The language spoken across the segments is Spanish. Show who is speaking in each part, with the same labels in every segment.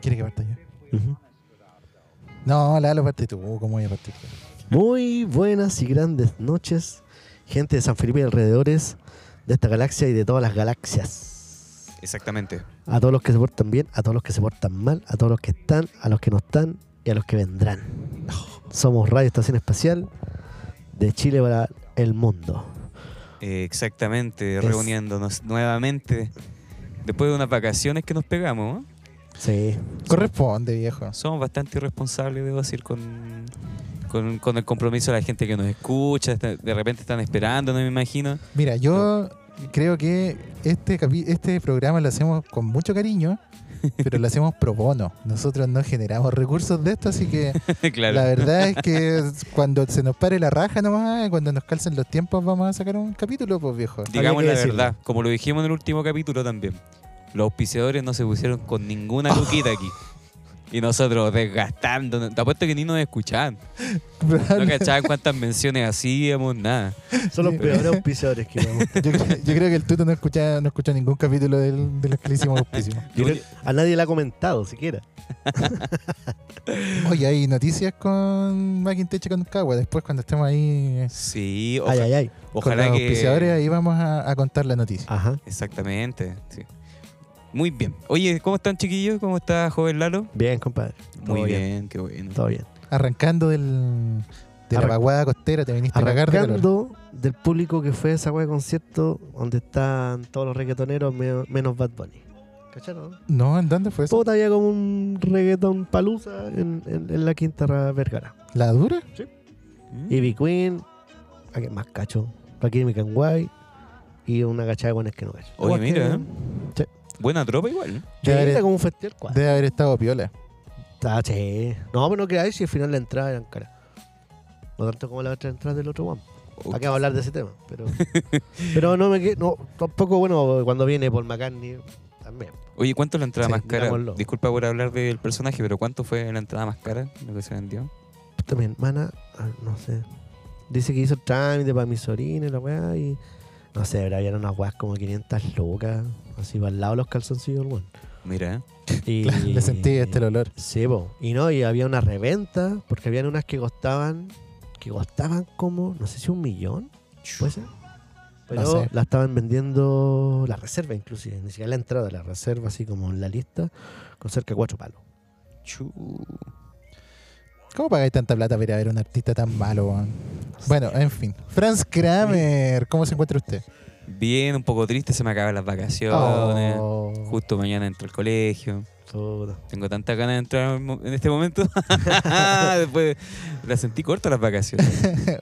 Speaker 1: ¿Quiere que parta yo?
Speaker 2: Ujú.
Speaker 1: No, la lo parte tú. ¿Cómo voy a partir?
Speaker 2: Muy buenas y grandes noches, gente de San Felipe y alrededores, de esta galaxia y de todas las galaxias.
Speaker 3: Exactamente.
Speaker 2: A todos los que se portan bien, a todos los que se portan mal, a todos los que están, a los que no están y a los que vendrán. Somos Radio Estación Espacial de Chile para el mundo.
Speaker 3: Eh, exactamente,
Speaker 2: Es-
Speaker 3: reuniéndonos nuevamente después de unas vacaciones que nos pegamos. ¿eh?
Speaker 2: Sí.
Speaker 1: Corresponde, viejo.
Speaker 3: Somos bastante irresponsables, debo decir, con, con, con el compromiso de la gente que nos escucha. está- De repente están esperando, no me imagino.
Speaker 1: Mira, yo creo que este, capi- este programa lo hacemos con mucho cariño, pero lo hacemos pro bono. Nosotros no generamos recursos de esto, así que
Speaker 3: claro.
Speaker 1: la verdad es que cuando se nos pare la raja nomás, cuando nos calcen los tiempos, vamos a sacar un capítulo, pues viejo.
Speaker 3: Digamos
Speaker 2: Había
Speaker 3: la
Speaker 2: que decirlo.
Speaker 3: verdad, como lo dijimos en el último capítulo también, los auspiciadores no se pusieron con ninguna luquita aquí. Y nosotros desgastando, te apuesto que ni nos escuchaban. No cachaban cuántas menciones hacíamos, nada.
Speaker 2: Son los peores auspiciadores que vamos.
Speaker 1: Yo, cre- yo creo que el Tuto no escucha, no escucha ningún capítulo del, de los que le hicimos auspicio.
Speaker 2: Yo creo que A nadie le ha comentado siquiera.
Speaker 1: Oye, hay noticias con Macintosh y con Kawa. Después, cuando estemos ahí eh,
Speaker 3: Sí, oja-
Speaker 2: Ay, ay, ay.
Speaker 1: con los
Speaker 3: ojalá
Speaker 1: auspiciadores,
Speaker 3: que...
Speaker 1: ahí vamos a, a contar la noticia.
Speaker 2: Ajá.
Speaker 3: Exactamente, sí. Muy bien. Oye, ¿cómo están chiquillos? ¿Cómo está joven Lalo?
Speaker 2: Bien, compadre.
Speaker 3: Muy
Speaker 2: Todo
Speaker 3: bien, qué bueno.
Speaker 2: Todo bien.
Speaker 1: Arrancando del, de la
Speaker 2: Arran-
Speaker 1: vaguada costera, te viniste a cagar de calor.
Speaker 2: Arrancando del público que fue a esa wea de concierto donde están todos los reggaetoneros me- menos Bad Bunny. ¿Cacharon?
Speaker 1: No, ¿en dónde fue eso?
Speaker 2: Puta, había como un reggaeton palusa en, en- en la Quinta Ra- Vergara.
Speaker 1: ¿La dura?
Speaker 3: ¿Mm?
Speaker 2: Y B Queen, ¿a quién más cacho? Rakim y Kanwai y una cachada de buenas que no cacho.
Speaker 3: Oye,
Speaker 2: Guas que-
Speaker 3: mira, ¿eh?
Speaker 2: Sí.
Speaker 3: Buena tropa igual. ¿eh?
Speaker 2: Sí,
Speaker 1: Debe haber-
Speaker 2: era como un festival cuadro.
Speaker 1: Debe haber estado piola.
Speaker 2: Ah, sí. No, pero no creáis si al final la entrada eran caras. No tanto como la otra entrada del otro one. ¿Para qué vamos a hablar de ese tema? Pero, pero no me que- no, tampoco, bueno, cuando viene Paul McCartney también.
Speaker 3: Oye, ¿cuánto es la entrada
Speaker 2: Sí,
Speaker 3: más cara?
Speaker 2: digámoslo.
Speaker 3: Disculpa por hablar del personaje, pero ¿cuánto fue la entrada más cara? Lo que se vendió.
Speaker 2: También, hermana, ah, no sé. Dice que hizo trámite para mi sobrina y la weá y. No sé, pero eran unas weas como 500 locas, así para el lado de los calzoncillos, el weón.
Speaker 3: Mira, ¿eh?
Speaker 2: Y-
Speaker 1: Le sentí este el olor.
Speaker 2: Sí, po. Y no, y había una reventa, porque habían unas que costaban, que costaban como, no sé si un millón, puede ser. Pero
Speaker 1: No sé.
Speaker 2: la estaban vendiendo la reserva inclusive, ni siquiera la entrada, la reserva así como en la lista, con cerca de cuatro palos.
Speaker 3: Chu.
Speaker 1: ¿Cómo pagáis tanta plata para ir a ver a un artista tan malo, weón? Bueno, en fin. Franz Kramer, ¿cómo se encuentra usted?
Speaker 3: Bien, un poco triste, se me acaban las vacaciones.
Speaker 2: Oh,
Speaker 3: Justo mañana entro al colegio.
Speaker 2: puta.
Speaker 3: Tengo tantas ganas de entrar en mo- en este momento. Después la sentí corta las vacaciones.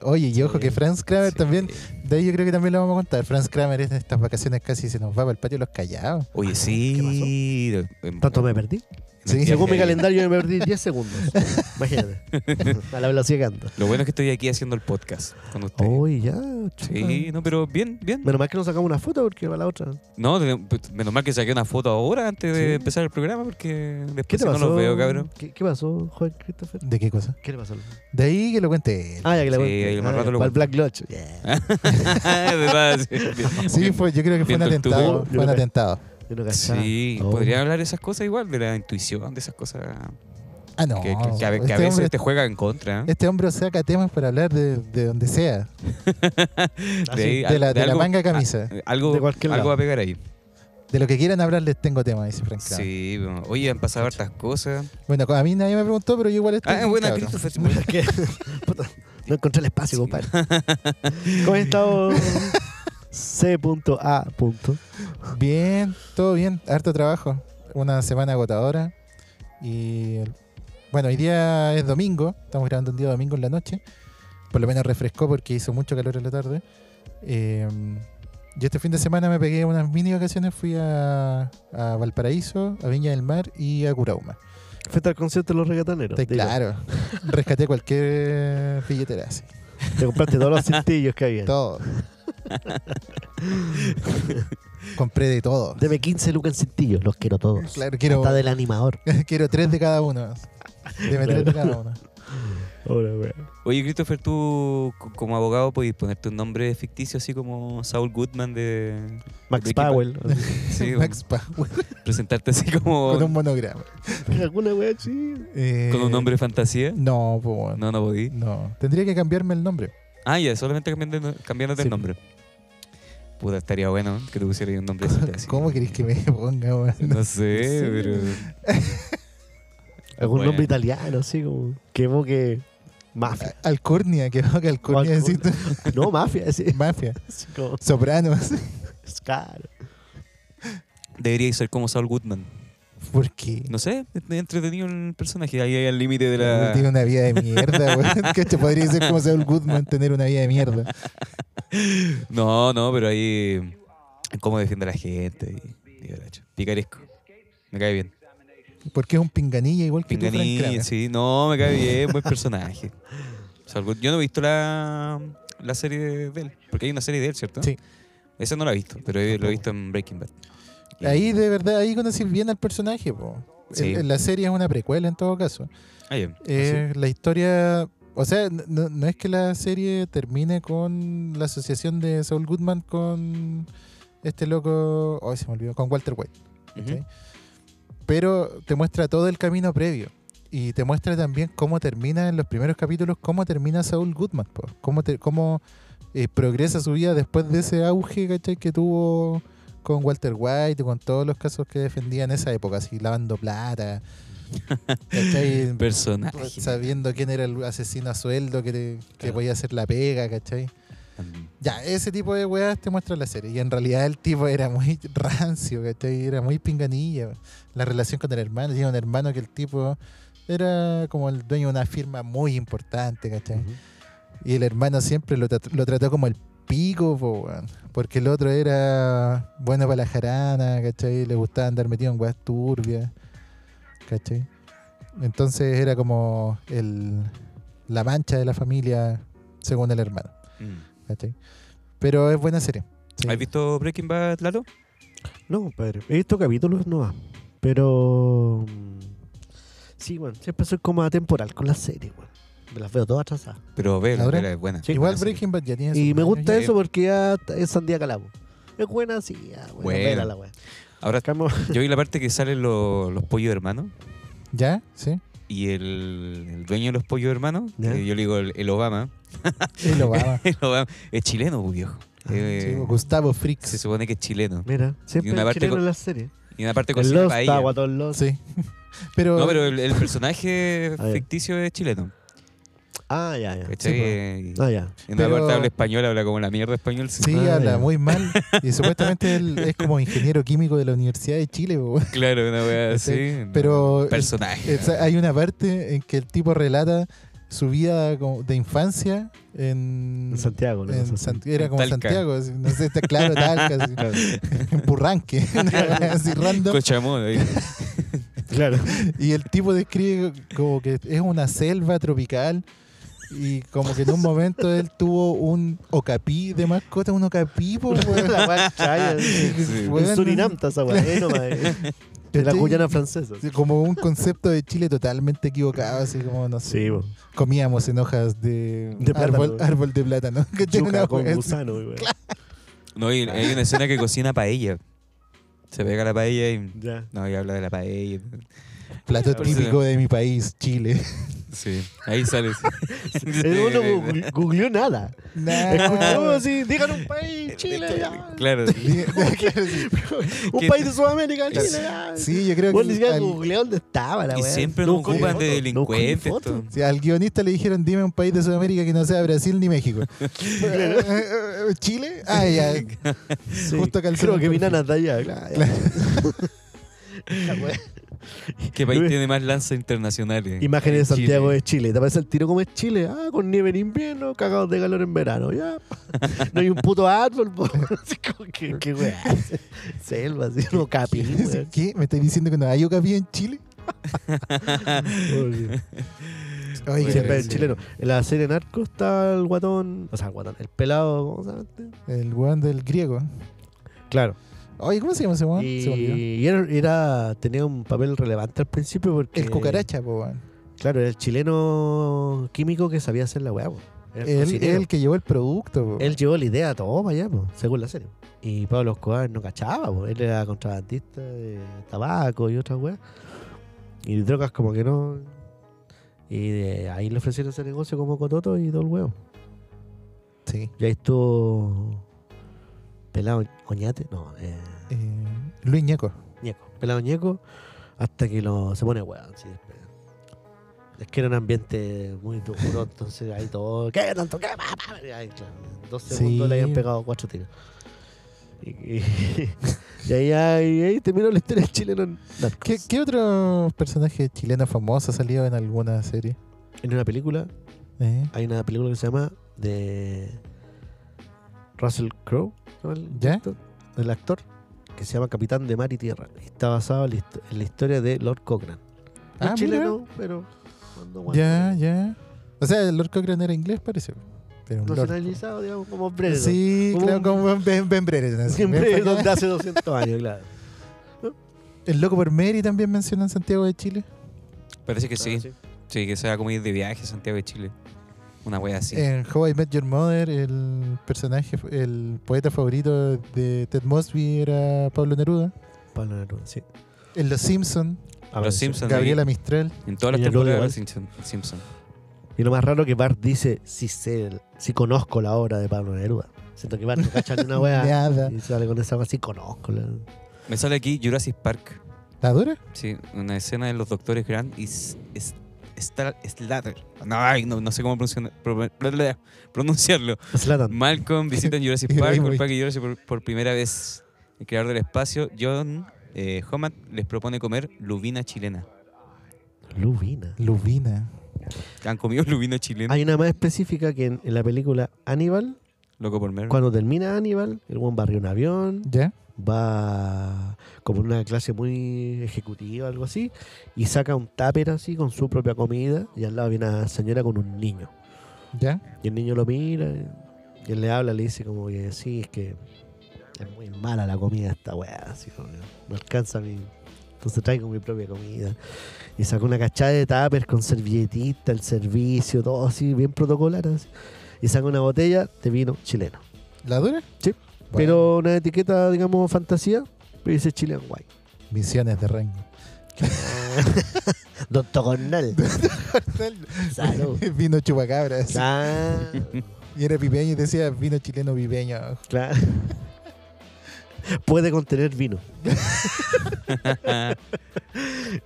Speaker 1: Oye, y ojo
Speaker 2: Sí.
Speaker 1: que Franz Kramer
Speaker 3: Sí.
Speaker 1: también, de ahí yo creo que también lo vamos a contar. Franz Kramer en estas vacaciones casi se nos va para el patio de los callados.
Speaker 3: Oye, sí. em, de- en-
Speaker 2: Ah, ¿Tanto me perdí?
Speaker 3: en el
Speaker 1: Sí.
Speaker 2: Según mi
Speaker 3: viaje.
Speaker 2: calendario me perdí 10 segundos. Imagínate. A la velocidad que ando.
Speaker 3: Lo bueno es que estoy aquí haciendo el podcast con ustedes.
Speaker 2: Uy, Oh, ya.
Speaker 3: Sí,
Speaker 2: chuta.
Speaker 3: no, pero bien, bien.
Speaker 2: Menos mal que no sacamos una foto porque para la otra.
Speaker 3: No, de- pues, menos mal que saqué una foto ahora antes de
Speaker 2: Sí.
Speaker 3: empezar el programa porque después
Speaker 2: ¿Qué te
Speaker 3: si
Speaker 2: pasó?
Speaker 3: no los veo, cabrón.
Speaker 2: ¿Qué, qué pasó, Juan Christopher?
Speaker 1: ¿De qué cosa?
Speaker 2: ¿Qué le pasó?
Speaker 1: De ahí que lo cuente él.
Speaker 2: Ah, ya que le
Speaker 3: Sí,
Speaker 2: cuente.
Speaker 3: ahí más
Speaker 2: Ah,
Speaker 3: rato
Speaker 2: ya,
Speaker 3: lo
Speaker 2: para el
Speaker 3: cuento.
Speaker 2: Black Lodge. Yeah.
Speaker 3: ¿Verdad? Sí, bien.
Speaker 1: Sí, fue, yo creo que fue un
Speaker 3: Viento el tubo.
Speaker 1: atentado.
Speaker 2: Yo
Speaker 1: Fue un
Speaker 2: creo-
Speaker 1: atentado.
Speaker 2: Yo no cachaba.
Speaker 3: Sí,
Speaker 2: Oh.
Speaker 3: podría hablar de esas cosas igual, de la intuición, de esas cosas
Speaker 1: Ah, no.
Speaker 3: que, que- que a, que a
Speaker 1: este,
Speaker 3: veces
Speaker 1: hombre,
Speaker 3: te juega en contra. ¿eh?
Speaker 1: este hombre saca temas para hablar de, de donde sea.
Speaker 2: Ah, sí,
Speaker 3: ahí-
Speaker 1: de la- de la
Speaker 3: algo- ah.
Speaker 1: manga camisa.
Speaker 3: a- algo
Speaker 2: De cualquier
Speaker 3: algo
Speaker 2: lado.
Speaker 3: va a pegar ahí.
Speaker 1: De lo que quieran hablar les tengo tema, dice Frank Kramer.
Speaker 3: Sí, bueno, oye, han pasado hartas cosas.
Speaker 1: Bueno, a mí nadie me preguntó, pero yo igual estoy...
Speaker 3: Ah, buena,
Speaker 1: cabrón.
Speaker 3: Christopher.
Speaker 2: ¿Qué? Puta, Oh, no encontré el espacio,
Speaker 3: Sí.
Speaker 2: compadre. ¿Cómo has estado? C.A. punto.
Speaker 1: Bien, todo bien, harto trabajo. Una semana agotadora. Y bueno, hoy día es domingo, estamos grabando un día domingo en la noche. Por lo menos refrescó porque hizo mucho calor en la tarde. Eh, yo este fin de semana me pegué unas mini vacaciones, fui a, a Valparaíso, a Viña del Mar y a Curauma.
Speaker 2: Fuiste al concierto de los reggaetoneros.
Speaker 1: Está
Speaker 2: digo.
Speaker 1: claro, rescaté cualquier billetera, así,
Speaker 2: Te compraste todos los cintillos que había.
Speaker 1: todo. Compré de todo.
Speaker 2: Deme 15 lucas en cintillos, los quiero todos.
Speaker 1: Claro, quiero,
Speaker 2: Hasta del animador.
Speaker 1: Quiero tres de cada uno. Deme tres de cada uno.
Speaker 2: Hola, wea.
Speaker 3: Oye, Christopher, tú co- como abogado podés ponerte un nombre ficticio así como Saul Goodman de...
Speaker 2: Max
Speaker 3: Breaking Bad.
Speaker 2: Powell. así.
Speaker 3: Sí,
Speaker 1: Max Powell,
Speaker 3: presentarte así como
Speaker 1: con
Speaker 3: con
Speaker 1: un monograma.
Speaker 2: Alguna wea, sí.
Speaker 1: Eh,
Speaker 3: un nombre de fantasía.
Speaker 1: No, pues bueno,
Speaker 3: No, no podí.
Speaker 1: no. Tendría que cambiarme el nombre.
Speaker 3: Ah, ya, solamente cambiando, cambiándote
Speaker 1: Sí.
Speaker 3: el nombre. Puta, estaría bueno que te pusieras un nombre así.
Speaker 1: ¿Cómo querés que me ponga, weón?
Speaker 3: No sé,
Speaker 1: Sí.
Speaker 3: pero...
Speaker 2: Algún
Speaker 3: Bueno.
Speaker 2: nombre italiano, así como. Que evoque. Mafia.
Speaker 1: Alcurnia, que que Alcurnia decir tú.
Speaker 3: Ah.
Speaker 2: No, mafia, así.
Speaker 1: Mafia,
Speaker 2: así como.
Speaker 1: Sopranos.
Speaker 2: Scar.
Speaker 3: Debería ser como Saul Goodman.
Speaker 1: ¿Por qué?
Speaker 3: No sé, es entretenido el personaje. Ahí hay el límite de
Speaker 1: Tiene
Speaker 3: la...
Speaker 1: una vida de mierda, weón. Que te podría ser como Saul Goodman tener una vida de mierda.
Speaker 3: No, no, pero ahí... Cómo defiende a la gente. Y, y la chucha. Picaresco. Me cae bien.
Speaker 1: Porque es un pinganilla igual que tú, Frank
Speaker 3: Pinganilla,
Speaker 1: Kramer.
Speaker 3: sí. No, me cae bien, buen personaje. O sea, algún- yo no he visto la, la serie de- de él, porque hay una serie de él, ¿cierto?
Speaker 1: Sí.
Speaker 3: Esa no la he visto, pero he- lo he visto en Breaking Bad. Y-
Speaker 1: Ahí de verdad, ahí conocí bien al personaje, po.
Speaker 3: Sí.
Speaker 1: El- La serie es una precuela en todo caso.
Speaker 3: Ah, bien.
Speaker 1: Eh, La historia, o sea, n- no, no es que la serie termine con la asociación de Saul Goodman con este loco, oh, se me olvidó, con Walter White.
Speaker 3: Así.
Speaker 1: ¿cachai?
Speaker 3: Ujú.
Speaker 1: Pero te muestra todo el camino previo. Y te muestra también cómo termina en los primeros capítulos, cómo termina Saul Goodman, po. cómo, te- cómo eh, progresa su vida después de ese auge ¿cachai? que tuvo con Walter White, y con todos los casos que defendía en esa época, así lavando plata, ¿cachai?
Speaker 3: Personaje.
Speaker 1: Pues, sabiendo quién era el asesino a sueldo que, te- que
Speaker 3: Claro.
Speaker 1: podía hacer la pega, ¿cachai? Ya, ese tipo de weas te muestra la serie. Y en realidad el tipo era muy rancio, ¿cachai? Era muy pinganilla. La relación con el hermano, tiene un hermano que el tipo era como el dueño de una firma muy importante, ¿cachai? Y el hermano siempre lo, trat- lo trató como el pico, po, weón. Porque el otro era bueno para la jarana, ¿cachai? Le gustaba andar metido en weas turbias, ¿cachai? Entonces era como el, la mancha de la familia, según el hermano.
Speaker 3: Mm.
Speaker 1: ¿cachai? Pero es buena serie. Sí.
Speaker 3: ¿Has visto Breaking Bad, Lalo?
Speaker 2: No, compadre. He visto capítulos nomás. Pero. mm, Sí, bueno. Siempre soy como atemporal con las series, weón. Me las veo todas atrasadas.
Speaker 3: Pero ve,
Speaker 1: ¿Ahora?
Speaker 3: vela, es buena. Ah,
Speaker 2: Sí.
Speaker 1: Igual
Speaker 3: Buena serie.
Speaker 1: Breaking Bad ya tiene
Speaker 2: Y
Speaker 1: sus
Speaker 2: me
Speaker 1: años
Speaker 2: gusta
Speaker 1: ya.
Speaker 2: eso porque ya t- es Sandía Calabo. Es buena, sí. Ya, bueno,
Speaker 3: Buena.
Speaker 2: vela la wea.
Speaker 3: Ahora,
Speaker 2: Camo-
Speaker 3: yo vi la parte que salen lo- los pollos hermanos.
Speaker 1: ¿Ya? ¿Sí?
Speaker 3: Y el, el dueño de los pollos hermanos,
Speaker 2: Ya.
Speaker 3: que yo le digo el, el Obama,
Speaker 1: Y lo va.
Speaker 3: el Obama, es chileno, pues, viejo.
Speaker 1: Ah,
Speaker 3: Eh,
Speaker 1: Gustavo Fricks.
Speaker 3: se supone que es chileno.
Speaker 2: Mira, siempre
Speaker 3: una
Speaker 2: el
Speaker 3: parte
Speaker 2: chileno
Speaker 3: con-
Speaker 2: en las series.
Speaker 3: Y una parte
Speaker 2: El
Speaker 3: cocina
Speaker 2: Lost,
Speaker 3: paella.
Speaker 2: Guatón Lost.
Speaker 1: Sí. Pero,
Speaker 3: No, pero el, el personaje
Speaker 2: A ver.
Speaker 3: ficticio es chileno.
Speaker 2: Ah, ya, ya.
Speaker 3: ¿Cachai?
Speaker 2: Sí,
Speaker 3: Eh,
Speaker 2: pues. Ah, ya.
Speaker 3: y no, aparte
Speaker 1: Pero-
Speaker 3: habla español, habla como la mierda español. sí.
Speaker 1: sí,
Speaker 2: Ah,
Speaker 1: habla
Speaker 2: ya.
Speaker 1: muy mal. Y supuestamente él es como ingeniero químico de la Universidad de Chile. po.
Speaker 3: Claro, una wea así.
Speaker 1: Sí, Pero
Speaker 3: Personaje.
Speaker 1: el- es- hay una parte en que el tipo relata su vida como de infancia en,
Speaker 2: En Santiago, ¿no?
Speaker 1: en
Speaker 2: Eso sí.
Speaker 1: San- era como
Speaker 3: Talca.
Speaker 1: Santiago, así, no sé, está claro, Talca, así,
Speaker 2: Claro.
Speaker 1: en Burranque, así random.
Speaker 3: Cochamón. ahí.
Speaker 2: claro.
Speaker 1: Y el tipo describe como que es una selva tropical. Y como que en un momento él tuvo un ocapí de mascota, un ocapí, po, weón.
Speaker 2: la wea chaya.
Speaker 3: Sí.
Speaker 1: Weón,
Speaker 2: En Surinam está esa wea. Eh, no, madre. De la
Speaker 1: ¿Cachai?
Speaker 2: Guyana francesa.
Speaker 1: Sí, Como un concepto de Chile totalmente equivocado, así como, no sé,
Speaker 2: Sí, bo.
Speaker 1: comíamos en hojas de,
Speaker 2: De plátano,
Speaker 1: árbol,
Speaker 2: weón.
Speaker 1: árbol de plátano. Que tiene
Speaker 2: Yuca
Speaker 1: una
Speaker 2: con
Speaker 1: weá así.
Speaker 2: gusano, güey.
Speaker 3: No, y hay una escena que cocina paella. Se pega la paella y.
Speaker 2: Ya.
Speaker 3: No, y habla de la paella.
Speaker 1: Plato
Speaker 3: Por eso-
Speaker 1: típico de mi país, Chile.
Speaker 3: Sí, ahí sale. sí.
Speaker 2: El Eh, uno googli- googleó nada. este
Speaker 1: Nah.
Speaker 2: Escuchó así, digan un país, Chile, ya.
Speaker 3: Claro.
Speaker 1: Diga- claro, sí.
Speaker 2: Un
Speaker 3: ¿Qué?
Speaker 2: país de Sudamérica,
Speaker 3: Es-
Speaker 2: Chile, ya.
Speaker 1: Sí, yo creo
Speaker 2: Bueno, ni
Speaker 1: que
Speaker 2: siquiera
Speaker 1: al,
Speaker 2: googleé dónde estaba la
Speaker 3: Y
Speaker 2: weá.
Speaker 3: siempre
Speaker 2: No
Speaker 3: nos
Speaker 2: buscó ni
Speaker 3: ocupan
Speaker 2: foto,
Speaker 3: de
Speaker 2: no buscó ni
Speaker 3: delincuentes.
Speaker 2: foto.
Speaker 3: todo.
Speaker 1: sí, al guionista le dijeron, dime un país de Sudamérica que no sea Brasil ni México. ¿Chile? Ah, ya.
Speaker 2: Sí,
Speaker 1: Justo calzó
Speaker 2: Creo
Speaker 1: con
Speaker 2: que mi
Speaker 1: perfil.
Speaker 2: nana está allá. claro. La weá.
Speaker 3: ¿Qué país tiene más lanzas internacionales?
Speaker 2: Imágenes de
Speaker 3: Chile.
Speaker 2: Santiago de Chile. Te aparece el tiro como es Chile. Ah, con nieve en invierno, cagados de calor en verano. Ya. No hay un puto árbol. po. Así como que, qué weá. Selva, así, no capi. weá.
Speaker 1: ¿Qué? ¿Me estáis diciendo que no hay Ocapi en Chile?
Speaker 2: Oye.
Speaker 1: Oye,
Speaker 2: Siempre
Speaker 1: sí.
Speaker 2: el chileno. En la serie Narco está el guatón. O sea, el guatón, el pelado, ¿cómo se llama? este?
Speaker 1: El weón del griego.
Speaker 2: Claro.
Speaker 1: Oye, ¿cómo se llama ese weón? Se me olvidó.
Speaker 2: Y, y era, era- tenía un papel relevante al principio porque.
Speaker 1: El cucaracha, po, weón.
Speaker 2: Claro, era el chileno químico que sabía hacer la weá, po. Era el
Speaker 1: Él
Speaker 2: cocinero.
Speaker 1: el que llevó el producto. po.
Speaker 2: Él llevó la idea a todo para allá, po, según la serie. Y Pablo Escobar no cachaba, po. él era contrabandista de tabaco y otras weas. Y drogas como que no. Y de ahí le ofrecieron ese negocio como cototo y todo el huevo.
Speaker 1: Sí.
Speaker 2: Y ahí estuvo. Pelado Oñate, no, eh,
Speaker 1: Eh, Luis Ñeco.
Speaker 2: Ñeco. Pelado Ñeco, hasta que lo, se pone hueón. sí, después. Es que era un ambiente muy duro, entonces ahí todo. ¿Qué tanto? ¿Qué? Pa, pa, y ahí, claro, en dos
Speaker 1: Sí.
Speaker 2: segundos le habían pegado cuatro tiros. Y, y- y ahí, ahí, ahí terminó la historia del chileno en Narcos.
Speaker 1: ¿Qué, ¿Qué otro personaje chileno famoso ha salido en alguna serie?
Speaker 2: En una película,
Speaker 1: Eh,
Speaker 2: hay una película que se llama de Russell Crowe, ¿no? el,
Speaker 1: ¿Ya?
Speaker 2: director, el actor, que se llama Capitán de Mar y Tierra. Y Está basado en la, histo- en la historia de Lord Cochrane.
Speaker 1: Ah,
Speaker 2: No es chileno, pero cuando bueno,
Speaker 1: Ya, ya. O sea, el Lord Cochrane era inglés, parece. Pero un lord.
Speaker 2: nacionalizado, digamos, como obrero.
Speaker 1: Sí,
Speaker 2: Como
Speaker 1: claro,
Speaker 2: un-
Speaker 1: como Ben, ben Brereton, así, ven
Speaker 2: siempre
Speaker 1: pa' acá.
Speaker 2: donde hace 200 años, claro.
Speaker 1: El Loco por Mary también mencionan Santiago de Chile.
Speaker 3: Parece que sí.
Speaker 2: Ah,
Speaker 3: sí. que se va a comer de viaje a Santiago de Chile. Una wea así.
Speaker 1: En How I Met Your Mother, el personaje, el poeta favorito de Ted Mosby era Pablo Neruda.
Speaker 2: Pablo Neruda, sí.
Speaker 1: En Los Simpsons,
Speaker 3: Los Simpsons.
Speaker 1: Gabriela Mistral.
Speaker 3: En todas las
Speaker 2: Niña Lola
Speaker 3: temporadas de
Speaker 2: igual.
Speaker 3: Los Simpson. Simpson.
Speaker 2: Y lo más raro que Bart dice, si sé, si conozco la obra de Pablo Neruda. Siento que Bart no cacha ni una wea
Speaker 1: Nada.
Speaker 2: y sale con esa wea así, conozco. La...
Speaker 3: Me sale aquí Jurassic Park.
Speaker 1: ¿La dura?
Speaker 3: Sí, una escena de los doctores Grant y S- S- Stra- Slater. No, ay, no, no sé cómo pronunciar- pro- bla, bla, bla, pronunciarlo.
Speaker 2: Slatan.
Speaker 3: Malcolm visita en Jurassic
Speaker 1: Y
Speaker 3: Park,
Speaker 1: Rainbow.
Speaker 3: el parque Jurassic por, por primera vez. El creador del espacio, John eh, Homat, les propone comer lubina chilena.
Speaker 2: Lubina.
Speaker 1: Lubina.
Speaker 3: ¿Han comido lubina chilena?
Speaker 2: Hay una más específica que en, en la película Aníbal,
Speaker 3: Loco por Mary.
Speaker 2: cuando termina Aníbal, el buen barrió un avión,
Speaker 1: ¿Ya?
Speaker 2: va como en una clase muy ejecutiva, algo así, y saca un tupper así con su propia comida, y al lado viene una señora con un niño.
Speaker 1: ¿Ya?
Speaker 2: Y el niño lo mira, y él le habla, le dice como que sí, es que es muy mala la comida esta weá, así como que no alcanza mi... Entonces traigo mi propia comida. Y sacó una cachada de tuppers con servilletita, el servicio, todo así, bien protocolar. así. Y sacó una botella de vino chileno.
Speaker 1: ¿La dura?
Speaker 2: Sí.
Speaker 1: Bueno,
Speaker 2: Pero una etiqueta, digamos, fantasía, pero dice Chilean White.
Speaker 1: Misiones de Rengo.
Speaker 2: Eh, Don Tocornal. Salud.
Speaker 1: vino chupacabras.
Speaker 2: Claro.
Speaker 1: Y era pipeño y decía vino chileno pipeño.
Speaker 2: Claro. Puede contener vino.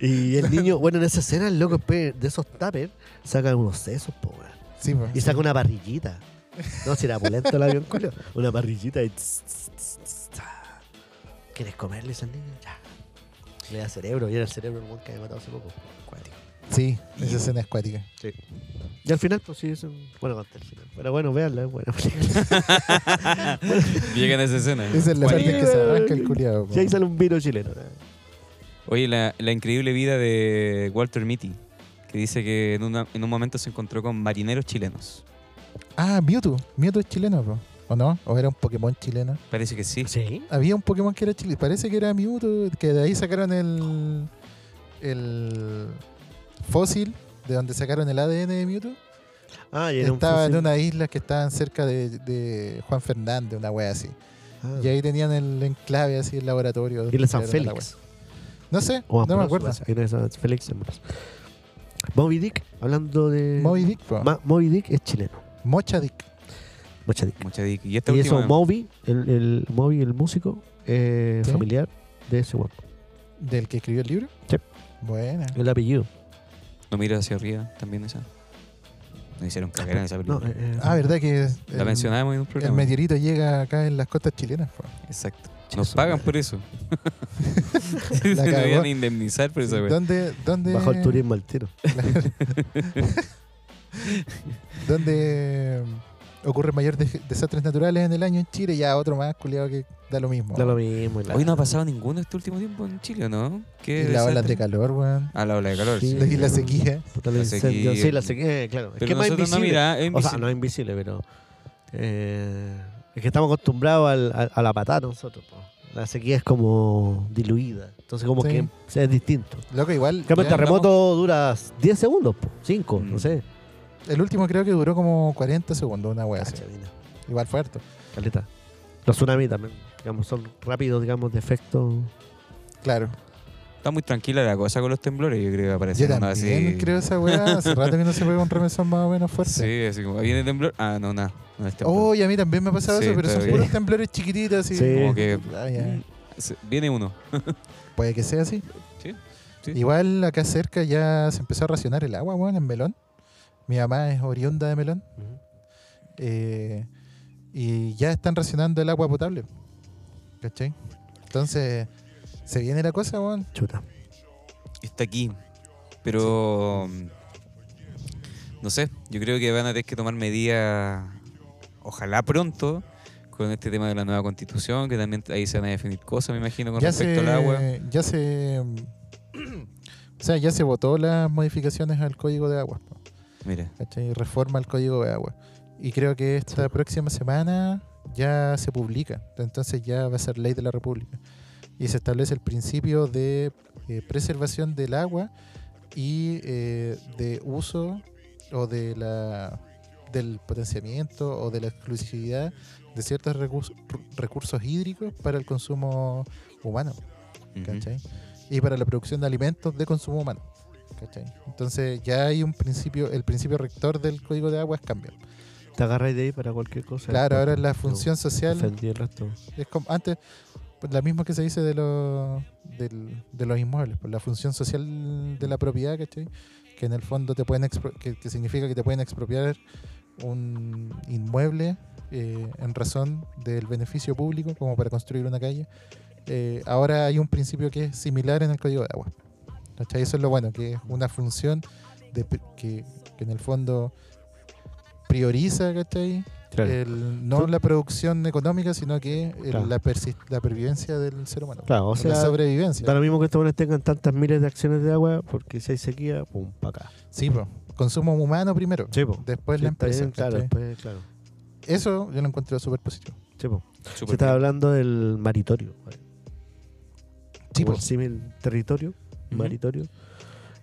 Speaker 2: y el niño, bueno, en esa escena, el loco pe- de esos tuppers saca unos sesos, po, weón.
Speaker 1: Sí, pues.
Speaker 2: Y saca una parrillita. No, si era pulento el avión, culo. Una parrillita y. tss, tss, tss, tss, ah. ¿Quieres comerle al niño? Ya. Le da cerebro, y era el cerebro el weón que había matado hace poco. Cuático.
Speaker 1: Sí, esa escena es cuática.
Speaker 2: Y al final, pues sí, es un. Bueno, conté el final. Pero bueno, véanla, es buena.
Speaker 3: Llegan a esa escena.
Speaker 1: Esa es la parte
Speaker 3: Cuática.
Speaker 1: que se arranca el culiado.
Speaker 2: y ahí sale un vino chileno.
Speaker 3: Oye, la, la increíble vida de Walter Mitty, que dice que en, una- en un momento se encontró con marineros chilenos.
Speaker 1: Ah, Mewtwo. Mewtwo es chileno, po. ¿o no? ¿O era un Pokémon chileno?
Speaker 3: Parece que sí.
Speaker 2: Sí.
Speaker 1: Había un Pokémon que era chileno. Parece que era Mewtwo, que de ahí sacaron el. el fósil, de donde sacaron el ADN de Mewtwo.
Speaker 2: Ah, y era un
Speaker 1: Estaba en
Speaker 2: fósil.
Speaker 1: una isla que estaban cerca de, de Juan Fernández, una wea así.
Speaker 2: Ah.
Speaker 1: Y ahí tenían el enclave así, el laboratorio.
Speaker 2: Y
Speaker 1: donde
Speaker 2: la San
Speaker 1: crearon la
Speaker 2: Félix.
Speaker 1: wea. No sé,
Speaker 2: O
Speaker 1: no me
Speaker 2: Ambrosio,
Speaker 1: acuerdo.
Speaker 2: parece. Hay una de San Félix. Ambrosio. Moby Dick, hablando de.
Speaker 1: Moby Dick, po.
Speaker 2: Ma- Moby Dick es chileno.
Speaker 1: Mocha Dick.
Speaker 2: Mocha Dick.
Speaker 3: Mucha dick. Y esta
Speaker 2: Y
Speaker 3: última.
Speaker 2: eso, Moby, el, el Moby, el músico eh,
Speaker 1: Sí.
Speaker 2: familiar de ese guapo.
Speaker 1: ¿Del que escribió el libro?
Speaker 2: Sí.
Speaker 1: Buena.
Speaker 2: El apellido.
Speaker 3: No miro hacia arriba, también esa. Nos hicieron cagar en esa
Speaker 2: No,
Speaker 3: película.
Speaker 2: eh, eh,
Speaker 1: Ah, verdad que es-
Speaker 3: la
Speaker 1: el-
Speaker 3: mencionábamos en un
Speaker 1: el
Speaker 3: programa.
Speaker 1: meteorito llega acá en las costas chilenas. po.
Speaker 3: Exacto. Nos pagan por eso. Se
Speaker 1: La
Speaker 3: nos
Speaker 1: cagó.
Speaker 3: iban a indemnizar por esa wea.
Speaker 1: ¿Dónde, dónde,
Speaker 2: Bajo el turismo al tiro.
Speaker 1: dónde eh, ocurren mayores des- desastres naturales en el año en Chile? Ya otro más culiado que da lo mismo.
Speaker 2: Da lo mismo. la-
Speaker 3: Hoy no ha pasado ninguno este último tiempo en Chile, ¿o ¿no? ¿Qué
Speaker 1: y las olas
Speaker 3: desastre?
Speaker 1: de calor, weón.
Speaker 3: Ah, la ola de calor.
Speaker 2: Sí.
Speaker 3: Sí.
Speaker 1: Y la sequía.
Speaker 2: Puta, los
Speaker 3: La sequía.
Speaker 2: incendios. Sí, la sequía, eh, claro. es que
Speaker 3: Pero
Speaker 2: es más
Speaker 3: nosotros no
Speaker 2: invisible. O
Speaker 3: mirá, es
Speaker 2: sea,
Speaker 3: invisible.
Speaker 2: no es invisible, pero. eh, es que estamos acostumbrados al- a, a la patada nosotros. po. La sequía es como diluida. Entonces, como
Speaker 1: Sí.
Speaker 2: que es distinto.
Speaker 1: Loco, igual.
Speaker 2: En cambio, el
Speaker 1: ya-
Speaker 2: terremoto dura 10 segundos, 5,
Speaker 3: Mm.
Speaker 2: no sé.
Speaker 1: El último creo que duró como 40 segundos, una wea así.
Speaker 2: Cacha, mira,
Speaker 1: Igual fuerte.
Speaker 2: Caleta. Los tsunamis también. Digamos, son rápidos, digamos, de efecto.
Speaker 1: Claro.
Speaker 3: Está muy tranquila la cosa con los temblores, yo creo que aparece
Speaker 1: Yo
Speaker 3: una
Speaker 1: también
Speaker 3: así.
Speaker 1: creo esa weá. Hace rato que no se pega un remesón más o menos fuerte.
Speaker 3: Sí, así como viene temblor. Ah, no, nada. No, es temblor.
Speaker 1: Oh, y a mí también me ha pasado
Speaker 3: Sí,
Speaker 1: eso, pero son
Speaker 3: todavía.
Speaker 1: puros temblores chiquititos así.
Speaker 2: Sí.
Speaker 3: Como que
Speaker 1: Ah, ya.
Speaker 3: se- viene uno.
Speaker 1: Puede que sea así.
Speaker 3: Sí, sí.
Speaker 1: Igual acá cerca ya se empezó a racionar el agua, weón, en Melón. Mi mamá es oriunda de Melón. eh, y ya están racionando el agua potable. ¿Cachai? Entonces, se viene la cosa, weón.
Speaker 2: Chuta.
Speaker 3: Está aquí. Pero. mm, No sé, yo creo que van a tener que tomar medidas, ojalá pronto, con este tema de la nueva constitución, que también ahí se van a definir cosas, me imagino, con
Speaker 1: ya
Speaker 3: respecto
Speaker 1: se,
Speaker 3: al agua.
Speaker 1: Ya se. o sea, ya se votó las modificaciones al código de aguas. po,
Speaker 3: Mira,
Speaker 1: ¿cachai? Reforma al código de agua. Y creo que esta próxima semana ya se publica. Entonces ya va a ser ley de la República. Y se establece el principio de eh, preservación del agua y eh, de uso o de la del potenciamiento o de la exclusividad de ciertos recursos, recursos hídricos para el consumo humano.
Speaker 3: ujú.
Speaker 1: ¿cachai? Y para la producción de alimentos de consumo humano, ¿cachai? Entonces ya hay un principio, el principio rector del código de aguas cambia.
Speaker 2: Te agarras de ahí para cualquier cosa.
Speaker 1: Claro, ahora
Speaker 2: No,
Speaker 1: la función social
Speaker 2: Ofendí el resto.
Speaker 1: es como antes, pues, la misma que se dice de los del- de los inmuebles, pues, la función social de la propiedad, ¿cachai? Que en el fondo te pueden expro- que, que significa que te pueden expropiar un inmueble eh, en razón del beneficio público, como para construir una calle. Eh, ahora hay un principio que es similar en el código de agua. ¿Cachai? Eso es lo bueno, que es una función de pri- que, que en el fondo prioriza, ¿cachai?
Speaker 2: Claro.
Speaker 1: el- no
Speaker 2: Tú-
Speaker 1: la producción económica, sino que el-
Speaker 2: Claro.
Speaker 1: la, persi- la pervivencia del ser humano.
Speaker 2: Claro, o sea,
Speaker 1: la sobrevivencia.
Speaker 2: da lo mismo que estos buenos tengan tantas miles de acciones de agua, porque si hay sequía, pum, para acá.
Speaker 1: Sí, po. consumo humano primero,
Speaker 2: Sí, po.
Speaker 1: después
Speaker 2: Sí,
Speaker 1: la
Speaker 2: está
Speaker 1: empresa.
Speaker 2: bien, claro,
Speaker 1: ¿cachai?
Speaker 2: después, claro.
Speaker 1: Eso yo lo encuentro súper positivo.
Speaker 2: Sí, po.
Speaker 3: Súper
Speaker 2: Se está
Speaker 3: bien.
Speaker 2: hablando del maritorio.
Speaker 1: Sí,
Speaker 2: Como
Speaker 1: po.
Speaker 2: el símil territorio,
Speaker 3: Ujú.
Speaker 2: maritorio.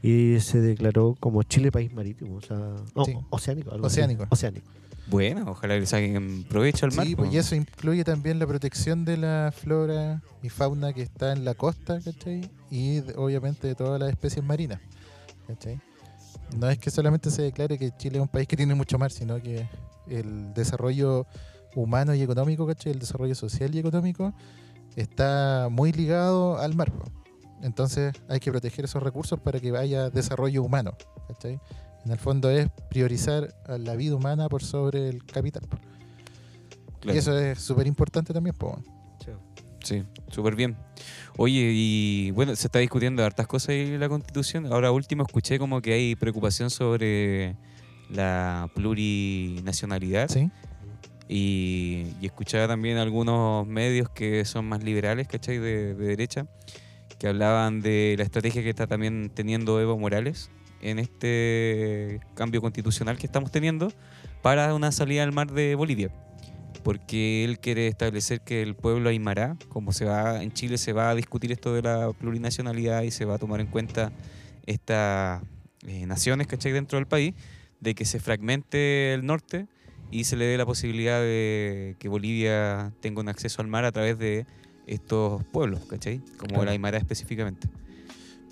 Speaker 2: Y se declaró como Chile país marítimo, o sea, no,
Speaker 1: Sí.
Speaker 2: oceánico. algo así.
Speaker 1: Oceánico.
Speaker 2: Oceánico.
Speaker 3: Bueno, ojalá le saquen provecho al mar.
Speaker 1: Sí,
Speaker 3: po.
Speaker 1: pues, y eso incluye también la protección de la flora y fauna que está en la costa, ¿cachai? Y de- obviamente de todas las especies marinas, ¿cachai? No es que solamente se declare que Chile es un país que tiene mucho mar, sino que el desarrollo humano y económico, ¿cachai? El desarrollo social y económico está muy ligado al mar. po. Entonces hay que proteger esos recursos para que haya desarrollo humano, ¿cachai? En el fondo es priorizar a la vida humana por sobre el capital. po.
Speaker 3: Claro.
Speaker 1: Y eso es súper importante también, po.
Speaker 3: Sí, súper bien. Oye, y bueno, se está discutiendo hartas cosas ahí la constitución. Ahora último escuché como que hay preocupación sobre la plurinacionalidad
Speaker 1: Sí,
Speaker 3: y, y escuchaba también algunos medios que son más liberales, ¿cachai? De, de derecha, que hablaban de la estrategia que está también teniendo Evo Morales en este cambio constitucional que estamos teniendo para una salida al mar de Bolivia. Porque él quiere establecer que el pueblo Aymará, como se va en Chile, se va a discutir esto de la plurinacionalidad y se va a tomar en cuenta estas eh, naciones, ¿cachai? Dentro del país, de que se fragmente el norte y se le dé la posibilidad de que Bolivia tenga un acceso al mar a través de estos pueblos, ¿cachai? Como
Speaker 1: Claro.
Speaker 3: el Aymara específicamente.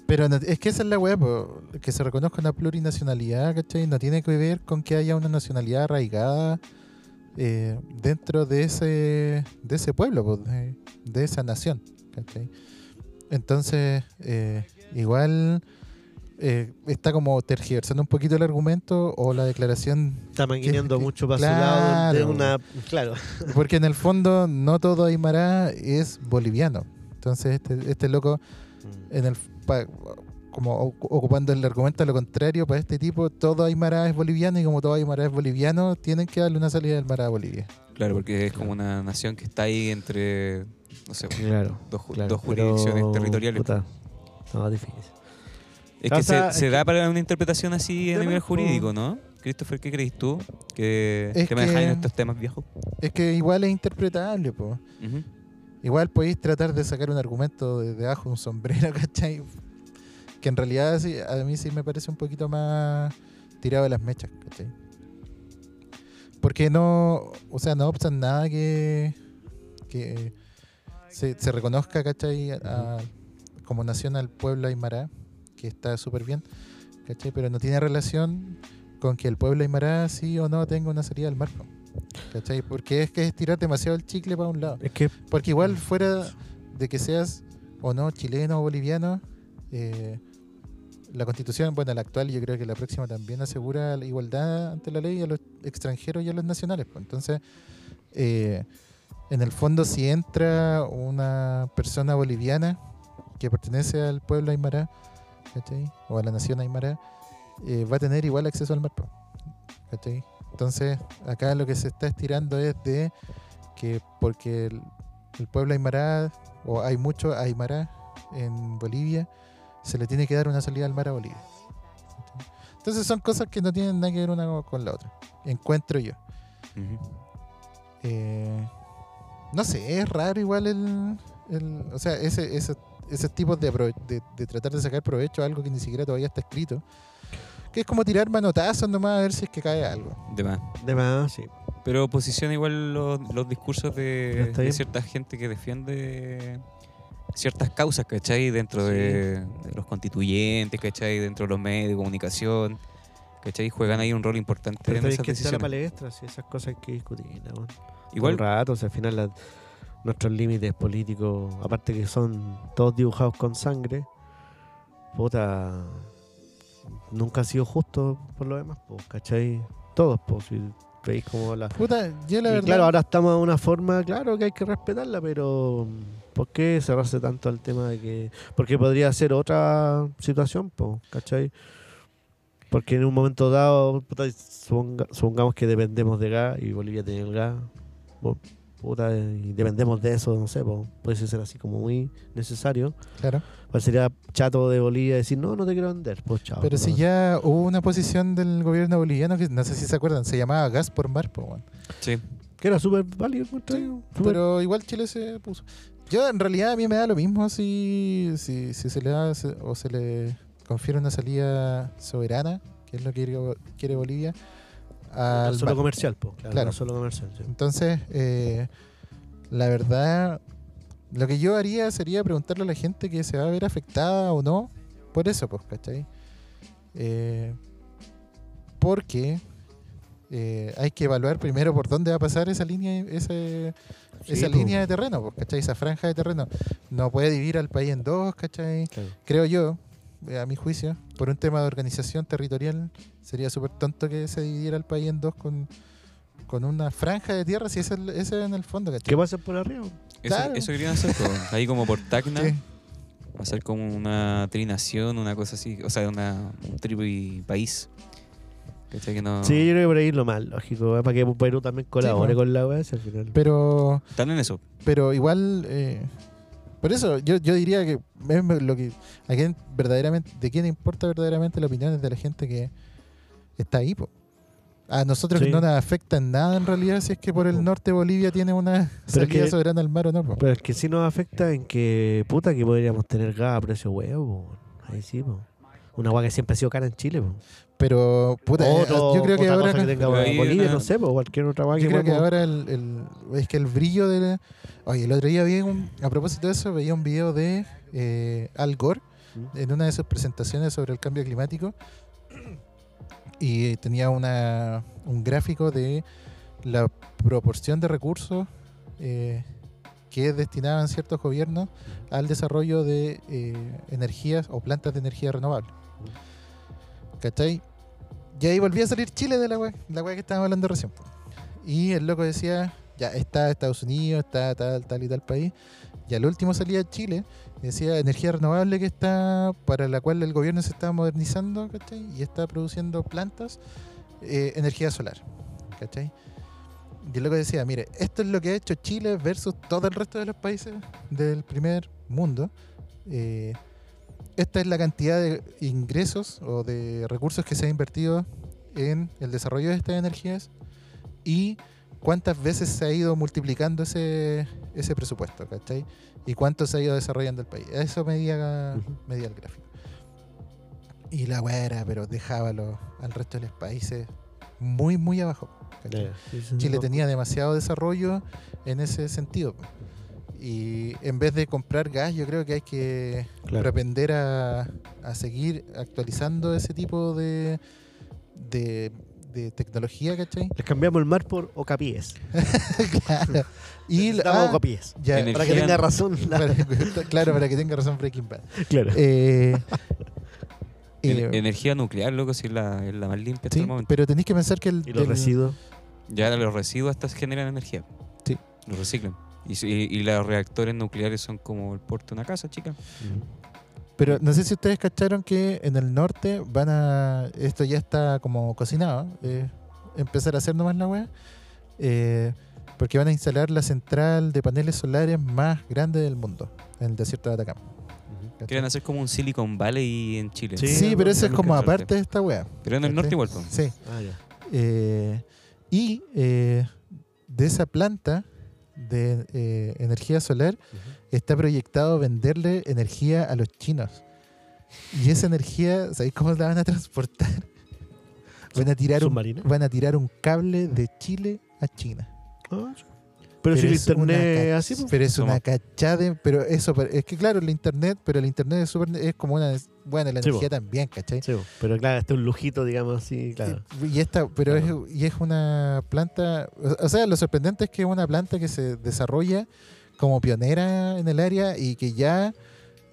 Speaker 1: pero no- es que esa es la weá, po, que se reconozca una plurinacionalidad, ¿cachai? No tiene que ver con que haya una nacionalidad arraigada eh, dentro de ese, de ese pueblo, po, de, de esa nación, ¿cachai? Entonces, eh, igual eh, está como tergiversando un poquito el argumento o la declaración,
Speaker 2: Está manguineando
Speaker 1: Que- que-
Speaker 2: mucho para su lado de
Speaker 1: claro.
Speaker 2: una. Claro.
Speaker 1: porque en el fondo no todo Aymara es boliviano. Entonces, este, este loco
Speaker 2: Mm.
Speaker 1: en el pa- como ocu- ocupando el argumento a lo contrario para este tipo, todo Aymara es boliviano y como todo Aymara es boliviano, tienen que darle una salida del mar a Bolivia.
Speaker 3: Claro, porque es como una nación que está ahí entre, no sé,
Speaker 2: Claro.
Speaker 3: dos, ju-
Speaker 2: claro,
Speaker 3: dos
Speaker 2: pero,
Speaker 3: jurisdicciones territoriales.
Speaker 2: puta, no, difícil.
Speaker 3: Es
Speaker 2: O
Speaker 3: que
Speaker 2: sea,
Speaker 3: se,
Speaker 2: es
Speaker 3: se
Speaker 2: que-
Speaker 3: da para una interpretación así a
Speaker 2: Tema,
Speaker 3: nivel
Speaker 2: po.
Speaker 3: jurídico, ¿no? Christopher, ¿qué crees tú? Que,
Speaker 1: Es
Speaker 3: que me dejáis en
Speaker 1: que-
Speaker 3: estos temas viejos.
Speaker 1: Es que igual es interpretable, po.
Speaker 3: Ujú.
Speaker 1: Igual podéis tratar de sacar un argumento de debajo de un sombrero, ¿cachai? Que en realidad sí, a mí sí me parece un poquito más tirado de las mechas, ¿cachai? Porque no, o sea, no obstan nada que, que se, se reconozca, ¿cachai? A- como nación al pueblo Aymara, que está súper bien, ¿cachai? Pero no tiene relación con que el pueblo Aymara sí o no tenga una salida del marco, ¿cachai? Porque es que es tirar demasiado el chicle para un lado.
Speaker 2: Es que
Speaker 1: Porque igual fuera de que seas o no chileno o boliviano, eh, la constitución, bueno, la actual y yo creo que la próxima también asegura la igualdad ante la ley a los extranjeros y a los nacionales. pues. Entonces, eh, en el fondo, si entra una persona boliviana que pertenece al pueblo aymara, ¿cachai? o a la nación aymara, eh, va a tener igual acceso al mar. po, ¿cachai? Entonces, acá lo que se está estirando es de que porque el, el pueblo aymara, o hay mucho aymara en Bolivia, se le tiene que dar una salida al mar a Bolivia. ¿cachai? Entonces son cosas que no tienen nada que ver una con la otra, encuentro yo.
Speaker 3: Ujú.
Speaker 1: Eh, no sé, es raro igual el. el- o sea, ese, ese, ese tipo de, apro- de, de tratar de sacar provecho a algo que ni siquiera todavía está escrito. Que es como tirar manotazos nomás a ver si es que cae algo.
Speaker 3: De más.
Speaker 2: de más, sí.
Speaker 3: Pero posiciona igual los, los discursos
Speaker 2: Pero
Speaker 3: de,
Speaker 2: está
Speaker 3: de
Speaker 2: bien.
Speaker 3: cierta gente que defiende ciertas causas, ¿cachai? Dentro
Speaker 2: Sí.
Speaker 3: de, de los constituyentes, ¿cachai? Dentro de los medios de comunicación, ¿cachai? Juegan ahí un rol importante
Speaker 2: Pero
Speaker 3: en
Speaker 2: tenéis
Speaker 3: esas
Speaker 2: que estar a la
Speaker 3: decisiones.
Speaker 2: palestra, si esas cosas hay que discutir. ¿no? Todo el
Speaker 3: Igual,
Speaker 2: rato, o sea, al final las- nuestros límites políticos, aparte que son todos dibujados con sangre, puta, nunca ha sido justo por lo demás, po, ¿cachai? Todos, pues, si veis como la...
Speaker 1: Puta, yo la
Speaker 2: Y
Speaker 1: verdad.
Speaker 2: claro, ahora estamos de una forma, claro que hay que respetarla, pero mm, ¿por qué cerrarse tanto al tema de que.? Porque podría ser otra situación, po, ¿cachai? Porque en un momento dado, puta, suponga- supongamos que dependemos de gas y Bolivia tiene el gas, po, puta, y dependemos de eso, no sé, po, puede ser así como muy necesario.
Speaker 1: claro.
Speaker 2: Parecería chato de Bolivia decir, no, no te quiero vender, pues chao.
Speaker 1: Pero
Speaker 2: no,
Speaker 1: si
Speaker 2: no.
Speaker 1: ya hubo una posición del gobierno boliviano que no sé si se acuerdan, se llamaba gas por mar, po, weón.
Speaker 3: sí.
Speaker 2: Que era súper válido, encuentro yo, súper-
Speaker 1: Pero igual Chile se puso. Yo, en realidad, a mí me da lo mismo si, si, si se le da se- o se le confiere una salida soberana, que es lo que quiere- quiere Bolivia,
Speaker 2: no
Speaker 1: al
Speaker 2: solo
Speaker 1: mar.
Speaker 2: comercial, po, claro,
Speaker 1: Claro.
Speaker 2: no solo comercial. sí.
Speaker 1: Entonces, eh, la verdad, lo que yo haría sería preguntarle a la gente que se va a ver afectada o no por eso, pues, ¿cachai? Eh, porque eh, hay que evaluar primero por dónde va a pasar esa línea, ese,
Speaker 2: Sí,
Speaker 1: esa
Speaker 2: po.
Speaker 1: línea de terreno, pues, ¿cachai? Esa franja de terreno. No puede dividir al país en dos, ¿cachai?
Speaker 2: Claro.
Speaker 1: Creo yo, eh, a mi juicio, por un tema de organización territorial, sería súper tonto que se dividiera el país en dos con, con una franja de tierra, si ese es el- ese es en el fondo, ¿cachai?
Speaker 2: ¿Qué pasa por arriba?
Speaker 3: Eso,
Speaker 1: Claro.
Speaker 3: eso querían hacer, po. ahí como por Tacna,
Speaker 1: Sí.
Speaker 3: hacer como una trinación, una cosa así, o sea, una, un tribu y país. ¿Cachai? Que
Speaker 1: Ah.
Speaker 3: no...
Speaker 2: Sí, yo creo que por ahí es lo más lógico, ¿eh? para que Perú también colabore
Speaker 1: bueno.
Speaker 2: con la OES al final.
Speaker 1: Pero
Speaker 3: Están en eso.
Speaker 1: pero igual eh, por eso yo, yo diría que es lo que a quién verdaderamente de quién importa verdaderamente la opinión es de la gente que está ahí po. a nosotros
Speaker 2: Sí.
Speaker 1: no nos afecta en nada en realidad si es que por el norte Bolivia tiene una
Speaker 2: Pero es
Speaker 1: salida
Speaker 2: que-
Speaker 1: soberana al mar o no po.
Speaker 2: Pero es que sí nos afecta en que, puta, que podríamos tener gas a precio huevo. po. Ahí sí, po. Una agua que siempre ha sido cara en Chile, po.
Speaker 1: pero puta, eh,
Speaker 2: Otro-
Speaker 1: yo creo que
Speaker 2: otra
Speaker 1: ahora
Speaker 2: cosa que tenga
Speaker 3: Pero ahí
Speaker 2: Bolivia,
Speaker 3: una-
Speaker 2: no sé, po, cualquier otra agua que
Speaker 1: Yo creo que
Speaker 2: podamos-
Speaker 1: ahora el, el- es que el brillo de la- Oye, el otro día vi un... A propósito de eso, veía un video de eh, Al Gore
Speaker 2: ¿Mm?
Speaker 1: en una de sus presentaciones sobre el cambio climático y eh, tenía una, un gráfico de la proporción de recursos eh, que destinaban ciertos gobiernos al desarrollo de eh, energías o plantas de energía renovable. ¿Cachai? Y ahí volvía a salir Chile de la web, la wea que estábamos hablando recién. po. Y el loco decía, ya está Estados Unidos, está tal, tal y tal país. Y al último salía Chile, y decía energía renovable que está, para la cual el gobierno se está modernizando, ¿cachai? Y está produciendo plantas, eh, energía solar, ¿cachai? Y el loco decía, mire, esto es lo que ha hecho Chile versus todo el resto de los países del primer mundo. Eh, esta es la cantidad de ingresos o de recursos que se ha invertido en el desarrollo de estas energías y cuántas veces se ha ido multiplicando ese, ese presupuesto, ¿cachai? Y cuánto se ha ido desarrollando el país. Eso medía,
Speaker 2: Ujú.
Speaker 1: medía el gráfico. Y la weá era, pero dejábalo al resto de los países muy, muy abajo. ¿cachai?
Speaker 2: Mm,
Speaker 1: Chile tenía demasiado desarrollo en ese sentido. po. Y en vez de comprar gas, yo creo que hay que
Speaker 2: Claro.
Speaker 1: propender a, a seguir actualizando ese tipo de, de, de tecnología, ¿cachai?
Speaker 2: Les cambiamos el mar por Ocapies.
Speaker 1: claro. Y la-
Speaker 2: Damos
Speaker 1: ah,
Speaker 2: Ocapies.
Speaker 1: ya,
Speaker 3: Energía.
Speaker 2: Para que tenga razón. la-
Speaker 1: para- claro, para que tenga razón Breaking Bad.
Speaker 2: claro.
Speaker 1: Eh, eh,
Speaker 3: En- energía nuclear, loco, si es la, es la más limpia hasta
Speaker 1: sí,
Speaker 3: el momento.
Speaker 1: pero tenéis que pensar que el,
Speaker 2: y los
Speaker 1: del-
Speaker 2: residuos.
Speaker 3: Ya los residuos hasta generan energía.
Speaker 1: Sí.
Speaker 3: Los reciclan. Y, si- y los reactores nucleares son como el puerto de una casa, chica.
Speaker 1: Pero no sé si ustedes cacharon que en el norte van a. Esto ya está como cocinado. eh, empezar a hacer nomás la web. porque van a instalar la central de paneles solares más grande del mundo. En el desierto de Atacama. ¿cachai?
Speaker 3: Quieren hacer como un Silicon Valley en Chile.
Speaker 2: Sí.
Speaker 1: Sí, pero eso es
Speaker 3: Nunca
Speaker 1: como
Speaker 3: entraste.
Speaker 1: aparte de esta web.
Speaker 3: Pero en el norte igual. po.
Speaker 1: Sí.
Speaker 2: Ah, ya.
Speaker 1: Eh, y eh, de esa planta de eh, energía solar está proyectado venderle energía a los chinos. Y esa energía, ¿sabéis cómo la van a transportar? Van a tirar un,
Speaker 2: ¿Submarina?
Speaker 1: van a tirar un cable de Chile a China.
Speaker 2: Ah, sí. Pero, si el
Speaker 1: es una
Speaker 2: internet es
Speaker 1: cach-
Speaker 2: así, pues.
Speaker 1: Pero es una
Speaker 3: Toma.
Speaker 1: cachada, de- pero eso, pero- es que claro, el internet, pero el internet es, súper- es como una, bueno, la
Speaker 2: Sí, pues.
Speaker 1: energía
Speaker 2: po.
Speaker 1: también, ¿cachai?
Speaker 2: Sí, pues, pero claro, este es un lujito, digamos así, claro.
Speaker 1: Y esta, pero
Speaker 2: Claro.
Speaker 1: es, y es una planta, o o sea, lo sorprendente es que es una planta que se desarrolla como pionera en el área y que ya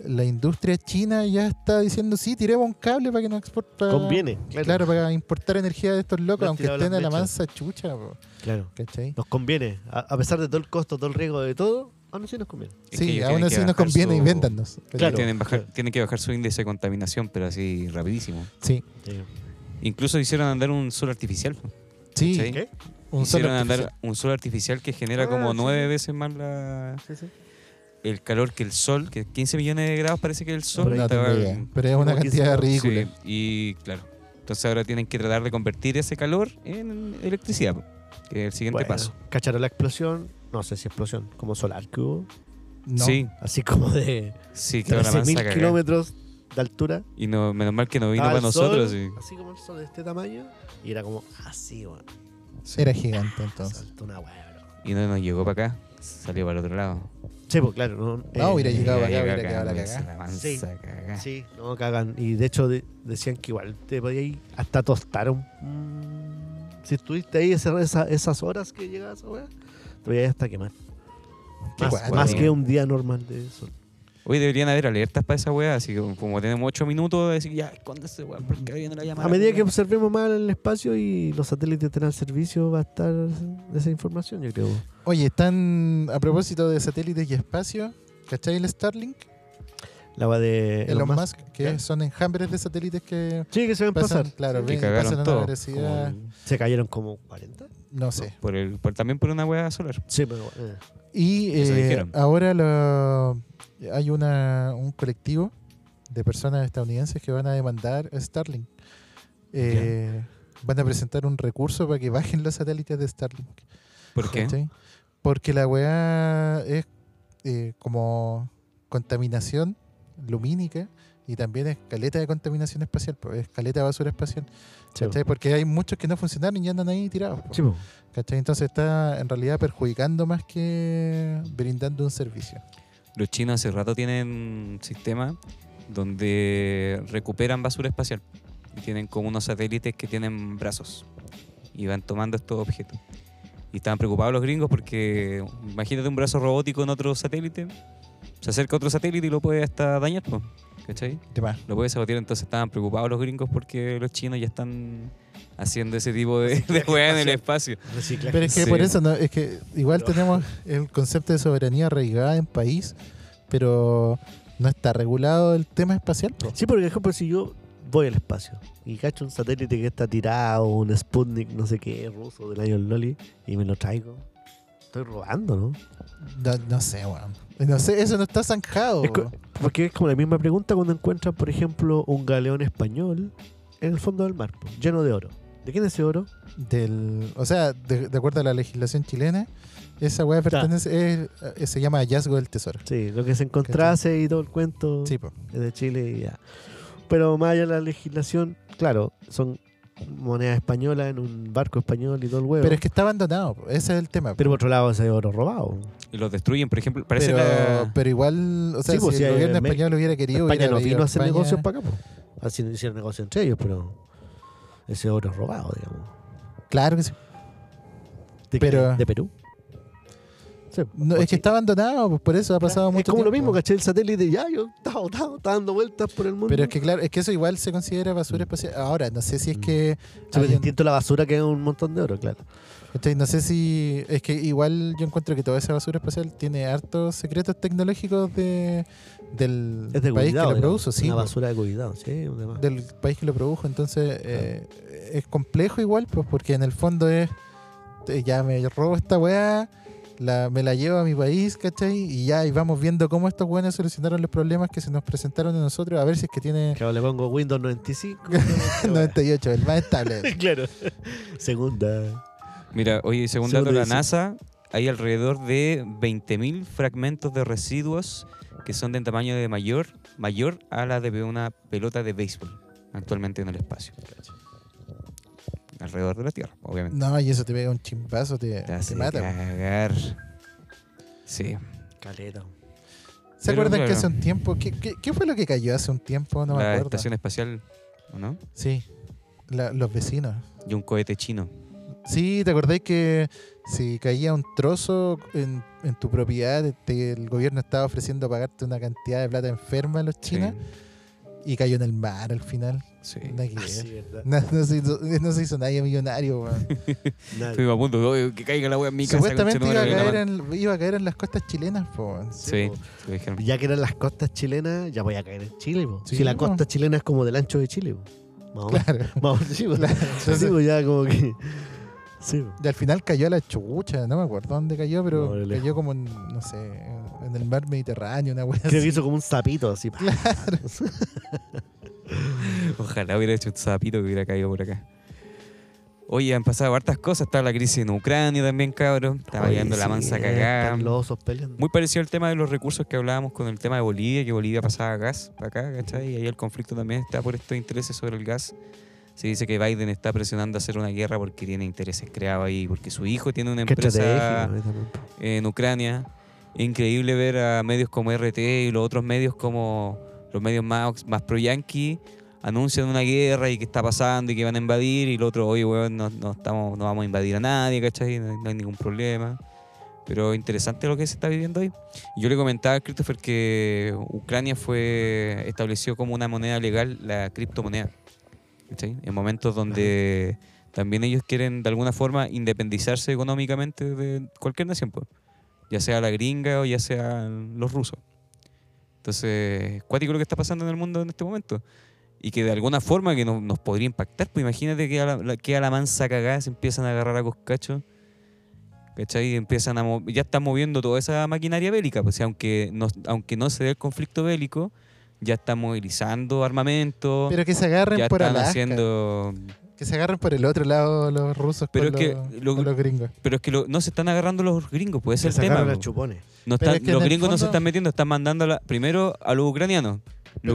Speaker 1: la industria china ya está diciendo, sí, tiremos un cable para que no exporta.
Speaker 2: Conviene,
Speaker 1: Claro.
Speaker 2: Ah, claro.
Speaker 1: para importar energía de estos locos,
Speaker 2: Les
Speaker 1: aunque
Speaker 2: tiraba
Speaker 1: estén
Speaker 2: las
Speaker 1: a la
Speaker 2: mechas.
Speaker 1: mansa chucha, po,
Speaker 2: Claro.
Speaker 1: ¿cachai?
Speaker 2: Nos conviene. A, a pesar de todo el costo, todo el riesgo de todo, aún así nos conviene.
Speaker 3: Es que
Speaker 1: sí,
Speaker 3: ellos
Speaker 1: aún
Speaker 3: tienen que
Speaker 1: así nos
Speaker 3: bajar
Speaker 1: conviene,
Speaker 3: su-
Speaker 1: invéntanos.
Speaker 2: Claro.
Speaker 3: Tienen, bajar-
Speaker 2: claro.
Speaker 3: tienen que bajar su índice de contaminación, pero así rapidísimo.
Speaker 1: Sí,
Speaker 2: Sí.
Speaker 3: Incluso hicieron andar un sol artificial. po.
Speaker 1: sí,
Speaker 3: ¿Cachai?
Speaker 2: ¿Qué?
Speaker 1: un sol
Speaker 3: hicieron andar
Speaker 1: artificial.
Speaker 3: un sol artificial que genera
Speaker 2: Ah,
Speaker 3: como
Speaker 2: sí.
Speaker 3: nueve veces más la, el calor que el sol, que 15 millones de grados parece que el sol.
Speaker 1: No
Speaker 3: estaba-
Speaker 1: tengo idea, pero es una
Speaker 2: como que
Speaker 1: cantidad
Speaker 2: se-
Speaker 1: ridícula.
Speaker 3: Sí, y claro. Entonces ahora tienen que tratar de convertir ese calor en electricidad, po, que es el siguiente
Speaker 2: Bueno,
Speaker 3: paso.
Speaker 2: Cacharon la explosión, no sé si explosión, como solar que hubo,
Speaker 1: No,
Speaker 3: Sí,
Speaker 2: así como de
Speaker 3: sí, que ahora mansa
Speaker 2: 13.000
Speaker 3: cagada.
Speaker 2: kilómetros de altura.
Speaker 3: Y no, menos mal que no vino
Speaker 2: Estaba
Speaker 3: para
Speaker 2: el sol,
Speaker 3: nosotros. sí.
Speaker 2: Así como el sol de este tamaño, y era como ah, así, weón.
Speaker 1: Era gigante entonces.
Speaker 2: Saltó una weá, bro.
Speaker 3: Y no nos llegó para acá, salió para el otro lado.
Speaker 2: Sí, pues claro, no.
Speaker 1: No, hubiera llegado
Speaker 3: Llega
Speaker 1: acá,
Speaker 3: acá,
Speaker 1: hubiera quedado la
Speaker 3: pues,
Speaker 1: cagada.
Speaker 3: la mansa
Speaker 2: Sí.
Speaker 3: cagada.
Speaker 2: Sí, no cagan. Y de hecho de- decían que igual te podías ir hasta tostar un- mm, Si estuviste ahí esa- esa- esas horas que llegabas a weá, te podías ir hasta quemar.
Speaker 1: Qué
Speaker 2: Más,
Speaker 1: guay,
Speaker 2: más
Speaker 3: weón.
Speaker 2: que un día normal de sol.
Speaker 3: Hoy deberían haber alertas para esa weá, así que como tenemos 8 minutos, decir ya, escóndase weá, porque viene la llamada.
Speaker 2: A medida que observemos más el espacio y los satélites estén al servicio, va a estar esa información, yo creo.
Speaker 1: Oye, están a propósito de satélites y espacio, ¿cachai el Starlink?
Speaker 3: Eh,
Speaker 2: La va de
Speaker 1: Elon Musk, que
Speaker 2: claro.
Speaker 1: son enjambres de satélites que
Speaker 2: Sí, que se ven
Speaker 1: pasan,
Speaker 2: pasar.
Speaker 1: claro,
Speaker 3: Que
Speaker 1: ven- pasan
Speaker 3: cagaron
Speaker 1: a
Speaker 3: todo.
Speaker 1: una velocidad,
Speaker 3: como-
Speaker 2: Se cayeron como 40.
Speaker 1: no sé.
Speaker 3: por el, por- también por una weá solar.
Speaker 2: Sí, pero eh,
Speaker 1: Y
Speaker 3: Eso
Speaker 1: eh,
Speaker 3: dijeron.
Speaker 1: ahora lo- hay una, un colectivo de personas estadounidenses que van a demandar a Starlink. Eh, van a presentar un recurso para que bajen los satélites de Starlink.
Speaker 3: ¿Por qué?
Speaker 1: ¿cachai? Porque la weá es eh, como contaminación lumínica y también es caleta de contaminación espacial, po, es caleta de basura espacial.
Speaker 2: sí,
Speaker 1: ¿cachai? Porque hay muchos que no funcionaron y andan ahí tirados. po,
Speaker 2: sí, po.
Speaker 1: ¿cachai? Entonces está en realidad perjudicando más que brindando un servicio.
Speaker 3: Los chinos hace rato tienen un sistema donde recuperan basura espacial. Y tienen como unos satélites que tienen brazos y van tomando estos objetos. Y estaban preocupados los gringos porque imagínate un brazo robótico en otro satélite, se acerca otro satélite y lo puede hasta dañar, po, ¿cachai?
Speaker 1: De más.
Speaker 3: Lo puede sabotear, entonces estaban preocupados los gringos porque los chinos ya están haciendo ese tipo de, de weá en el espacio.
Speaker 2: Reciclaje.
Speaker 1: Pero es que
Speaker 3: Sí.
Speaker 1: por eso, no, es que igual
Speaker 2: Pero-
Speaker 1: tenemos el concepto de soberanía arraigada en país, pero no está regulado el tema espacial. po.
Speaker 2: Sí, porque por ejemplo, si yo voy al espacio y cacho un satélite que está tirado, un Sputnik, no sé qué, ruso del año Loli, y me lo traigo, estoy robando, ¿no?
Speaker 1: No, no sé, weón. No sé, eso no está zanjado.
Speaker 2: Es co-
Speaker 1: po.
Speaker 2: Porque es como la misma pregunta cuando encuentras, por ejemplo, un galeón español en el fondo del mar, po, lleno de oro. ¿De quién es ese oro?
Speaker 1: Del, o sea, de, de acuerdo a la legislación chilena, esa weá pertenece, es- eh, se llama hallazgo del tesoro.
Speaker 2: Sí, lo que se encontrase y todo el cuento
Speaker 1: Sí, po.
Speaker 2: es de Chile y ya. Pero más allá de la legislación, claro, son monedas españolas en un barco español y todo el huevo.
Speaker 1: Pero es que está abandonado, po, ese es el tema.
Speaker 2: Pero por otro lado, ese oro robado.
Speaker 3: Y los destruyen, por ejemplo. Parece
Speaker 1: pero,
Speaker 3: la-
Speaker 1: pero igual, o sea,
Speaker 2: Sí, pues,
Speaker 1: si,
Speaker 2: si
Speaker 1: el
Speaker 2: hay-
Speaker 1: gobierno
Speaker 2: en
Speaker 1: español lo hubiera querido,
Speaker 2: España
Speaker 1: hubiera
Speaker 2: no
Speaker 1: leído
Speaker 2: vino a hacer
Speaker 1: España-
Speaker 2: negocios para acá, po. Así hicieron negocios entre ellos, pero ese oro es robado, digamos.
Speaker 1: Claro que sí.
Speaker 2: ¿De,
Speaker 1: Pero-
Speaker 2: de Perú? Sí,
Speaker 1: No,
Speaker 2: o
Speaker 1: es que
Speaker 2: sí.
Speaker 1: está abandonado, pues, por eso ha pasado
Speaker 2: es
Speaker 1: mucho
Speaker 2: como lo
Speaker 1: tiempo.
Speaker 2: mismo, caché el satélite y ya, yo estaba, estaba, estaba dando vueltas por el mundo.
Speaker 1: Pero es que claro, es que eso igual se considera basura espacial. Ahora, no sé si es
Speaker 2: Mm.
Speaker 1: que
Speaker 2: Súper
Speaker 1: alguien-
Speaker 2: distinto la basura que es un montón de oro, claro.
Speaker 1: ¿Cachai? No sé si. Es que igual yo encuentro que toda esa basura espacial tiene hartos secretos tecnológicos de, del
Speaker 2: Es de
Speaker 1: país que lo
Speaker 2: cuidado. digamos.
Speaker 1: produjo, sí.
Speaker 2: Una
Speaker 1: po,
Speaker 2: basura de cuidado, sí. además.
Speaker 1: Del país que lo produjo. Entonces eh, es complejo igual, pues porque en el fondo es. eh, Ya me robo esta weá, la, me la llevo a mi país, ¿cachai? Y ya y vamos viendo cómo estos weones solucionaron los problemas que se nos presentaron a nosotros, a ver si es que tiene
Speaker 2: Claro, le pongo Windows 95. no, no,
Speaker 1: 98, el más estable.
Speaker 2: claro. Segunda.
Speaker 3: Mira, oye, según
Speaker 2: Según
Speaker 3: datos de la
Speaker 2: dice-
Speaker 3: NASA, hay alrededor de 20.000 fragmentos de residuos que son de tamaño de mayor, mayor a la de una pelota de béisbol actualmente en el espacio. Alrededor de la Tierra, obviamente.
Speaker 1: No, y eso te pega un chimpazo, te,
Speaker 3: Te hace
Speaker 1: te mata. weón.
Speaker 3: cagar. Sí.
Speaker 2: Caleta.
Speaker 1: ¿Se
Speaker 3: Pero
Speaker 1: acuerdan que
Speaker 3: claro.
Speaker 1: hace un tiempo? ¿qué, qué, qué fue lo que cayó hace un tiempo? No me
Speaker 3: la
Speaker 1: acuerdo.
Speaker 3: estación espacial, ¿o ¿no?
Speaker 1: Sí, la- los vecinos.
Speaker 3: Y un cohete chino.
Speaker 1: Sí, ¿te acordáis que si caía un trozo en, en tu propiedad, te- el gobierno estaba ofreciendo pagarte una cantidad de plata enferma a los chinos y cayó en el mar al final?
Speaker 3: Sí. Ah, sí.
Speaker 1: Nada que ver.
Speaker 2: Así, Ah, ¿verdad?
Speaker 1: No, no se hizo, no se hizo nadie millonario. weón.
Speaker 2: Nadie.
Speaker 3: Fuimos a punto, "Oye, que caiga la wea en mi casa.
Speaker 1: Supuestamente iba
Speaker 3: conchetumare,
Speaker 1: a,
Speaker 3: que la
Speaker 1: caer
Speaker 3: man-".
Speaker 1: en, iba a caer en las costas chilenas. po, weón.
Speaker 3: Sí,
Speaker 2: po.
Speaker 3: lo dijeron.
Speaker 2: Ya que eran las costas chilenas, ya voy a caer en Chile, po.
Speaker 1: Sí,
Speaker 2: si la
Speaker 1: po.
Speaker 2: costa chilena es como del ancho de Chile, po. Más o menos.
Speaker 1: Claro.
Speaker 2: Más o menos, sí, po.
Speaker 1: Claro,
Speaker 2: Sí,
Speaker 1: entonces-
Speaker 2: po, ya como que. Sí, po.
Speaker 1: Y al final cayó a la chucha, no me acuerdo dónde cayó, pero
Speaker 2: No, de lejos.
Speaker 1: cayó como en, no sé, en el mar Mediterráneo, una wea
Speaker 2: Creo que
Speaker 1: así.
Speaker 2: hizo como un sapito así. pa.
Speaker 3: Ojalá hubiera hecho un sapito que hubiera caído por acá. Oye, han pasado hartas cosas. Estaba la crisis en Ucrania también, cabrón. Estaba
Speaker 2: Oye,
Speaker 3: llegando la
Speaker 2: sí,
Speaker 3: mansa
Speaker 2: eh,
Speaker 3: cagada.
Speaker 2: están Los osos peleando.
Speaker 3: Muy parecido al tema de los recursos que hablábamos con el tema de Bolivia, que Bolivia pasaba gas para acá, ¿cachai? Y ahí el conflicto también está por estos intereses sobre el gas. Se dice que Biden está presionando a hacer una guerra porque tiene intereses creados ahí, porque su hijo tiene una
Speaker 2: Qué
Speaker 3: empresa
Speaker 2: estratégico, eh, también, po.
Speaker 3: en Ucrania. Increíble ver a medios como RT y los otros medios como los medios más, más pro-yankee anuncian una guerra y que está pasando y que van a invadir y el otro, oye, weón, no, no estamos, no vamos a invadir a nadie, ¿cachai? No, hay- no hay ningún problema. Pero interesante lo que se está viviendo hoy. Yo le comentaba a Christopher que Ucrania fue estableció como una moneda legal la criptomoneda. ¿cachai? En momentos donde también ellos quieren de alguna forma independizarse económicamente de cualquier nación, po, ya sea la gringa o ya sean los rusos. Entonces, cuático lo que está pasando en el mundo en este momento. Y que de alguna forma que no- nos podría impactar. Pues imagínate que a la, la- que a la mansa cagada se empiezan a agarrar a coscachos. ¿Cachai? Y Empiezan a mo- ya están moviendo toda esa maquinaria bélica. Pues, o sea, aunque, no, aunque no se dé el conflicto bélico, ya están movilizando armamento.
Speaker 1: Pero que se agarren
Speaker 3: ya
Speaker 1: por
Speaker 3: están
Speaker 1: Alaska,
Speaker 3: haciendo
Speaker 1: que se agarren por el otro lado los rusos
Speaker 3: Pero
Speaker 1: con,
Speaker 3: es que
Speaker 1: los,
Speaker 3: lo-
Speaker 1: con los gringos.
Speaker 3: Pero es que lo- no se están agarrando los gringos, pues ese es
Speaker 2: Se
Speaker 3: el tema.
Speaker 2: sacaron a
Speaker 3: po.
Speaker 2: chupones.
Speaker 3: No
Speaker 1: Pero
Speaker 3: están-
Speaker 1: es que en
Speaker 3: los
Speaker 1: el
Speaker 3: gringos no se
Speaker 1: fondo-
Speaker 3: están metiendo, están mandando la- primero a los ucranianos. Los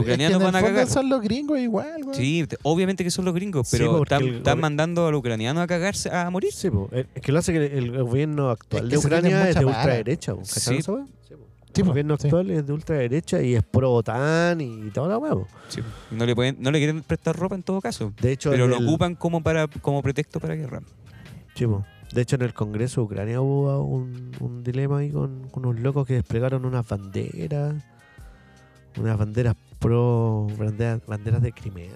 Speaker 1: Pero es que en
Speaker 3: ucranianos
Speaker 1: el
Speaker 3: van a
Speaker 1: fondo
Speaker 3: cagar.
Speaker 1: son los gringos igual, weón.
Speaker 3: Sí, te- obviamente que son los gringos,
Speaker 2: Sí,
Speaker 3: pero
Speaker 2: porque
Speaker 3: están,
Speaker 2: el-
Speaker 3: están mandando a los ucranianos a cagarse, a morirse.
Speaker 2: Sí, po. El- Es que lo hace que el el gobierno actual
Speaker 1: Es que
Speaker 2: de
Speaker 1: se tiene
Speaker 2: Ucrania es
Speaker 1: mucha
Speaker 2: de
Speaker 1: mala.
Speaker 2: ultraderecha. po. ¿Cacharon
Speaker 3: Sí.
Speaker 2: esa weá?
Speaker 1: Sí,
Speaker 2: El
Speaker 1: po,
Speaker 2: gobierno
Speaker 1: sí.
Speaker 2: actual es de ultraderecha y es pro OTAN y toda la huevo.
Speaker 3: Sí, y No le pueden, no le quieren prestar ropa en todo caso.
Speaker 2: De hecho,
Speaker 3: pero
Speaker 2: en
Speaker 3: lo
Speaker 2: el-
Speaker 3: ocupan como para como pretexto para guerra.
Speaker 2: sí, po. de hecho, en el Congreso de Ucrania hubo un, un dilema ahí con, con unos locos que desplegaron unas banderas, unas banderas pro, banderas, banderas de Crimea,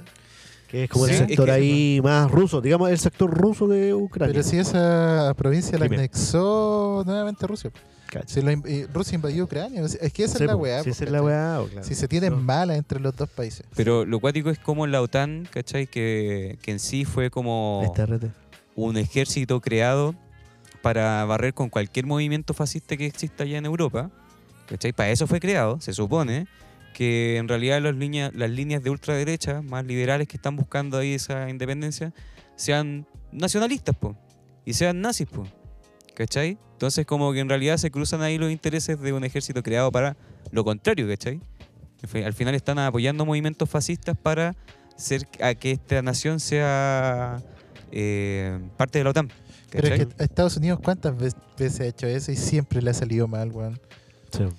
Speaker 2: que es como
Speaker 1: Sí,
Speaker 2: el
Speaker 1: es
Speaker 2: sector
Speaker 3: que-
Speaker 2: ahí más ruso, digamos el sector ruso de Ucrania.
Speaker 1: Pero si esa provincia la
Speaker 2: Crimea.
Speaker 1: anexó nuevamente Rusia.
Speaker 2: Cacha.
Speaker 1: Si lo in- eh, Rusia invadió Ucrania, es que esa
Speaker 2: Sí,
Speaker 1: es la
Speaker 2: po.
Speaker 1: weá. po,
Speaker 2: Sí, esa es la
Speaker 1: ¿cachai?
Speaker 2: weá, o claro.
Speaker 1: Si se tienen
Speaker 2: No.
Speaker 1: malas entre los dos países.
Speaker 3: Pero lo cuático es como la OTAN, ¿cachai? Que, que en sí fue como...
Speaker 2: Este RT.
Speaker 3: un ejército creado para barrer con cualquier movimiento fascista que exista allá en Europa. ¿Cachai? Para eso fue creado, se supone, que en realidad los líneas, las líneas de ultraderecha, más liberales que están buscando ahí esa independencia, sean nacionalistas, po, y sean nazis, po, ¿cachai? Entonces como que en realidad se cruzan ahí los intereses de un ejército creado para lo contrario, ¿cachai? En fin, Al final están apoyando movimientos fascistas para ser, a que esta nación sea eh, parte de la OTAN.
Speaker 1: Pero es
Speaker 3: ¿cachai?
Speaker 1: que a Estados Unidos, ¿cuántas ve- veces ha hecho eso? Y siempre le ha salido mal, weón.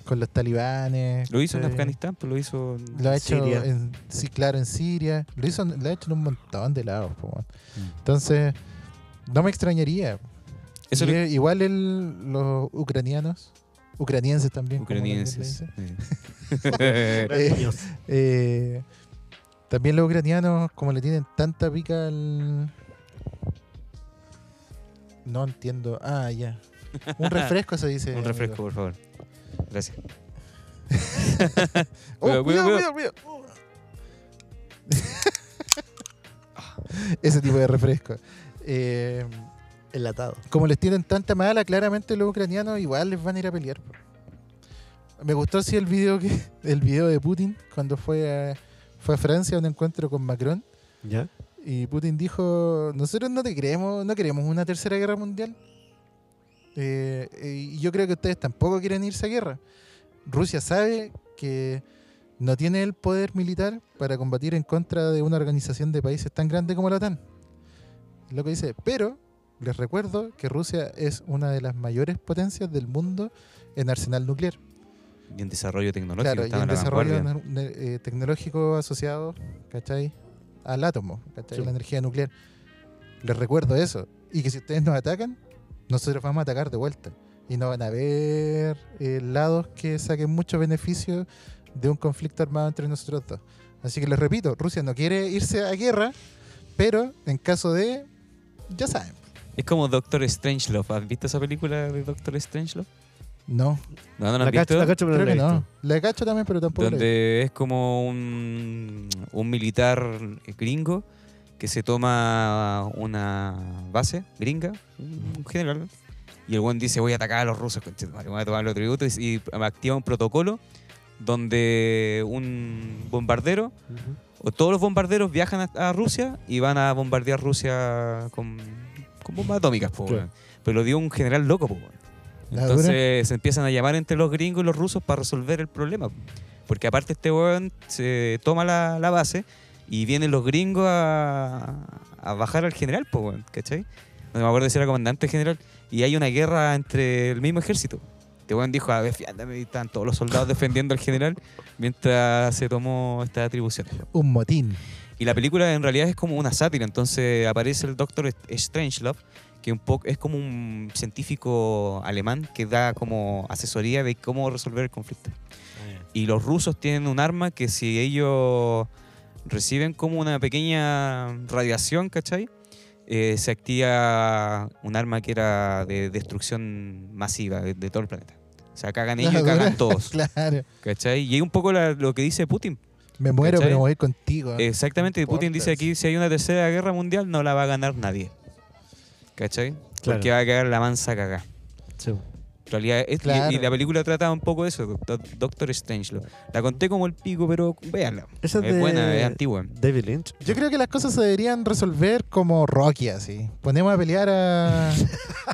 Speaker 1: Con los talibanes.
Speaker 3: Lo hizo en
Speaker 1: ¿cachai?
Speaker 3: Afganistán, pues lo hizo... en-
Speaker 1: Lo ha hecho,
Speaker 2: Siria.
Speaker 1: En, sí, claro, en Siria. Lo, hizo, en- lo ha hecho en un montón de lados, po, weón.
Speaker 3: Mm.
Speaker 1: Entonces, no me extrañaría.
Speaker 3: Eso
Speaker 1: Y
Speaker 3: lo-
Speaker 1: es- Igual el- los ucranianos, ucranienses también. como
Speaker 3: Ucranienses.
Speaker 1: también
Speaker 3: Eh.
Speaker 1: Eh, le dicen. Eh, también los ucranianos, como le tienen tanta pica al... No entiendo. Ah, ya. Un refresco se dice.
Speaker 3: Un
Speaker 1: amigo.
Speaker 3: refresco, por favor. Gracias.
Speaker 1: Oh,
Speaker 3: Cuidado,
Speaker 1: cuidado,
Speaker 3: cuidado,
Speaker 1: cuidado, cuidado. Ese tipo de refresco. Eh,
Speaker 2: Enlatado.
Speaker 1: como les tienen tanta mala, claramente los ucranianos igual les van a ir a pelear. po. Me gustó sí el video que el video de Putin cuando fue a, fue a Francia a un encuentro con Macron
Speaker 2: ¿Ya?
Speaker 1: y Putin dijo, "Nosotros no te creemos, no queremos una tercera guerra mundial. Eh, eh, y yo creo que ustedes tampoco quieren irse a guerra. Rusia sabe que no tiene el poder militar para combatir en contra de una organización de países tan grande como la OTAN." Lo que dice, "Pero les recuerdo que Rusia es una de las mayores potencias del mundo en arsenal nuclear.
Speaker 3: Y en desarrollo tecnológico.
Speaker 1: Claro, y
Speaker 3: estaba
Speaker 1: en
Speaker 3: en la
Speaker 1: desarrollo
Speaker 3: vanguardia.
Speaker 1: ne- eh, tecnológico asociado, ¿cachai? Al átomo, ¿cachai?
Speaker 2: Sí.
Speaker 1: La energía nuclear. Les recuerdo eso. Y que si ustedes nos atacan, nosotros vamos a atacar de vuelta. Y no van a haber eh, lados que saquen mucho beneficio de un conflicto armado entre nosotros dos. Así que les repito, Rusia no quiere irse a guerra, pero en caso de, ya saben.
Speaker 3: Es como Doctor Strangelove. ¿Has visto esa película de Doctor Strangelove?
Speaker 1: No,
Speaker 3: No, no la
Speaker 2: La
Speaker 3: has
Speaker 2: cacho,
Speaker 3: visto.
Speaker 2: la cacho, pero
Speaker 1: creo
Speaker 2: no la
Speaker 1: que
Speaker 2: he
Speaker 1: no.
Speaker 2: visto.
Speaker 1: La cacho también, pero tampoco. la he
Speaker 3: donde es como un, un militar gringo que se toma una base gringa, un general, y el buen dice voy a atacar a los rusos, conchetumare, voy a tomar los tributos y y activa un protocolo donde un bombardero O todos los bombarderos viajan a, a Rusia y van a bombardear Rusia con, con bombas atómicas, po,
Speaker 2: Claro.
Speaker 3: weón. pero lo dio un general loco. po, weón.
Speaker 1: ¿La
Speaker 3: Entonces se empiezan a llamar entre los gringos y los rusos para resolver el problema. po. Porque aparte este weón se toma la, la base y vienen los gringos a, a bajar al general, po, weón, ¿cachai? No me acuerdo si era comandante general. Y hay una guerra entre el mismo ejército. Este weón dijo, a ver, fiándame, y están todos los soldados defendiendo al general mientras se tomó esta atribución.
Speaker 1: Un motín.
Speaker 3: Y la película en realidad es como una sátira, entonces aparece el Doctor Strangelove, que un poco es como un científico alemán que da como asesoría de cómo resolver el conflicto. Y los rusos tienen un arma que si ellos reciben como una pequeña radiación, ¿cachai? Eh, se activa un arma que era de destrucción masiva de, de todo el planeta. O sea, cagan ellos y
Speaker 1: ¿La dura?
Speaker 3: cagan todos,
Speaker 1: claro.
Speaker 3: ¿cachai? Y es un poco la- lo que dice Putin.
Speaker 1: Me muero,
Speaker 3: ¿Cachai?
Speaker 1: pero voy contigo.
Speaker 3: Exactamente, y Putin
Speaker 1: importa
Speaker 3: dice aquí, si hay una tercera guerra mundial, no la va a ganar nadie. ¿Cachai? Porque va a quedar la mansa cagá.
Speaker 2: Sí.
Speaker 3: En realidad, es- y-
Speaker 1: Claro.
Speaker 3: y, la película trataba un poco de eso, Doc- Doctor Strangelove. La conté como el pico, pero véanla.
Speaker 2: Esa
Speaker 3: es
Speaker 2: de-
Speaker 3: buena, es antigua.
Speaker 2: David Lynch.
Speaker 1: Yo creo que las cosas se deberían resolver como Rocky, así. Ponemos a pelear a,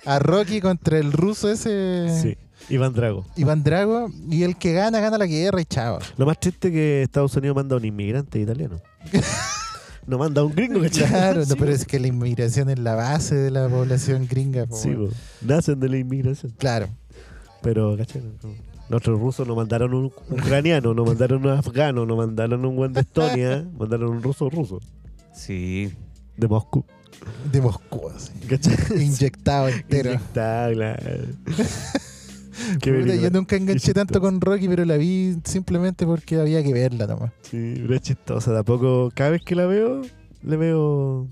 Speaker 1: a Rocky contra el ruso ese
Speaker 2: Sí. Iván Drago.
Speaker 1: Iván Drago y el que gana, gana la guerra y chao.
Speaker 2: Lo más triste es que Estados Unidos manda a un inmigrante italiano. no manda a un gringo, ¿cachai?
Speaker 1: Claro,
Speaker 2: Sí,
Speaker 1: no, pero es que la inmigración es la base de la población gringa. po,
Speaker 2: Sí,
Speaker 1: weón.
Speaker 2: bo. nacen de la inmigración.
Speaker 1: Claro,
Speaker 2: Pero, ¿cachai? No. Nuestros rusos no mandaron un ucraniano, no mandaron un afgano, no mandaron un buen de Estonia, mandaron un ruso ruso
Speaker 3: Sí.
Speaker 2: de Moscú.
Speaker 1: de Moscú, así.
Speaker 2: ¿Cachai?
Speaker 1: Inyectado entero.
Speaker 2: Inyectada, claro. Qué
Speaker 1: Puta,
Speaker 2: película.
Speaker 1: yo nunca enganché tanto con Rocky, pero la vi simplemente porque había que verla nomás.
Speaker 2: Sí, pero es chistosa. Tampoco, cada vez que la veo, le veo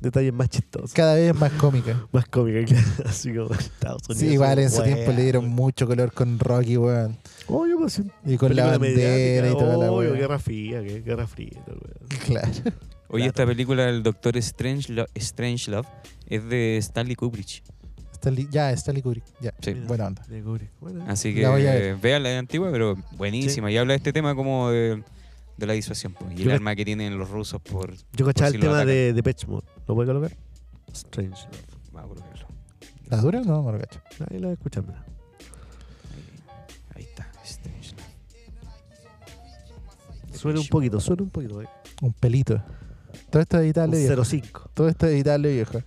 Speaker 2: detalles más chistosos.
Speaker 1: Cada vez es más cómica.
Speaker 2: más cómica, claro. Así como Estados Unidos.
Speaker 1: Sí, igual en su
Speaker 2: wea.
Speaker 1: tiempo le dieron mucho color con Rocky, weón.
Speaker 2: Oh, yo pasé un-
Speaker 1: Y con la
Speaker 2: película
Speaker 1: bandera y
Speaker 2: mediática.
Speaker 1: toda la
Speaker 2: Obvio,
Speaker 1: weá.
Speaker 2: Guerra Fría, que- Guerra Fría. y todo el weá.
Speaker 1: Claro.
Speaker 3: Oye,
Speaker 2: Claro.
Speaker 3: esta película del Doctor Strangelove, Strangelove es de Stanley Kubrick.
Speaker 1: Stanley, ya, Stanley Kubrick. Ya,
Speaker 3: Sí.
Speaker 2: Mira.
Speaker 1: buena onda.
Speaker 2: De Kubrick. Bueno,
Speaker 3: Así que
Speaker 1: La voy a ver.
Speaker 3: eh, vean la antigua, pero buenísima. Y habla de este tema como de, de la disuasión pues, y el
Speaker 2: Yo-
Speaker 3: arma que tienen los rusos por...
Speaker 2: yo cachaba el
Speaker 3: por si lo
Speaker 2: tema
Speaker 3: atacan.
Speaker 2: de, de Pitch Mode. ¿Lo puedes colocar? Strange.
Speaker 3: Vamos a colocarlo.
Speaker 1: ¿La dura? No, no lo cacho.
Speaker 2: Ahí la escuchamos.
Speaker 3: Ahí, ahí está.
Speaker 2: este,
Speaker 3: Strange.
Speaker 2: Suena un poquito, suena un poquito. eh.
Speaker 1: Un pelito. Todo esto es editable, viejo.
Speaker 2: Un 05.
Speaker 1: Todo esto es editable, viejo.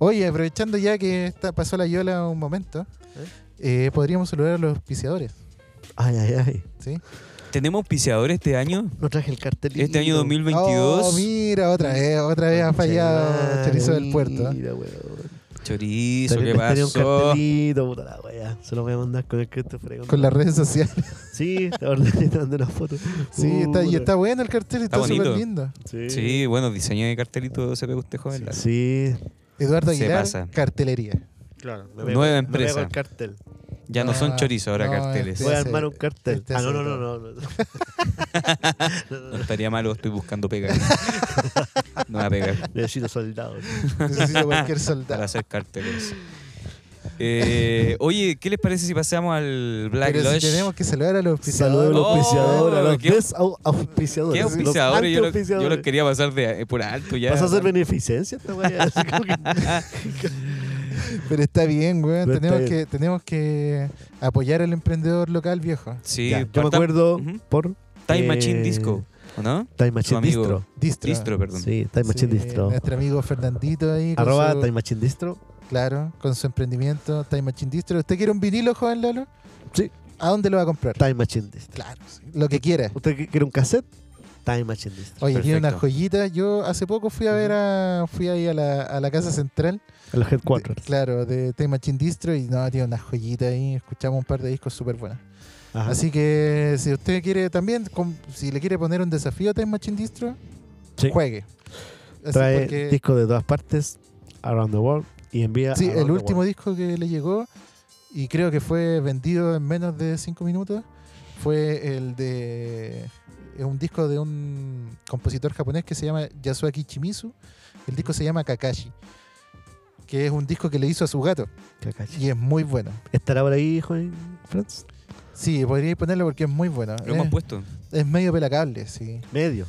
Speaker 1: Oye, aprovechando ya que está- pasó la Yola un momento, eh, podríamos saludar a los auspiciadores.
Speaker 2: Ay, ay, ay.
Speaker 1: ¿sí?
Speaker 3: ¿Tenemos auspiciadores este año?
Speaker 2: No traje el cartelito.
Speaker 3: Este año 2022.
Speaker 1: Oh, mira, otra vez, otra vez ha fallado Chorizo del Puerto. ¿eh?
Speaker 2: Mira, weón.
Speaker 3: Chorizo,
Speaker 2: También
Speaker 3: ¿qué
Speaker 2: les tenía un
Speaker 3: pasó?
Speaker 2: cartelito, puta la wea. Se lo voy a mandar con el Christopher. ahí,
Speaker 1: Con
Speaker 2: onda.
Speaker 1: las redes sociales.
Speaker 2: Sí, te ordenando una foto.
Speaker 1: Sí, está, y
Speaker 2: Puta.
Speaker 1: está bueno el cartel, está
Speaker 3: bonito.
Speaker 1: súper lindo.
Speaker 2: Sí.
Speaker 3: Sí, bueno, diseño de cartelito se ve usted joven. la-
Speaker 2: Sí.
Speaker 1: Eduardo
Speaker 3: Se
Speaker 1: Aguilar,
Speaker 3: pasa.
Speaker 1: cartelería.
Speaker 2: Claro. me
Speaker 3: Nueva
Speaker 2: pego- me
Speaker 3: empresa.
Speaker 2: pego el cartel.
Speaker 3: Ya no son
Speaker 1: Ah,
Speaker 3: chorizos ahora
Speaker 1: no,
Speaker 3: carteles.
Speaker 1: Sí,
Speaker 2: Voy a
Speaker 1: sí.
Speaker 2: armar un cartel.
Speaker 1: Este
Speaker 2: ah, no,
Speaker 1: sí,
Speaker 2: no, no,
Speaker 1: no.
Speaker 2: no. no.
Speaker 3: No estaría malo, estoy buscando pegar. no va a pegar
Speaker 2: Necesito soldados.
Speaker 1: Necesito cualquier
Speaker 3: para
Speaker 1: soldado.
Speaker 3: hacer carteles. Eh, oye, ¿qué les parece si pasamos al Black
Speaker 1: Pero si
Speaker 3: Lodge?
Speaker 1: tenemos que saludar a los
Speaker 2: Saludos a
Speaker 1: auspiciadores.
Speaker 2: los
Speaker 3: Oh,
Speaker 2: auspiciadores, a los desauspiciadores. los
Speaker 3: qué- ¿Qué auspiciadores? Yo, lo-
Speaker 2: antiauspiciadores.
Speaker 3: yo los quería pasar de, eh, por alto ya.
Speaker 2: ¿Vas a hacer beneficencia esta weá? Así como que-
Speaker 3: Ah,
Speaker 1: Pero está bien, weón.
Speaker 2: Pero está
Speaker 1: Tenemos,
Speaker 2: bien.
Speaker 1: Que, tenemos que apoyar al emprendedor local, viejo.
Speaker 3: Sí,
Speaker 2: Ya, yo me
Speaker 3: partam-
Speaker 2: acuerdo
Speaker 3: Ujú.
Speaker 2: por
Speaker 3: Time
Speaker 2: eh,
Speaker 3: Machine Disco, ¿o no?
Speaker 2: Time Machine
Speaker 3: amigo.
Speaker 2: Distro.
Speaker 1: Distro.
Speaker 3: Distro, perdón.
Speaker 2: Sí, Time Machine
Speaker 1: Sí,
Speaker 2: Distro.
Speaker 1: Nuestro amigo Fernandito ahí. con
Speaker 2: Arroba
Speaker 1: su-
Speaker 2: Time Machine Distro.
Speaker 1: Claro, con su emprendimiento Time Machine Distro. ¿Usted quiere un vinilo, joven Lalo?
Speaker 2: Sí.
Speaker 1: ¿A dónde lo va a comprar?
Speaker 2: Time Machine Distro.
Speaker 1: Claro, sí, lo que quiera.
Speaker 2: ¿Usted qui- quiere un cassette? Time Machine Distro.
Speaker 1: Oye, tiene
Speaker 3: Perfecto.
Speaker 1: unas joyitas. Yo hace poco fui a ver a. Fui ahí a la, a la casa central.
Speaker 2: En los
Speaker 1: de-
Speaker 2: headquarters.
Speaker 1: claro, de Time Machine Distro. Y no, tiene unas joyitas ahí. Escuchamos un par de discos súper buenos.
Speaker 2: Ajá.
Speaker 1: Así que si usted quiere también, com- si le quiere poner un desafío a Time Machine Distro,
Speaker 2: Sí.
Speaker 1: juegue. Así
Speaker 2: Trae
Speaker 1: porque-
Speaker 2: discos de todas partes, Around the World, y envía.
Speaker 1: sí,
Speaker 2: around
Speaker 1: el
Speaker 2: the
Speaker 1: último
Speaker 2: world.
Speaker 1: disco que le llegó, y creo que fue vendido en menos de 5 minutos, fue el de es un disco de un compositor japonés que se llama Yasuaki Kichimizu. El disco se llama Kakashi, que es un disco que le hizo a su gato
Speaker 2: Cacachi.
Speaker 1: y es muy bueno.
Speaker 2: ¿Estará por ahí, Juan Franz?
Speaker 1: Sí, podríais ponerlo porque es muy bueno.
Speaker 3: Lo
Speaker 2: Eh.
Speaker 3: hemos
Speaker 1: Es,
Speaker 3: puesto.
Speaker 1: es medio pelacable, sí.
Speaker 2: Medio.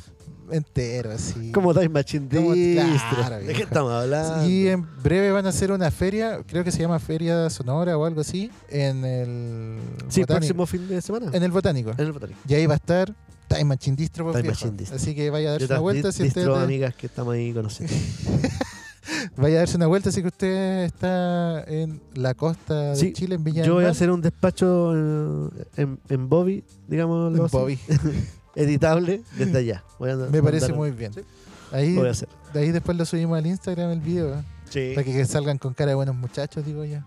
Speaker 1: Entero, así.
Speaker 2: Como Time Machine
Speaker 1: Como-
Speaker 2: Distro.
Speaker 1: claro,
Speaker 2: ¿De
Speaker 1: viejo.
Speaker 2: qué estamos hablando?
Speaker 1: Y en breve van a hacer una feria, creo que se llama Feria Sonora o algo así, en el
Speaker 2: Sí,
Speaker 1: botánico.
Speaker 2: próximo fin de semana.
Speaker 1: En el botánico.
Speaker 2: En el botánico.
Speaker 1: Y ahí va a estar Time Machine Distro. pues,
Speaker 2: Time
Speaker 1: viejo.
Speaker 2: Machine Distro.
Speaker 1: Así que vaya a darse
Speaker 2: De
Speaker 1: una
Speaker 2: todas
Speaker 1: vuelta
Speaker 2: di-
Speaker 1: si
Speaker 2: distro,
Speaker 1: usted
Speaker 2: amigas que estamos ahí conociendo.
Speaker 1: vaya a darse una vuelta si que usted está en la costa de
Speaker 2: Sí,
Speaker 1: Chile, en Viña
Speaker 2: Yo
Speaker 1: del
Speaker 2: voy a
Speaker 1: Mar.
Speaker 2: hacer un despacho en, en, en Bobby, digamos,
Speaker 1: En Bobby.
Speaker 2: editable desde allá. Voy a andar-
Speaker 1: Me parece
Speaker 2: mandar-
Speaker 1: muy bien.
Speaker 2: Sí.
Speaker 1: Ahí,
Speaker 2: Lo voy a hacer.
Speaker 1: de ahí después lo subimos al Instagram el video. ¿eh?
Speaker 2: Sí,
Speaker 1: Para que, que salgan con cara de buenos muchachos, digo ya.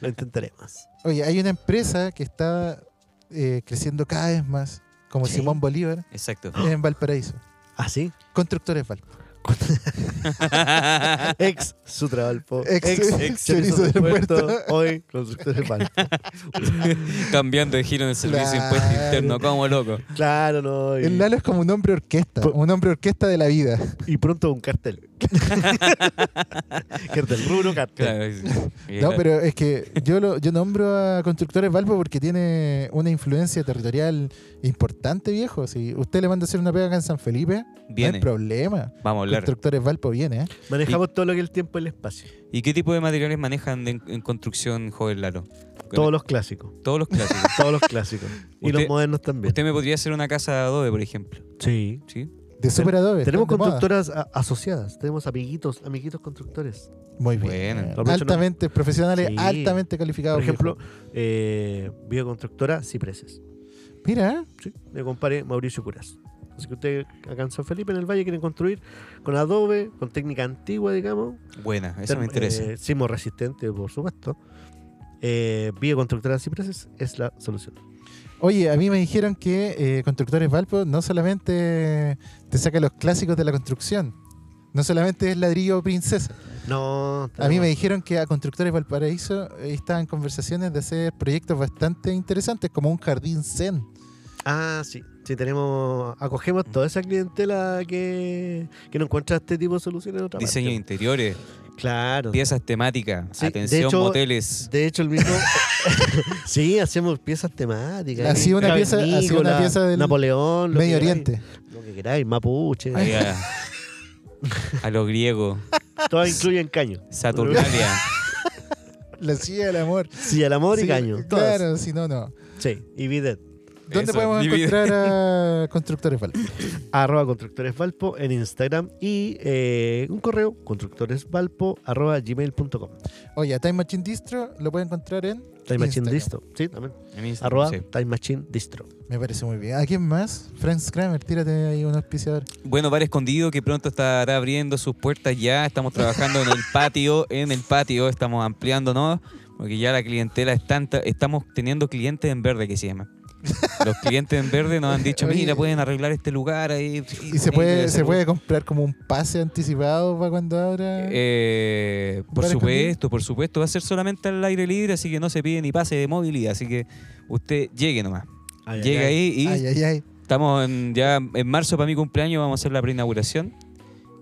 Speaker 2: lo intentaremos.
Speaker 1: Oye, hay una empresa que está eh, creciendo cada vez más, como
Speaker 2: Sí.
Speaker 1: Simón Bolívar,
Speaker 3: Exacto.
Speaker 1: en Valparaíso.
Speaker 2: ¿Ah, sí?
Speaker 1: Constructores Val.
Speaker 2: Ex Sutravalpo.
Speaker 1: Ex-
Speaker 3: ex
Speaker 1: Chorizo del Puerto.
Speaker 2: Hoy, constructor de pan.
Speaker 3: Cambiando de giro en el servicio de impuesto
Speaker 1: Claro.
Speaker 3: interno, como loco.
Speaker 2: Claro, no. Y,
Speaker 1: El Lalo es como un hombre orquesta,
Speaker 2: Por-
Speaker 1: un hombre orquesta de la vida.
Speaker 2: y pronto un cartel. cartel, rubro cartel.
Speaker 3: Claro, sí. Y
Speaker 1: No,
Speaker 3: la-
Speaker 1: pero es que yo lo, yo nombro a Constructores Valpo porque tiene una influencia territorial importante, viejo. Si usted le manda a hacer una pega acá en San Felipe, no
Speaker 3: Viene,
Speaker 1: hay problema.
Speaker 3: vamos a hablar.
Speaker 1: Constructores Valpo viene, ¿eh?
Speaker 2: Manejamos todo lo que es el tiempo y el espacio.
Speaker 3: ¿Y qué tipo de materiales manejan en, en construcción, joven Lalo?
Speaker 2: Todos los clásicos.
Speaker 3: Todos los clásicos.
Speaker 2: Todos los clásicos. y
Speaker 3: Usted-
Speaker 2: los modernos también.
Speaker 3: Usted me podría hacer una casa de adobe, por ejemplo.
Speaker 2: sí.
Speaker 3: ¿Sí?
Speaker 1: De Super Adobe.
Speaker 2: Tenemos
Speaker 1: están de moda.
Speaker 2: constructoras a- asociadas, tenemos amiguitos, amiguitos constructores.
Speaker 1: Muy bien.
Speaker 3: Bueno,
Speaker 1: Eh,
Speaker 2: lo menciono.
Speaker 1: altamente profesionales,
Speaker 2: Sí.
Speaker 1: altamente calificados.
Speaker 2: Por ejemplo,
Speaker 1: viejo.
Speaker 2: eh, bioconstructora Cipreses.
Speaker 1: mira,
Speaker 2: ¿sí? Me compare Mauricio Curas. Así que ustedes acá en San Felipe, en el Valle, quieren construir con adobe, con técnica antigua, digamos.
Speaker 3: Buena, eso me
Speaker 2: Termo-
Speaker 3: interesa.
Speaker 2: eh, sismo resistente, por supuesto. Eh, bioconstructora Cipreses es la solución.
Speaker 1: Oye, a mí me dijeron que eh, Constructores Valpo no solamente te saca los clásicos de la construcción, no solamente es ladrillo princesa.
Speaker 2: No,
Speaker 1: A mí
Speaker 2: tenemos-
Speaker 1: me dijeron que a Constructores Valparaíso eh, estaban conversaciones de hacer proyectos bastante interesantes, como un jardín zen.
Speaker 2: Ah, sí. Si tenemos, acogemos toda esa clientela que, que no encuentra este tipo de soluciones en otra
Speaker 3: Diseño de
Speaker 2: parte.
Speaker 3: interiores,
Speaker 2: Claro.
Speaker 3: piezas temáticas,
Speaker 2: Sí, de
Speaker 3: atención,
Speaker 2: hecho-
Speaker 3: moteles.
Speaker 2: De hecho, el mismo. sí, hacemos piezas temáticas.
Speaker 1: Ha sido una pieza- ha sido una
Speaker 2: Cavernícola,
Speaker 1: pieza del
Speaker 2: Napoleón, lo
Speaker 1: Medio
Speaker 2: que queráis,
Speaker 1: Oriente.
Speaker 2: lo que queráis, mapuche.
Speaker 3: ahí A, a los griegos,
Speaker 2: Todas incluyen caño.
Speaker 3: Saturnalia.
Speaker 1: La silla del amor.
Speaker 2: Sí, el amor y
Speaker 1: Sí,
Speaker 2: caño. Todas.
Speaker 1: Claro, si no, no.
Speaker 2: Sí, y bidet.
Speaker 1: ¿Dónde
Speaker 3: Eso,
Speaker 1: podemos
Speaker 3: divide.
Speaker 1: encontrar a Constructores Val?
Speaker 2: Arroba Constructores Valpo en Instagram y eh, un correo constructoresvalpo arroba gmail.com.
Speaker 1: Oye, a Time Machine Distro lo pueden encontrar en.
Speaker 2: Time Machine
Speaker 1: Instagram.
Speaker 2: Distro. Sí, también.
Speaker 3: en Instagram,
Speaker 2: Arroba
Speaker 3: sí.
Speaker 2: Time Machine Distro.
Speaker 1: Me parece muy bien. ¿A quién más? Franz Kramer, tírate ahí un auspiciador.
Speaker 3: Bueno, Bar Escondido que pronto estará abriendo sus puertas ya. Estamos trabajando en el patio, en el patio estamos ampliándonos, porque ya la clientela es tanta. Estamos teniendo clientes en verde que se llama. Los clientes en verde nos han dicho,
Speaker 1: Oye.
Speaker 3: mira, pueden arreglar este lugar ahí.
Speaker 1: ¿Y se puede, se puede comprar como un pase anticipado para cuando abra?
Speaker 3: Eh, por
Speaker 1: Bar Escondido.
Speaker 3: supuesto, por supuesto. Va a ser solamente al aire libre, así que no se pide ni pase de movilidad. Así que usted llegue nomás. Llegue ahí y
Speaker 1: ay, ay, ay.
Speaker 3: Estamos en- ya en marzo para mi cumpleaños, vamos a hacer la preinauguración,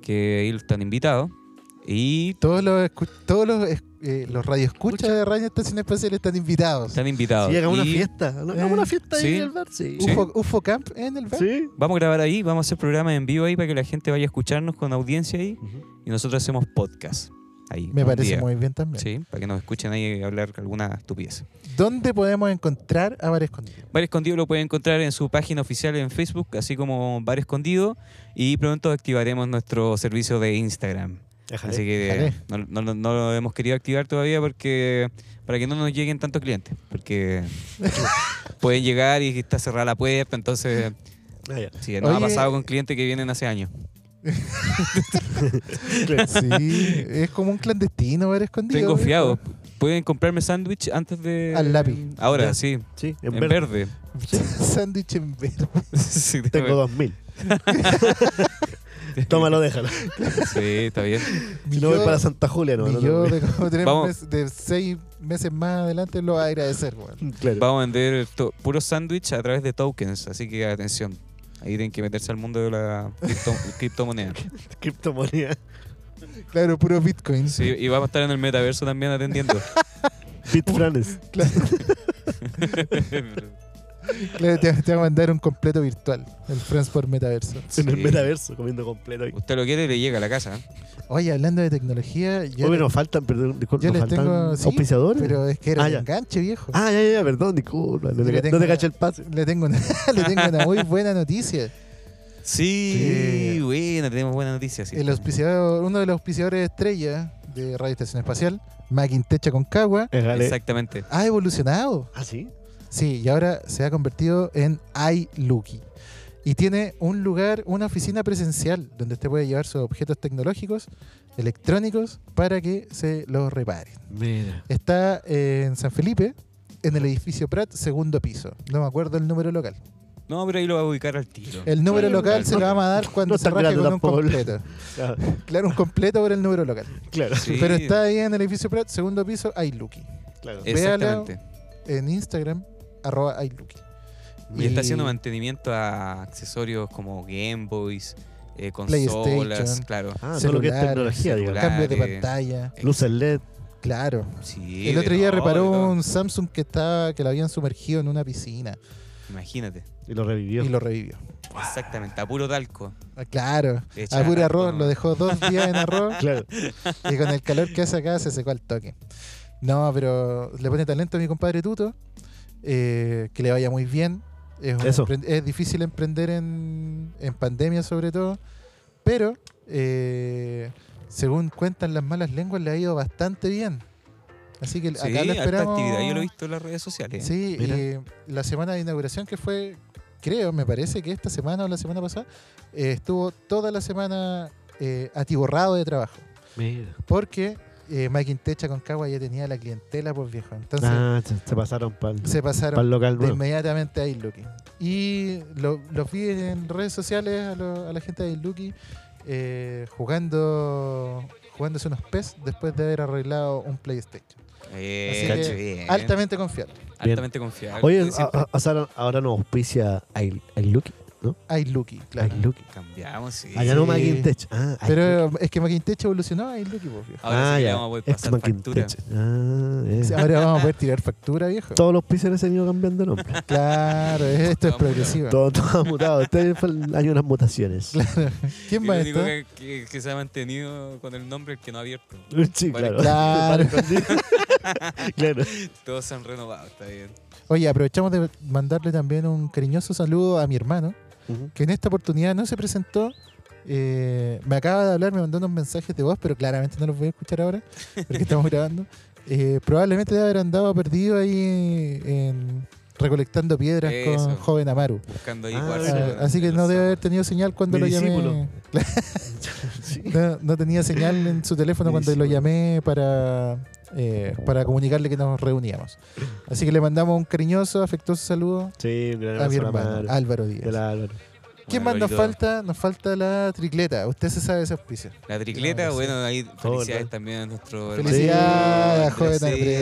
Speaker 3: que ahí están invitados. Y
Speaker 1: Todos los, escu- todos los, es- eh, los radioescuchas de Radio Estación Espacial están invitados.
Speaker 3: están invitados.
Speaker 2: Si llega una
Speaker 3: Y eh,
Speaker 2: fiesta. ¿no? Hagamos una fiesta ahí
Speaker 3: sí.
Speaker 2: en el bar, sí.
Speaker 3: Sí.
Speaker 1: UFO, UFO Camp en el bar.
Speaker 2: Sí.
Speaker 3: Vamos a grabar ahí, vamos a hacer programas en vivo ahí para que la gente vaya a escucharnos con audiencia ahí. Y nosotros hacemos podcast ahí.
Speaker 1: Me
Speaker 3: un
Speaker 1: parece
Speaker 3: día.
Speaker 1: muy bien también.
Speaker 3: Sí, para que nos escuchen ahí hablar alguna estupidez.
Speaker 1: ¿Dónde podemos encontrar a Bar Escondido?
Speaker 3: Bar Escondido lo pueden encontrar en su página oficial en Facebook, así como Bar Escondido. Y pronto activaremos nuestro servicio de Instagram.
Speaker 2: Déjale.
Speaker 3: Así que eh, no, no- no- no lo hemos querido activar todavía porque para que no nos lleguen tantos clientes. Porque pueden llegar y está cerrada la puerta, entonces
Speaker 2: Ah, ya.
Speaker 3: sí, nos ha
Speaker 1: Oye.
Speaker 3: pasado con clientes que vienen hace años.
Speaker 1: Sí, es como un clandestino Bar Escondido.
Speaker 3: Tengo fiado. Pueden comprarme sándwich antes de...
Speaker 1: Al lápiz.
Speaker 3: Ahora,
Speaker 2: Ya.
Speaker 3: sí.
Speaker 2: Sí, en,
Speaker 3: En,
Speaker 2: verde.
Speaker 3: verde.
Speaker 1: Sándwich en verde.
Speaker 3: Sí,
Speaker 2: Tengo dos mil. Tómalo, déjalo.
Speaker 3: Sí, está bien.
Speaker 1: Mi
Speaker 2: Si no voy
Speaker 1: yo-
Speaker 2: para Santa Julia, no.
Speaker 1: mi
Speaker 2: no, no,
Speaker 1: yo
Speaker 2: no.
Speaker 1: de, como tres
Speaker 3: Vamos.
Speaker 1: meses- de seis meses más adelante lo va a agradecer, weón.
Speaker 2: Claro.
Speaker 3: Vamos a vender to- puros sándwich a través de tokens, así que atención. Ahí tienen que meterse al mundo de la cripto- criptomoneda.
Speaker 2: Criptomoneda.
Speaker 1: Claro, puro Bitcoin.
Speaker 3: Sí, y vamos a estar en el metaverso también atendiendo.
Speaker 2: Bitfranes.
Speaker 1: Claro, te, te va a mandar un completo virtual, el Transport Metaverso.
Speaker 3: Sí.
Speaker 2: En el metaverso, comiendo completo. ahí.
Speaker 3: Usted lo quiere y le llega a la casa. ¿eh?
Speaker 1: Oye, hablando de tecnología, yo,
Speaker 2: Oye, nos faltan, perdón, disculpa,
Speaker 1: yo
Speaker 2: nos
Speaker 1: les
Speaker 2: faltan
Speaker 1: tengo... sí,
Speaker 2: auspiciadores.
Speaker 1: pero es que era
Speaker 2: Ah,
Speaker 1: un
Speaker 2: ya.
Speaker 1: enganche, viejo.
Speaker 2: Ah, ya, ya, ya, perdón, disculpa. No
Speaker 1: Yo le
Speaker 2: te,
Speaker 1: tengo
Speaker 2: no te
Speaker 1: una-
Speaker 2: caché el pase.
Speaker 1: Le tengo una, le tengo una muy buena noticia.
Speaker 3: Sí, buena, tenemos buena noticia. Sí.
Speaker 1: El auspiciador, uno de los auspiciadores estrella de Radio Estación Espacial, Maquintecha Concagua,
Speaker 2: Exacto.
Speaker 3: Exactamente.
Speaker 1: ha evolucionado.
Speaker 2: ¿Ah, sí?
Speaker 1: Sí, y ahora se ha convertido en iLuki. Y tiene un lugar, una oficina presencial, donde usted puede llevar sus objetos tecnológicos, electrónicos, para que se los reparen.
Speaker 2: Mira.
Speaker 1: Está eh, en San Felipe, en el edificio Prat, segundo piso. No me acuerdo el número local.
Speaker 3: No, pero ahí lo va a ubicar al tiro.
Speaker 1: El número
Speaker 2: Sí,
Speaker 1: local
Speaker 3: claro.
Speaker 1: se lo vamos a dar cuando
Speaker 2: No
Speaker 1: se
Speaker 2: tan
Speaker 1: raje
Speaker 2: grande
Speaker 1: con un
Speaker 2: tampoco.
Speaker 1: completo.
Speaker 2: Ah,
Speaker 1: Claro, un completo por el número local.
Speaker 2: claro,
Speaker 3: Sí,
Speaker 1: Pero está ahí en el edificio Prat, segundo piso, iLuki.
Speaker 2: claro.
Speaker 3: Exactamente.
Speaker 1: En Instagram, arroba iLuki.
Speaker 3: Y está haciendo
Speaker 1: Y-
Speaker 3: mantenimiento a accesorios como Game Boys, eh, consolas,
Speaker 1: PlayStation.
Speaker 3: claro.
Speaker 2: Ah, todo lo que es
Speaker 1: Celulares,
Speaker 2: tecnología, digo.
Speaker 3: celular.
Speaker 1: Cambio de
Speaker 3: Claro.
Speaker 1: pantalla,
Speaker 2: Luces LED.
Speaker 1: claro.
Speaker 3: Sí,
Speaker 1: El
Speaker 3: de
Speaker 1: otro día
Speaker 3: todo, de
Speaker 1: reparó
Speaker 3: todo.
Speaker 1: un Samsung que estaba que lo habían sumergido en una piscina
Speaker 3: Imagínate.
Speaker 2: Y lo revivió.
Speaker 1: y lo revivió.
Speaker 3: Exactamente, a puro talco.
Speaker 1: Ah, Claro,
Speaker 3: Le
Speaker 1: a
Speaker 3: echaban
Speaker 1: puro
Speaker 3: harto,
Speaker 1: arroz,
Speaker 3: ¿no?
Speaker 1: lo dejó dos días en arroz
Speaker 2: Claro.
Speaker 1: y con el calor que hace acá se secó al toque. No, pero le pone talento a mi compadre Tuto, eh, que le vaya muy bien. Es, un
Speaker 2: Eso.
Speaker 1: empre- es difícil emprender en, en pandemia sobre todo, pero eh, según cuentan las malas lenguas le ha ido bastante bien. Así que
Speaker 3: Sí,
Speaker 1: acá lo
Speaker 3: harta
Speaker 1: esperamos.
Speaker 3: actividad. Yo lo he visto en las redes sociales.
Speaker 1: Sí,
Speaker 2: Mira.
Speaker 1: y la semana de inauguración que fue, creo, me parece que esta semana o la semana pasada, eh, estuvo toda la semana eh, atiborrado de trabajo.
Speaker 2: Mira.
Speaker 1: Porque eh, Maquintecha Concagua ya tenía la clientela, pues viejo. Entonces
Speaker 2: Ah, se, se pasaron para
Speaker 1: se
Speaker 2: el
Speaker 1: pasaron
Speaker 2: local
Speaker 1: de
Speaker 2: nuevo.
Speaker 1: inmediatamente a Iluki. Y lo- los vi en redes sociales a, lo- a la gente de Iluki eh, jugando jugándose unos PES después de haber arreglado un PlayStation.
Speaker 3: Eh,
Speaker 1: Así que,
Speaker 3: bien.
Speaker 1: Altamente ah, confiable.
Speaker 2: Bien.
Speaker 3: Altamente confiable.
Speaker 2: Oye,
Speaker 3: Siempre
Speaker 2: a- a-
Speaker 1: pues.
Speaker 2: Azar ahora nos auspicia I, I Lucky, ¿no?
Speaker 1: Ay, Lucky, claro.
Speaker 2: I Lucky.
Speaker 3: cambiamos, sí.
Speaker 2: Allá no Maquintech. Ah, I Lucky.
Speaker 1: Pero es que Maquintech evolucionó a Ay, Lucky, pues, viejo.
Speaker 3: Ahora
Speaker 2: ah,
Speaker 3: sí que
Speaker 2: ya.
Speaker 3: le vamos a poder
Speaker 2: Ex
Speaker 3: pasar factura.
Speaker 2: Maquintech. Ah, bien.
Speaker 1: O sea, Ahora vamos a poder tirar factura, viejo.
Speaker 2: Todos los píxeles se han ido cambiando de nombre.
Speaker 1: Claro, esto es
Speaker 3: Todo
Speaker 1: progresivo.
Speaker 2: todo, todo ha mutado. Este fue el año de las mutaciones.
Speaker 1: ¿Quién
Speaker 3: Y
Speaker 1: va
Speaker 3: lo
Speaker 1: a
Speaker 3: único
Speaker 1: esto?
Speaker 3: que, que- que se ha mantenido con el nombre es que no ha abierto.
Speaker 2: Sí,
Speaker 3: Vale,
Speaker 2: claro.
Speaker 1: claro.
Speaker 2: claro.
Speaker 3: Todos se han renovado, está bien.
Speaker 1: Oye, aprovechamos de mandarle también un cariñoso saludo a mi hermano,
Speaker 2: Ujú.
Speaker 1: que en esta oportunidad no se presentó. Eh, me acaba de hablar, me mandó unos mensajes de voz, pero claramente no los voy a escuchar ahora, porque estamos grabando. Eh, probablemente debe haber andado perdido ahí en- recolectando piedras con
Speaker 3: Eso.
Speaker 1: joven Amaru.
Speaker 3: Buscando ahí
Speaker 2: Ah,
Speaker 1: Ah,
Speaker 3: cuarzo en-
Speaker 1: así que
Speaker 3: en
Speaker 1: no
Speaker 3: los
Speaker 1: debe haber
Speaker 3: zapatos.
Speaker 1: tenido señal cuando
Speaker 2: Mi
Speaker 1: lo llamé.
Speaker 2: discípulo. Sí.
Speaker 1: No, no tenía señal en su teléfono cuando lo
Speaker 2: Buenísimo.
Speaker 1: llamé para, eh, para comunicarle que nos reuníamos. Así que le mandamos un cariñoso, afectuoso saludo
Speaker 2: Sí, un gran
Speaker 1: a mi
Speaker 2: abrazo a la
Speaker 1: hermano,
Speaker 2: Mar,
Speaker 1: Álvaro
Speaker 2: de
Speaker 1: Díaz.
Speaker 2: la Álvaro.
Speaker 1: ¿Quién
Speaker 3: Bueno,
Speaker 1: más nos
Speaker 3: bonito.
Speaker 1: falta? Nos falta la tricleta. Usted se sabe ese auspicio.
Speaker 3: La tricleta,
Speaker 1: Claro, sí.
Speaker 3: bueno, ahí felicidades
Speaker 2: Joder.
Speaker 3: también a nuestro hermano.
Speaker 1: Felicidades, joven
Speaker 3: Andresito.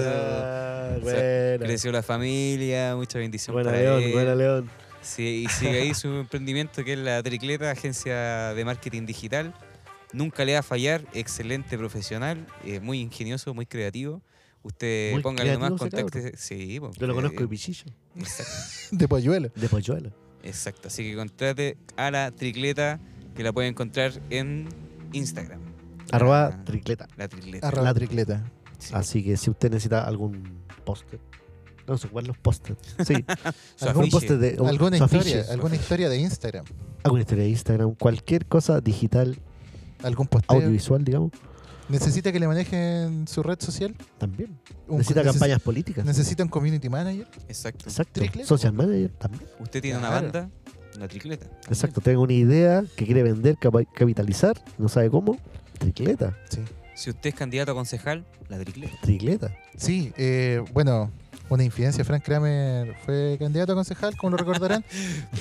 Speaker 1: Andresito.
Speaker 2: Buena.
Speaker 3: Creció la familia, mucha bendición
Speaker 2: Buena
Speaker 3: para
Speaker 2: León,
Speaker 3: él.
Speaker 2: buena León.
Speaker 3: Sí, y sigue ahí su emprendimiento que es la Tricleta, agencia de marketing digital. Nunca le va a fallar, excelente profesional, eh, muy ingenioso, muy creativo. Usted
Speaker 2: Muy
Speaker 3: póngale nomás
Speaker 2: creativo ese
Speaker 3: contacte. Sí, pues,
Speaker 2: Yo lo
Speaker 3: eh,
Speaker 2: conozco de Pichillo.
Speaker 3: Exacto,
Speaker 1: De polluelo.
Speaker 2: De Pochuelo.
Speaker 3: exacto. así que contrate a la Tricleta que la puede encontrar en Instagram.
Speaker 2: ah, Arroba tricleta.
Speaker 3: La Tricleta.
Speaker 1: Arroba
Speaker 2: La-
Speaker 1: tricleta.
Speaker 3: sí.
Speaker 2: Así que si usted necesita algún póster. No sé cuál los póster. Sí,
Speaker 3: Su
Speaker 2: algún
Speaker 3: afiche.
Speaker 2: póster de. un-
Speaker 1: Eh, Alguna
Speaker 2: su
Speaker 1: historia,
Speaker 2: afiche.
Speaker 1: alguna historia de Instagram.
Speaker 2: Alguna historia de Instagram. Cualquier cosa digital,
Speaker 1: Algún posteo.
Speaker 2: audiovisual, digamos.
Speaker 1: ¿Necesita que le manejen su red social?
Speaker 2: También.
Speaker 1: Un-
Speaker 2: necesita
Speaker 1: neces-
Speaker 2: campañas políticas.
Speaker 1: ¿Necesita un community manager?
Speaker 3: Exacto.
Speaker 2: Exacto.
Speaker 1: Tricleta.
Speaker 2: Social manager también.
Speaker 3: Usted tiene una
Speaker 1: Claro.
Speaker 3: banda, la Tricleta. también.
Speaker 2: Exacto. Tengo una idea que quiere vender, capa- capitalizar, no sabe cómo. Tricleta.
Speaker 1: Sí.
Speaker 3: Si usted es candidato a concejal, la Tricleta.
Speaker 2: Tricleta.
Speaker 1: Sí, eh, bueno, una infidencia. Frank Kramer fue candidato a concejal, como lo recordarán.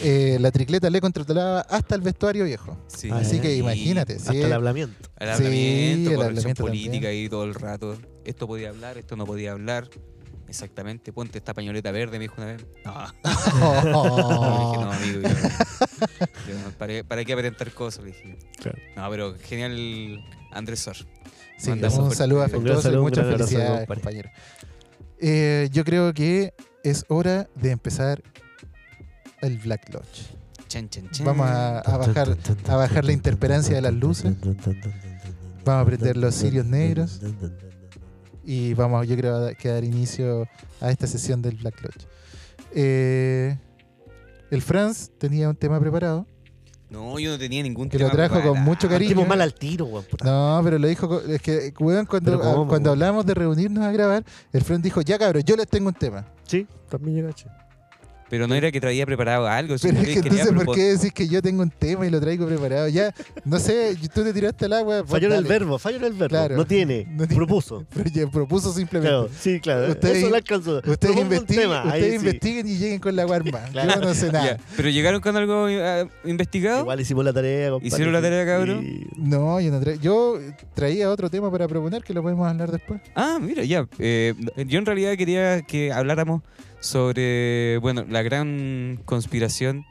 Speaker 1: Eh, la tricleta le controlaba hasta el vestuario viejo.
Speaker 3: Sí.
Speaker 2: Ah,
Speaker 1: Así
Speaker 2: ya.
Speaker 1: que imagínate. sí.
Speaker 2: Hasta el hablamiento.
Speaker 3: Al
Speaker 1: Sí,
Speaker 3: hablamiento,
Speaker 1: el
Speaker 3: corrección
Speaker 1: hablamiento
Speaker 3: política
Speaker 1: también.
Speaker 3: ahí todo el rato. Esto podía hablar, esto no podía hablar. Exactamente, ponte esta pañoleta verde, me dijo una vez. No,
Speaker 1: Oh,
Speaker 3: no, le dije, no, amigo. yo- yo no, ¿para, para qué aparentar cosas? Le dije.
Speaker 2: Claro.
Speaker 3: No, pero genial Andrés Sor.
Speaker 1: sí,
Speaker 3: Mandamos
Speaker 1: un
Speaker 3: fuerte.
Speaker 1: saludo
Speaker 3: Un gran
Speaker 1: afectuoso y
Speaker 2: saludo, un
Speaker 1: muchas
Speaker 2: gran abrazo,
Speaker 1: felicidades,
Speaker 2: compadre.
Speaker 1: compañero. Eh, yo creo que es hora de empezar el Black Lodge.
Speaker 3: Chan, chan, chan.
Speaker 1: Vamos a, a bajar, a bajar la interperancia de las luces. Vamos a prender los cirios negros.
Speaker 2: Ah,
Speaker 1: y vamos, yo creo que dar inicio a esta sesión del Black Lodge. Eh, el Franz tenía un tema preparado,
Speaker 3: No, yo no tenía ningún
Speaker 1: Que lo
Speaker 3: tema
Speaker 1: trajo con
Speaker 3: preparado.
Speaker 1: mucho cariño.
Speaker 2: Partimos mal al tiro, weón. puta.
Speaker 1: no, pero lo dijo, co- es que weón, cuando,
Speaker 2: Pero cómo,
Speaker 1: a- cuando
Speaker 2: weón.
Speaker 1: hablamos de reunirnos a grabar, el Franz dijo, ya cabrón, yo les tengo un tema.
Speaker 2: Sí, también llegaste.
Speaker 3: Pero no era que traía preparado algo.
Speaker 1: Pero
Speaker 3: sino
Speaker 1: es que
Speaker 3: quería
Speaker 1: entonces, ¿por
Speaker 3: propon-
Speaker 1: qué decís que yo tengo un tema y lo traigo preparado? Ya, no sé, tú te tiraste al agua. vos
Speaker 2: Falló en el
Speaker 1: dale.
Speaker 2: verbo, falló en el verbo.
Speaker 1: Claro.
Speaker 2: No tiene,
Speaker 1: No tiene.
Speaker 2: propuso.
Speaker 1: Pero ya propuso simplemente.
Speaker 2: Claro, sí, claro.
Speaker 1: Ustedes-
Speaker 2: Eso lo alcanzó.
Speaker 1: Ustedes,
Speaker 2: Propongo un
Speaker 1: investiguen,
Speaker 2: tema, ahí
Speaker 1: ustedes
Speaker 2: sí.
Speaker 1: investiguen y lleguen con la agua armada. Yo
Speaker 2: Claro.
Speaker 1: no sé nada.
Speaker 3: Ya, Pero llegaron con algo eh, investigado.
Speaker 2: Igual hicimos la tarea, compadre.
Speaker 3: ¿Hicieron la tarea, cabrón?
Speaker 2: Sí.
Speaker 1: No, yo no tra- yo traía otro tema para proponer que lo podemos hablar después.
Speaker 3: Ah, mira, ya. Eh, yo en realidad quería que habláramos sobre, bueno, la gran conspiración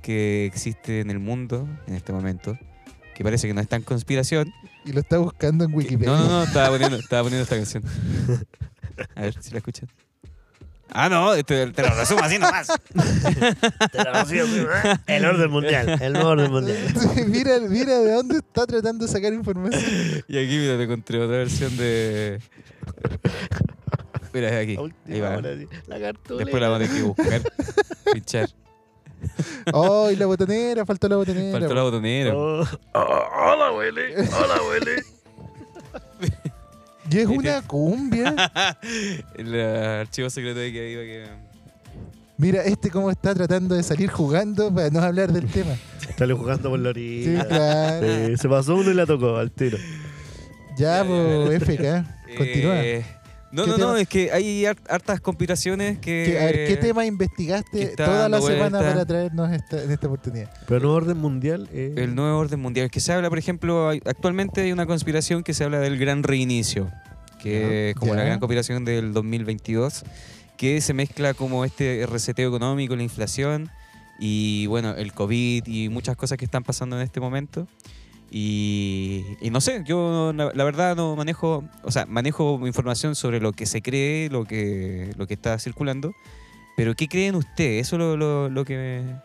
Speaker 3: que existe en el mundo en este momento, que parece que no es tan conspiración.
Speaker 1: Y lo está buscando en
Speaker 3: Que-
Speaker 1: Wikipedia.
Speaker 3: no, Eh, no, no, estaba poniendo, estaba poniendo esta canción. A ver si la escuchan. Ah, no, te, te lo resumo así nomás.
Speaker 2: Te la consigo, sí, ¿verdad? El orden mundial, el nuevo orden mundial.
Speaker 1: mira, mira de dónde está tratando de sacar información.
Speaker 3: Y aquí, mira, te encontré otra versión de... eh, Mira, aquí.
Speaker 2: La
Speaker 3: Ahí
Speaker 2: última,
Speaker 3: va.
Speaker 2: ahora sí. La cartulina.
Speaker 3: Después la vamos a tener que buscar, pinchar.
Speaker 1: Oh, y la botonera, faltó la botonera.
Speaker 3: Faltó la botonera.
Speaker 2: Oh. Oh, hola, Willy. Hola, Willy.
Speaker 1: Y es una cumbia.
Speaker 3: El eh, archivo secreto de que digo que.
Speaker 1: Mira, este cómo está tratando de salir jugando para no hablar del tema.
Speaker 2: Sale jugando por la
Speaker 1: Sí,
Speaker 2: orilla.
Speaker 1: claro.
Speaker 2: Sí, se pasó uno y la tocó al tiro.
Speaker 1: Ya,
Speaker 3: Ya, ya,
Speaker 1: po,
Speaker 3: ya.
Speaker 1: FK. Continúa.
Speaker 3: Eh, no,
Speaker 1: ¿Qué
Speaker 3: no,
Speaker 1: tema?
Speaker 3: no, es que hay har- hartas conspiraciones que.
Speaker 1: ¿Qué- a ver, ¿qué tema
Speaker 3: que
Speaker 1: investigaste
Speaker 3: está
Speaker 1: toda la
Speaker 3: dando
Speaker 1: semana
Speaker 3: vuelta.
Speaker 1: para traernos esta, en esta oportunidad?
Speaker 2: Pero el nuevo orden mundial eh,
Speaker 3: El nuevo orden mundial. Que se habla, por ejemplo, hay- actualmente hay una conspiración que se habla del gran reinicio. Que es como
Speaker 1: Ya.
Speaker 3: la gran conspiración del 2022. que se mezcla como este reseteo económico, la inflación y bueno, el COVID y muchas cosas que están pasando en este momento. Y, y no sé, yo la, la verdad no manejo, o sea, manejo información sobre lo que se cree, lo que, lo que está circulando. Pero ¿qué creen ustedes? Eso es lo, lo- lo que me-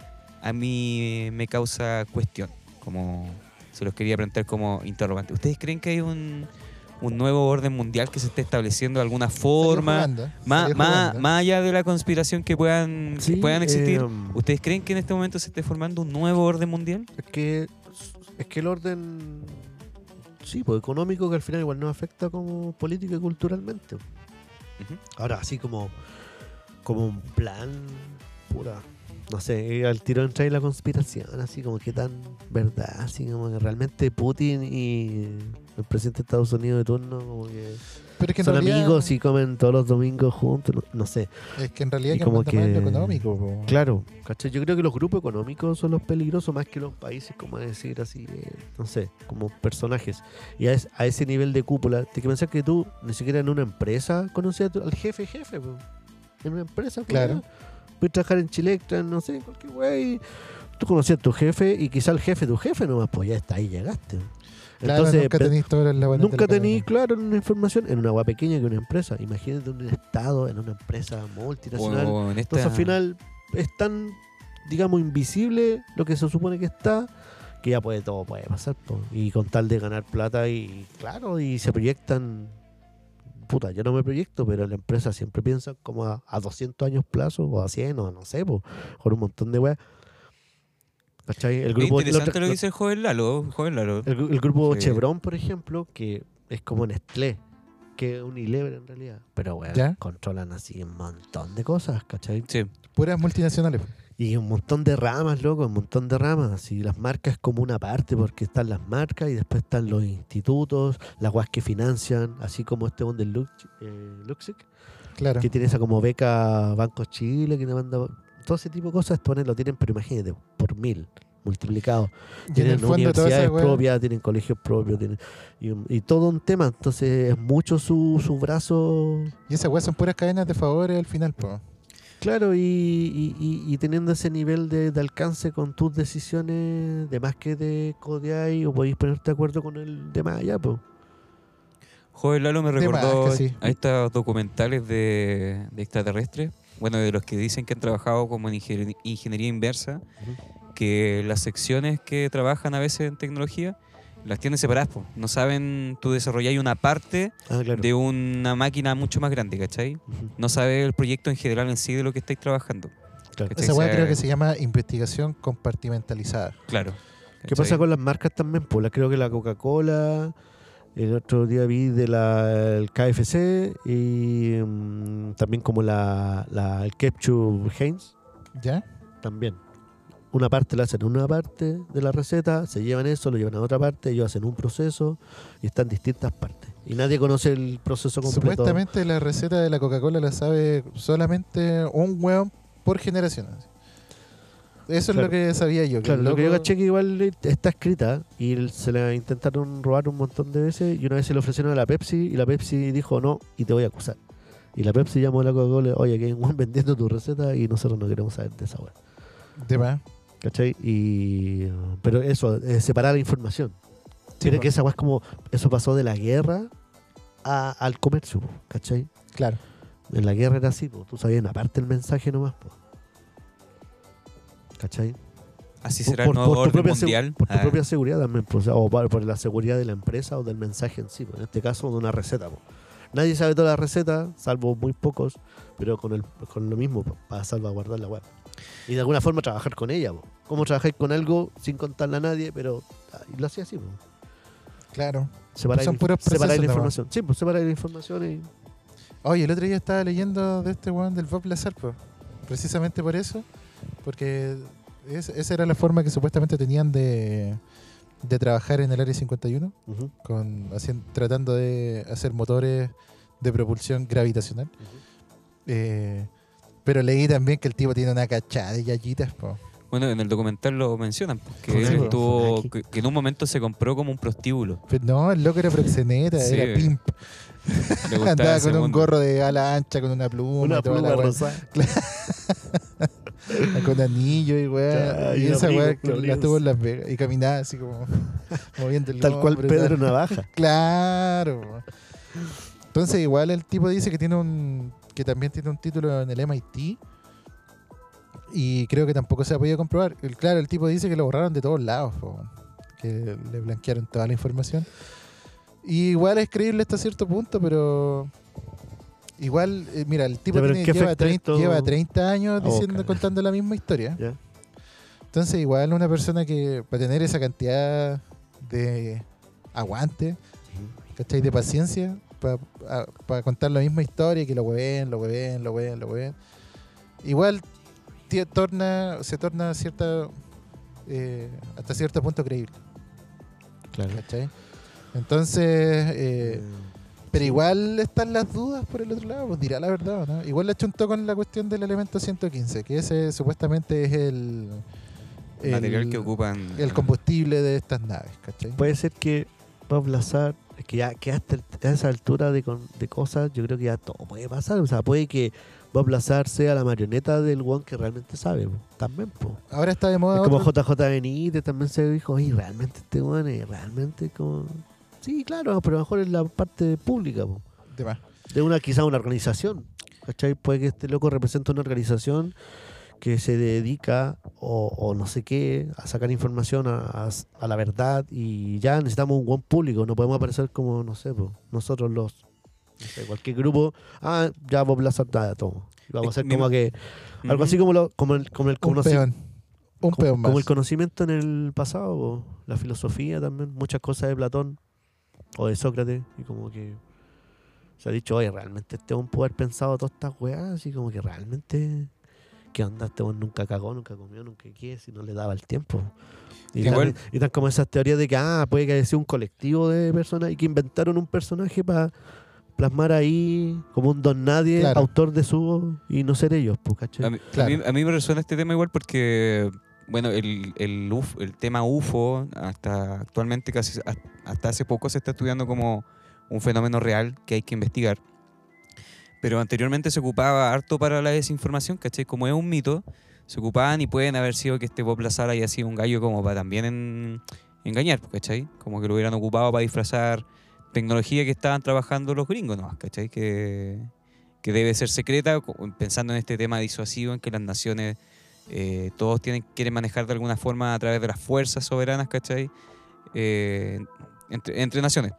Speaker 3: a mí me causa cuestión. Como se los quería plantear como interrogante. ¿Ustedes creen que hay un, un nuevo orden mundial que se esté estableciendo de alguna forma? Más, más, más allá de la conspiración que puedan, que
Speaker 2: Sí,
Speaker 3: puedan existir,
Speaker 2: eh,
Speaker 3: ¿ustedes creen que en este momento se esté formando un nuevo orden mundial?
Speaker 2: Es que, es que el orden. Sí, pues económico que al final igual nos afecta como política y culturalmente.
Speaker 3: Ujú.
Speaker 2: Ahora, así como. Como un plan. Pura. No sé, eh, al tiro entra ahí la conspiración, así como que tan verdad, así como que realmente Putin y el presidente de Estados Unidos de turno, como que
Speaker 1: Pero es que en
Speaker 2: son
Speaker 1: realidad,
Speaker 2: amigos y comen todos los domingos juntos, no, no sé.
Speaker 1: es que en realidad
Speaker 2: y
Speaker 1: que
Speaker 2: como
Speaker 1: manda más es lo
Speaker 2: que-
Speaker 1: económico. po.
Speaker 2: Claro, ¿cachai? Yo creo que los grupos económicos son los peligrosos más que los países, como decir así, eh, no sé, como personajes. Y a, es- a ese nivel de cúpula, tienes que pensar que tú ni siquiera en una empresa conocías a tu- al jefe, jefe, po. en una empresa,
Speaker 1: Claro.
Speaker 2: Puedes trabajar en Chilectra, en, no sé, en cualquier güey. Tú conocías a tu jefe y quizá el jefe, de tu jefe nomás, pues ya está ahí, llegaste.
Speaker 1: Claro, nunca
Speaker 2: pe-
Speaker 1: tenéis todas las buenas
Speaker 2: Nunca
Speaker 1: del
Speaker 2: tení, claro, una información en una agua pequeña que una empresa. Imagínate un estado en una empresa multinacional.
Speaker 3: O en esta-
Speaker 2: Entonces al final es tan, digamos, invisible lo que se supone que está, que ya puede todo puede pasar. po. Y con tal de ganar plata y claro, y se proyectan... Puta, yo no me proyecto, pero la empresa siempre piensa como a, a 200 años plazo o a 100 o no sé, po, con un montón de weas. ¿Cachai? El
Speaker 3: Qué
Speaker 2: grupo, Eh,
Speaker 3: interesante
Speaker 2: la otra-
Speaker 3: lo que dice el joven Lalo. Joven Lalo.
Speaker 2: el, gru- el grupo
Speaker 3: Sí.
Speaker 2: Chevron, por ejemplo, que es como Nestlé, que es un Unilever en realidad. Pero, weón,
Speaker 1: ¿Ya?
Speaker 2: controlan así un montón de cosas, ¿cachai?
Speaker 3: Sí.
Speaker 1: economía. Puras multinacionales. po.
Speaker 2: Y un montón de ramas, loco, un montón de ramas. Y las marcas como una parte, porque están las marcas y después están los institutos, las guas que financian, así como este one del Lux- eh, Luxic,
Speaker 1: Claro.
Speaker 2: que tiene esa como beca Banco Chile, que te manda... Todo ese tipo de cosas, estos buenos lo tienen, pero imagínate, por mil, multiplicado
Speaker 1: Y en
Speaker 2: tienen
Speaker 1: el fondo todas
Speaker 2: universidades
Speaker 1: esas weas-
Speaker 2: propias, tienen colegios propios, tienen, y, un- y todo un tema. Entonces es mucho su, su brazo,
Speaker 1: Y esas weas son puras cadenas de favores al final, po.
Speaker 2: claro, y, y- y- y teniendo ese nivel de, de alcance con tus decisiones, de más que te codeáis o podéis ponerte de acuerdo con el demás allá, pues.
Speaker 3: Joven Lalo me
Speaker 1: De más
Speaker 3: recordó
Speaker 1: que sí.
Speaker 3: a estos documentales de, de extraterrestres, bueno, de los que dicen que han trabajado como en ingenier- ingeniería inversa, que las secciones que trabajan a veces en tecnología las tienen separadas, po. no saben, tú desarrollar una parte
Speaker 2: Ah, claro.
Speaker 3: de una máquina mucho más grande, ¿cachai?
Speaker 2: Ujú.
Speaker 3: No sabes el proyecto en general en sí de lo que estáis trabajando.
Speaker 2: Claro.
Speaker 3: ¿cachai?
Speaker 1: Esa wea
Speaker 3: Se-
Speaker 1: creo que se llama investigación compartimentalizada.
Speaker 3: Claro.
Speaker 2: ¿Qué
Speaker 3: ¿cachai?
Speaker 2: pasa con las marcas también? Pues la- creo que la Coca-Cola, el otro día vi de la el KFC y mm, también como la, la- el ketchup Heinz.
Speaker 1: ¿Ya?
Speaker 2: también. Una parte la hacen en una parte de la receta, se llevan eso, lo llevan a otra parte, ellos hacen un proceso y están en distintas partes. Y nadie conoce el proceso completo.
Speaker 1: Supuestamente la receta de la Coca-Cola la sabe solamente un weón por generación. así. Eso es
Speaker 2: Claro.
Speaker 1: lo que sabía yo.
Speaker 2: Claro,
Speaker 1: el
Speaker 2: lo que yo
Speaker 1: loco-
Speaker 2: caché que igual está escrita y el- se la intentaron robar un montón de veces y una vez se le ofrecieron a la Pepsi y la Pepsi dijo no y te voy a acusar. Y la Pepsi llamó a la Coca-Cola, oye, que hay un weón vendiendo tu receta y nosotros no queremos saber de esa weá.
Speaker 1: De más.
Speaker 2: ¿Cachai? Y, uh, pero eso, eh, separar la información. Tiene
Speaker 1: po.
Speaker 2: que esa weá es como. Eso pasó de la guerra a- al comercio, po, ¿cachai?
Speaker 1: Claro.
Speaker 2: En la guerra era así, po, tú sabías, aparte el mensaje nomás, po. ¿cachai?
Speaker 3: Así
Speaker 2: Por-
Speaker 3: será
Speaker 2: por-
Speaker 3: el nuevo
Speaker 2: por tu
Speaker 3: orden
Speaker 2: propia segu-
Speaker 3: mundial.
Speaker 2: Por tu
Speaker 3: Ah,
Speaker 2: propia seguridad también, po, o sea, o por, por la seguridad de la empresa o del mensaje en sí, po, en este caso de una receta. po. Nadie sabe toda la receta, salvo muy pocos, pero con, el, con lo mismo, po, para salvaguardar la web. Y de alguna forma trabajar con ella, po. ¿Cómo trabajáis con algo sin contarle a nadie? Pero ah, lo hacía así, po.
Speaker 1: Claro.
Speaker 2: Separar,
Speaker 1: Son puros
Speaker 2: separar
Speaker 1: procesos
Speaker 2: la
Speaker 1: nomás.
Speaker 2: información. Sí, pues separar la información y.
Speaker 1: Oye, el otro día estaba leyendo de este weón del Bob Lazar, po. precisamente por eso, porque es- esa era la forma que supuestamente tenían de, de trabajar en el Área 51,
Speaker 2: Ujú.
Speaker 1: con, hacien- tratando de hacer motores de propulsión gravitacional. Eh, pero leí también que el tipo tiene una cachada de yayitas, po.
Speaker 3: Bueno, en el documental lo mencionan, porque
Speaker 2: Funaki,
Speaker 3: él estuvo,
Speaker 2: Funaki.
Speaker 3: que, que en un momento se compró como un prostíbulo.
Speaker 1: Pero no, el loco era proxeneta,
Speaker 3: Sí,
Speaker 1: era
Speaker 3: eh.
Speaker 1: pimp.
Speaker 3: Le gustaba
Speaker 1: Andaba
Speaker 3: ese
Speaker 1: con un
Speaker 3: mundo.
Speaker 1: gorro de ala ancha, con una pluma,
Speaker 2: Una
Speaker 1: y toda la
Speaker 2: pluma
Speaker 1: wea,
Speaker 2: rosada.
Speaker 1: con anillo y weá.
Speaker 2: Ya,
Speaker 1: Y
Speaker 2: y un
Speaker 1: esa
Speaker 2: abrigo,
Speaker 1: weá
Speaker 2: un abrigo.
Speaker 1: la tuvo en Las Vegas. Y caminaba así como moviendo el
Speaker 2: Tal cual
Speaker 1: hombro y
Speaker 2: Pedro
Speaker 1: tal.
Speaker 2: Navaja.
Speaker 1: Claro. Entonces, igual el tipo dice que tiene un. que también tiene un título en el MIT. Y creo que tampoco se ha podido comprobar. El- Claro, el tipo dice que lo borraron de todos lados, po, que le blanquearon toda la información. Y igual es creíble hasta cierto punto, pero. Igual, eh, mira, el tipo
Speaker 2: Ya, pero
Speaker 1: tiene-
Speaker 2: ¿qué
Speaker 1: lleva,
Speaker 2: afecta
Speaker 1: 30,
Speaker 2: esto
Speaker 1: lleva 30 años
Speaker 2: a vos,
Speaker 1: diciendo,
Speaker 2: cara?
Speaker 1: contando la misma historia.
Speaker 2: Ya.
Speaker 1: Entonces, igual una persona que para tener esa cantidad de aguante, ¿cachai? De paciencia, para contar la misma historia y que lo hueven, lo hueven, lo hueven, lo hueven. Igual tie- torna, se torna cierta eh, hasta cierto punto creíble,
Speaker 2: Claro.
Speaker 1: ¿cachai? Entonces, eh,
Speaker 2: Mm.
Speaker 1: pero igual están las dudas por el otro lado, pues dirá la verdad, o ¿no? Igual la chuntó con la cuestión del elemento 115, que ese supuestamente es el... el-
Speaker 3: material que ocupan.
Speaker 1: el combustible de estas naves, ¿cachai?
Speaker 2: Puede ser que Pablo Lazar, es que ya que hasta el- a esa altura de, con- de cosas, yo creo que ya todo puede pasar. O sea, puede que Bob Lazar sea la marioneta del one que realmente sabe. po. También, po.
Speaker 1: Ahora está de moda.
Speaker 2: Es como
Speaker 1: otro-
Speaker 2: JJ Benítez también se dijo, oye, realmente este one es realmente como... Sí, claro, pero a lo mejor es la parte pública, po.
Speaker 1: de más.
Speaker 2: de una quizá una organización. ¿Cachai? Puede que este loco represente una organización que se dedica o, o no sé qué a sacar información a, a- a la verdad y ya necesitamos un buen público, no podemos aparecer como, no sé, po, nosotros los... no sé, cualquier grupo, ah, ya Bob Lazar, nada, tomo. Y Vamos a hacer
Speaker 3: Mi-
Speaker 2: como que...
Speaker 3: Ujú.
Speaker 2: Algo así como, lo- como el, como el
Speaker 1: Un
Speaker 2: conoci-
Speaker 1: peón. Un
Speaker 2: como-
Speaker 1: peón más.
Speaker 2: como el conocimiento en el pasado, po, la filosofía también, muchas cosas de Platón o de Sócrates, y como que se ha dicho, oye, realmente este un poder pensado todas estas weas, así como que realmente, ¿qué onda? Este weón nunca cagó, nunca comió, nunca qué, si no le daba el tiempo. Y
Speaker 3: Igual-
Speaker 2: tan, y tan como esas teorías de que, ah, puede que haya sido un colectivo de personas y que inventaron un personaje para plasmar ahí como un don nadie,
Speaker 1: Claro.
Speaker 2: autor de su y no ser ellos, pues, ¿cachai?
Speaker 3: A mí, a
Speaker 1: Claro.
Speaker 3: mí- a mí me resuena este tema igual porque, bueno, el, el, uf- el tema UFO, hasta actualmente, casi has- hasta hace poco se está estudiando como un fenómeno real que hay que investigar. Pero anteriormente se ocupaba harto para la desinformación, ¿cachai? Como es un mito, se ocupaban y pueden haber sido que este Bob Lazar haya sido un gallo como para también en- engañar, pues, ¿cachai? Como que lo hubieran ocupado para disfrazar tecnología que estaban trabajando los gringos nomás, ¿cachai? Que, que debe ser secreta, co- pensando en este tema disuasivo en que las naciones eh, todos tienen, quieren manejar de alguna forma a través de las fuerzas soberanas, ¿cachai? Eh, entre, entre naciones.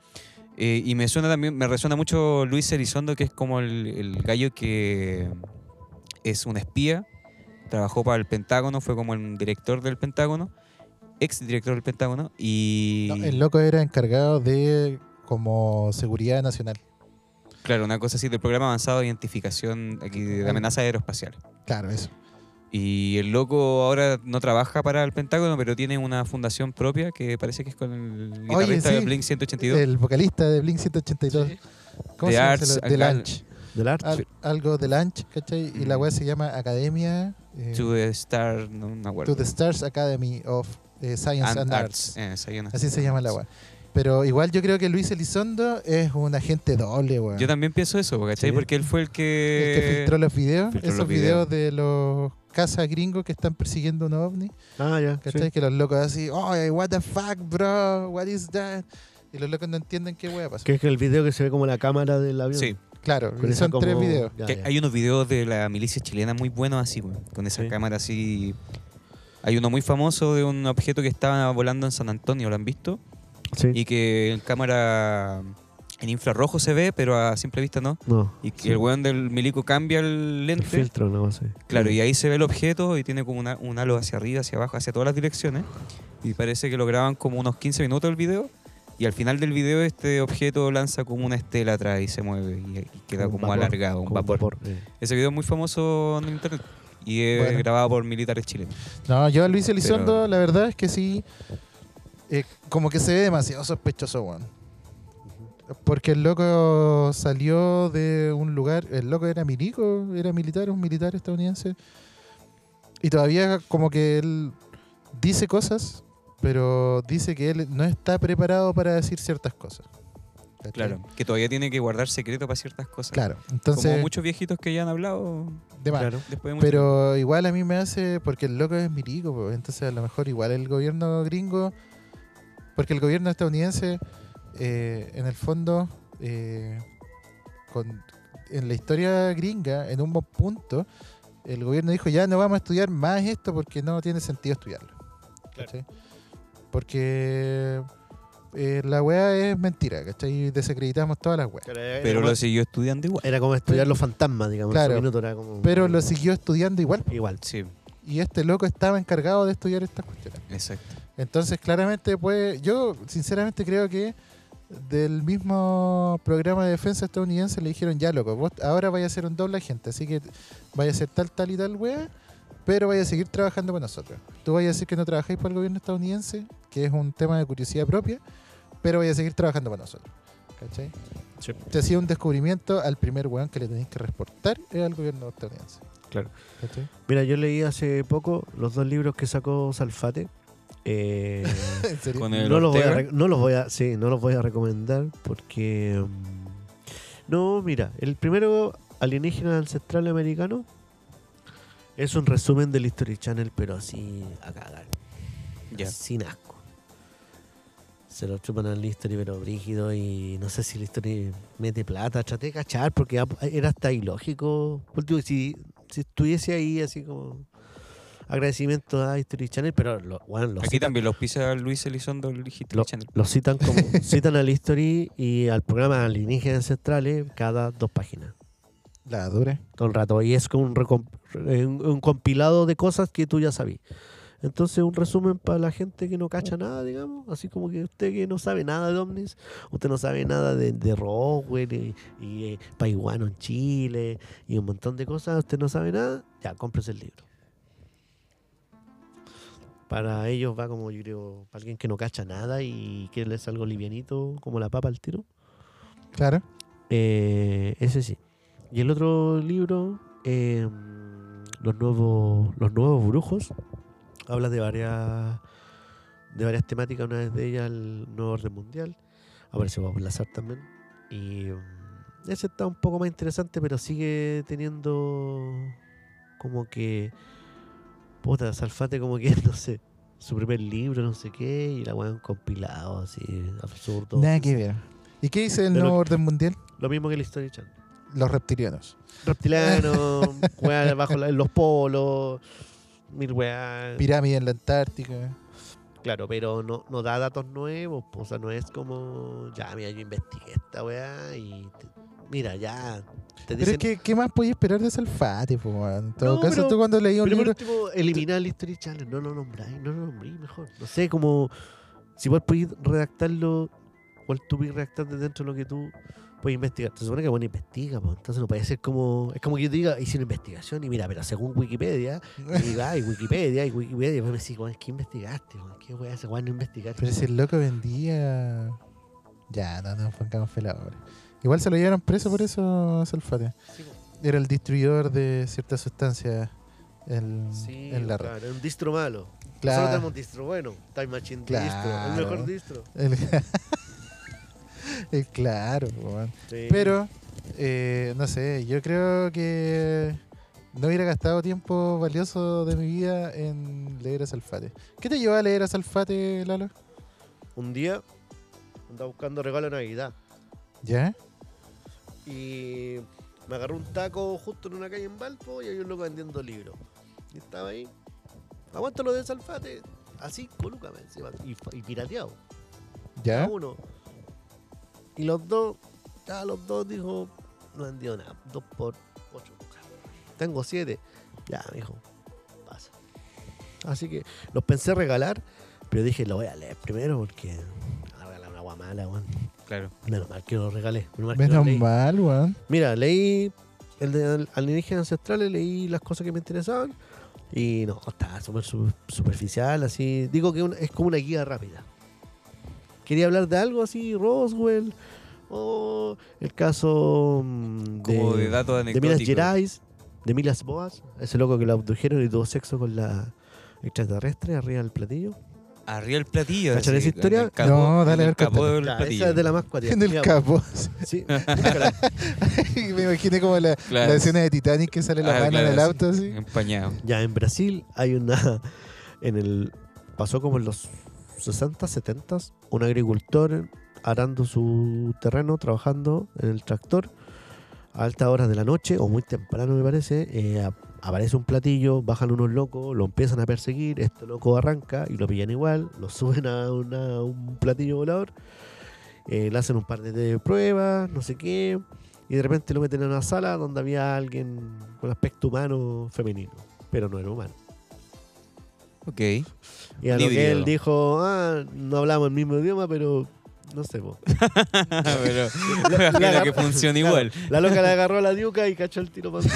Speaker 3: Eh, y me suena también, me resuena mucho Luis Elizondo, que es como el, el gallo que es un espía, trabajó para el Pentágono, fue como el director del Pentágono, ex director del Pentágono, y
Speaker 1: No, el loco era encargado de como seguridad nacional.
Speaker 3: claro, una cosa así del programa avanzado de identificación aquí de amenazas aeroespaciales.
Speaker 1: Claro, eso.
Speaker 3: Y el loco ahora no trabaja para el Pentágono, pero tiene una fundación propia que parece que es con el guitarrista de
Speaker 1: sí.
Speaker 3: Blink 182.
Speaker 1: El vocalista de Blink 182. ¿Cómo
Speaker 3: The
Speaker 1: se llama?
Speaker 3: Arts
Speaker 1: ese lo-
Speaker 3: and
Speaker 1: The
Speaker 3: Gal-
Speaker 1: Lunch.
Speaker 2: Del arte.
Speaker 1: Al- algo de Lunch, ¿cachai? Y
Speaker 3: Mm.
Speaker 1: la web se llama Academia. eh,
Speaker 3: To the Star, no me acuerdo.
Speaker 1: to the Stars Academy of eh, Science and,
Speaker 3: And
Speaker 1: Arts.
Speaker 3: Eh, esa, hay una-
Speaker 1: Así se llama la web. Pero igual yo creo que Luis Elizondo es un agente doble, weón.
Speaker 3: Yo también pienso eso, ¿cachai?
Speaker 2: Sí.
Speaker 3: Porque él fue el que...
Speaker 1: El que filtró los videos,
Speaker 3: filtró
Speaker 1: esos
Speaker 3: los
Speaker 1: videos. de los cazas gringos que están persiguiendo un ovni,
Speaker 2: Ah, ya. sí.
Speaker 1: ¿cachai? Que los locos así, oh, what the fuck, bro, what is that? Y los locos no entienden qué hueá pasó.
Speaker 2: Que es el video que se ve como la cámara del avión.
Speaker 3: Sí,
Speaker 1: Claro,
Speaker 2: Con esa
Speaker 1: son
Speaker 2: como-
Speaker 1: tres videos.
Speaker 2: ya,
Speaker 3: que
Speaker 2: ya.
Speaker 3: hay unos videos de la milicia chilena muy buenos así, weón, con esa
Speaker 2: Sí.
Speaker 3: cámara así. Hay uno muy famoso de un objeto que estaba volando en San Antonio, ¿lo han visto?
Speaker 2: Sí.
Speaker 3: Y que en cámara en infrarrojo se ve, pero a simple vista no.
Speaker 2: no.
Speaker 3: Y que
Speaker 2: sí.
Speaker 3: el weón del milico cambia el
Speaker 2: El
Speaker 3: lente.
Speaker 2: filtro, no sé.
Speaker 3: Claro, y ahí se ve el objeto y tiene como una- un halo hacia arriba, hacia abajo, hacia todas las direcciones. Y parece que lo graban como unos 15 minutos el video. Y al final del video este objeto lanza como una estela atrás y se mueve y, y queda como alargado, un vapor.
Speaker 2: eh.
Speaker 3: Ese video es muy famoso en internet y es
Speaker 1: Bueno.
Speaker 3: grabado por militares chilenos.
Speaker 1: No, yo a Luis Elizondo,
Speaker 3: Pero-
Speaker 1: la verdad es que sí, eh, como que se ve demasiado sospechoso, weón. Porque el loco salió de un lugar, el loco era milico, era militar, un militar estadounidense. Y todavía como que él dice cosas, pero dice que él no está preparado para decir ciertas cosas. ¿cachai?
Speaker 3: Claro, que todavía tiene que guardar secreto para ciertas cosas.
Speaker 1: Claro, entonces,
Speaker 3: Como muchos viejitos que ya han hablado
Speaker 1: de más.
Speaker 2: Claro.
Speaker 3: después de mucho
Speaker 1: Pero igual a mí me hace, porque el loco es milico, po, entonces a lo mejor igual el gobierno gringo, porque el gobierno estadounidense, eh, en el fondo, eh, con, en la historia gringa, en un buen punto, el gobierno dijo, ya no vamos a estudiar más esto porque no tiene sentido estudiarlo.
Speaker 2: Claro.
Speaker 1: ¿Cachai? Porque eh, la weá es mentira, ¿cachai? Y desacreditamos todas las weas.
Speaker 2: Era,
Speaker 3: Pero
Speaker 2: como,
Speaker 3: lo siguió estudiando igual.
Speaker 2: era como estudiar los fantasmas, digamos.
Speaker 1: Claro.
Speaker 2: En su minuto era como,
Speaker 1: Pero lo siguió estudiando igual.
Speaker 2: Igual.
Speaker 3: Sí,
Speaker 1: Y este loco estaba encargado de estudiar estas cuestiones.
Speaker 3: exacto.
Speaker 1: Entonces, claramente, pues, yo sinceramente creo que del mismo programa de defensa estadounidense le dijeron, ya loco, vos ahora vaya a ser un doble agente, así que vaya a ser tal, tal y tal wea, pero vaya a seguir trabajando con nosotros. Tú vayas a decir que no trabajáis para el gobierno estadounidense, que es un tema de curiosidad propia, pero vaya a seguir trabajando para nosotros. ¿Cachai?
Speaker 2: Sí.
Speaker 1: Te hacía un descubrimiento al primer weón que le tenéis que reportar era al gobierno estadounidense.
Speaker 2: Claro.
Speaker 1: ¿Cachai?
Speaker 2: Mira, yo leí hace poco los dos libros que sacó Salfate. Eh,
Speaker 1: ¿En serio?
Speaker 3: Con el
Speaker 2: no, los voy a,
Speaker 3: Ortega.
Speaker 2: re- no los voy a. Sí, no los voy a recomendar porque. mm, No, mira, el primero, Alienígena Ancestral Americano, es un resumen del History Channel, pero así a cagar.
Speaker 3: Ya.
Speaker 2: Sin asco. Se lo chupan al History, pero brígido. Y no sé si el History mete plata. Traté de cachar porque ap- era hasta ilógico. Último, si, si estuviese ahí, así como. Agradecimiento a History Channel, pero lo, bueno, los
Speaker 3: Aquí también los pisa Luis Elizondo, el hijito
Speaker 2: lo-
Speaker 3: de Channel.
Speaker 2: los citan como citan al History y al programa Alienígenas Ancestrales cada dos páginas,
Speaker 1: La dura.
Speaker 2: todo el rato. Y es como un, recom- eh, un- un compilado de cosas que tú ya sabías. Entonces, un resumen para la gente que no cacha nada, digamos. Así como que usted que no sabe nada de ovnis, usted no sabe nada de, de Roswell y, y, eh, Paiguano en Chile y un montón de cosas, usted no sabe nada, ya, cómprese el libro. Para ellos va como, yo creo, para alguien que no cacha nada y que le es algo livianito, como la papa al tiro.
Speaker 1: Claro.
Speaker 2: Eh, ese sí. Y el otro libro, eh, los, nuevos, los Nuevos Brujos, habla de varias, de varias temáticas. Una de ellas, el nuevo orden mundial. Aparece Bob Lazar también. Y mm, ese está un poco más interesante, pero sigue teniendo como que. Puta, Salfate, como que, no sé. Su primer libro, no sé qué, y la weón compilado, así, absurdo.
Speaker 1: Nada que ver. ¿Y qué dice el
Speaker 2: De lo
Speaker 1: nuevo
Speaker 2: que-
Speaker 1: orden mundial?
Speaker 2: Lo mismo que el History Channel.
Speaker 1: Los reptilianos.
Speaker 2: reptilianos, weá bajo la- los polos, mil weá.
Speaker 1: Pirámide en la
Speaker 2: Eh,
Speaker 1: Antártica.
Speaker 2: Claro, pero no, no da datos nuevos, po, o sea, no es como, ya, mira, yo investigué esta weá y te- mira, ya. Te
Speaker 1: Pero es
Speaker 2: dicen,
Speaker 1: que, ¿qué más podías esperar de Salfate, po, weón? En todo
Speaker 2: No,
Speaker 1: caso,
Speaker 2: pero-
Speaker 1: tú cuando leí un
Speaker 2: pero por
Speaker 1: libro...
Speaker 2: último, eliminar el History Channel, no lo nombráis, no lo nombréis mejor. No sé, como, si vos podéis redactarlo, cual tú podéis redactar de dentro de lo que tú puedes investigar. Se supone que bueno, investiga, po, entonces no puede ser como, es como que yo te diga, hice una investigación y mira, pero según Wikipedia, Y va, y Wikipedia, y Wikipedia. Y vos me decís, weón, ¿qué investigaste? weón? ¿Qué weá ese weón no investigaste?
Speaker 1: Pero si el loco vendía... Ya, no nos pongamos peladores. Igual se lo llevaron preso por eso a Salfate.
Speaker 2: Sí, po.
Speaker 1: Era el distribuidor de ciertas sustancias en,
Speaker 2: Sí,
Speaker 1: en la red.
Speaker 2: claro, un distro malo. Solo
Speaker 1: Claro.
Speaker 2: tenemos un distro bueno. Time Machine distro.
Speaker 1: Claro.
Speaker 2: El mejor distro.
Speaker 1: El, el claro, po, weón.
Speaker 2: Sí.
Speaker 1: Pero, eh, no sé, yo creo que no hubiera gastado tiempo valioso de mi vida en leer a Salfate. ¿Qué te llevó a leer a Salfate, Lalo?
Speaker 2: Un día andaba buscando regalo de Navidad.
Speaker 1: ¿Ya?
Speaker 2: Y me agarró un taco justo en una calle en Valpo y hay un loco vendiendo libros. Y estaba ahí. Aguanta lo de Salfate. Así, colúcame encima. Y, fa- y pirateado. a
Speaker 1: ¿Ya?
Speaker 2: uno. Y los dos, a los dos dijo, no vendió nada, dos por ocho lucas. Tengo siete. Ya, me dijo, pasa. Así que los pensé regalar, pero dije, lo voy a leer primero porque a regalar una agua mala, weón.
Speaker 3: Claro.
Speaker 2: Menos mal que lo regalé. Menos mal que lo
Speaker 1: Menos
Speaker 2: leí.
Speaker 1: mal, weón.
Speaker 2: Mira, leí el de al- Alienígenas Ancestrales, leí las cosas que me interesaban. Y no, está súper su- superficial, así. Digo que un- es como una guía rápida. Quería hablar de algo así, Roswell, o el caso mm,
Speaker 3: Como de, datos
Speaker 2: de Milas
Speaker 3: anecdóticos.
Speaker 2: Gerais, de Milas Boas, ese loco que la abdujeron y tuvo sexo con la extraterrestre arriba del platillo.
Speaker 3: arriba el platillo.
Speaker 2: ¿Cachan esa
Speaker 3: en el
Speaker 2: historia?
Speaker 3: capó-
Speaker 1: No, dale,
Speaker 3: en
Speaker 1: a
Speaker 3: el
Speaker 1: ver,
Speaker 3: capó
Speaker 1: cuéntame.
Speaker 3: del
Speaker 2: Ya,
Speaker 3: platillo.
Speaker 2: esa es de la más cuática.
Speaker 1: En el
Speaker 2: Ya,
Speaker 1: capó.
Speaker 2: Sí.
Speaker 1: Me imaginé como la,
Speaker 3: Claro.
Speaker 1: la escena de Titanic que sale la
Speaker 3: Ah,
Speaker 1: mano
Speaker 3: claro,
Speaker 1: en el
Speaker 3: sí.
Speaker 1: auto así.
Speaker 2: Em.
Speaker 3: Empañado.
Speaker 2: ya, en Brasil hay una. En el. Pasó como en los 60, 70 un agricultor arando su terreno, trabajando en el tractor. A altas horas de la noche, o muy temprano me parece, eh, ap- aparece un platillo, bajan unos locos, lo empiezan a perseguir, este loco arranca y lo pillan igual, lo suben a una- un platillo volador, eh, le hacen un par de- de pruebas, no sé qué, y de repente lo meten en una sala donde había alguien con aspecto humano femenino, pero no era humano.
Speaker 3: Ok.
Speaker 2: Y a lo que
Speaker 3: Híbrido.
Speaker 2: él dijo, ah, no hablamos el mismo idioma, pero no sé, po".
Speaker 1: Ah,
Speaker 3: Pero
Speaker 2: La-
Speaker 3: imagino
Speaker 2: la-
Speaker 3: que funciona
Speaker 2: claro,
Speaker 3: igual.
Speaker 2: La loca le agarró la diuca y cachó el tiro para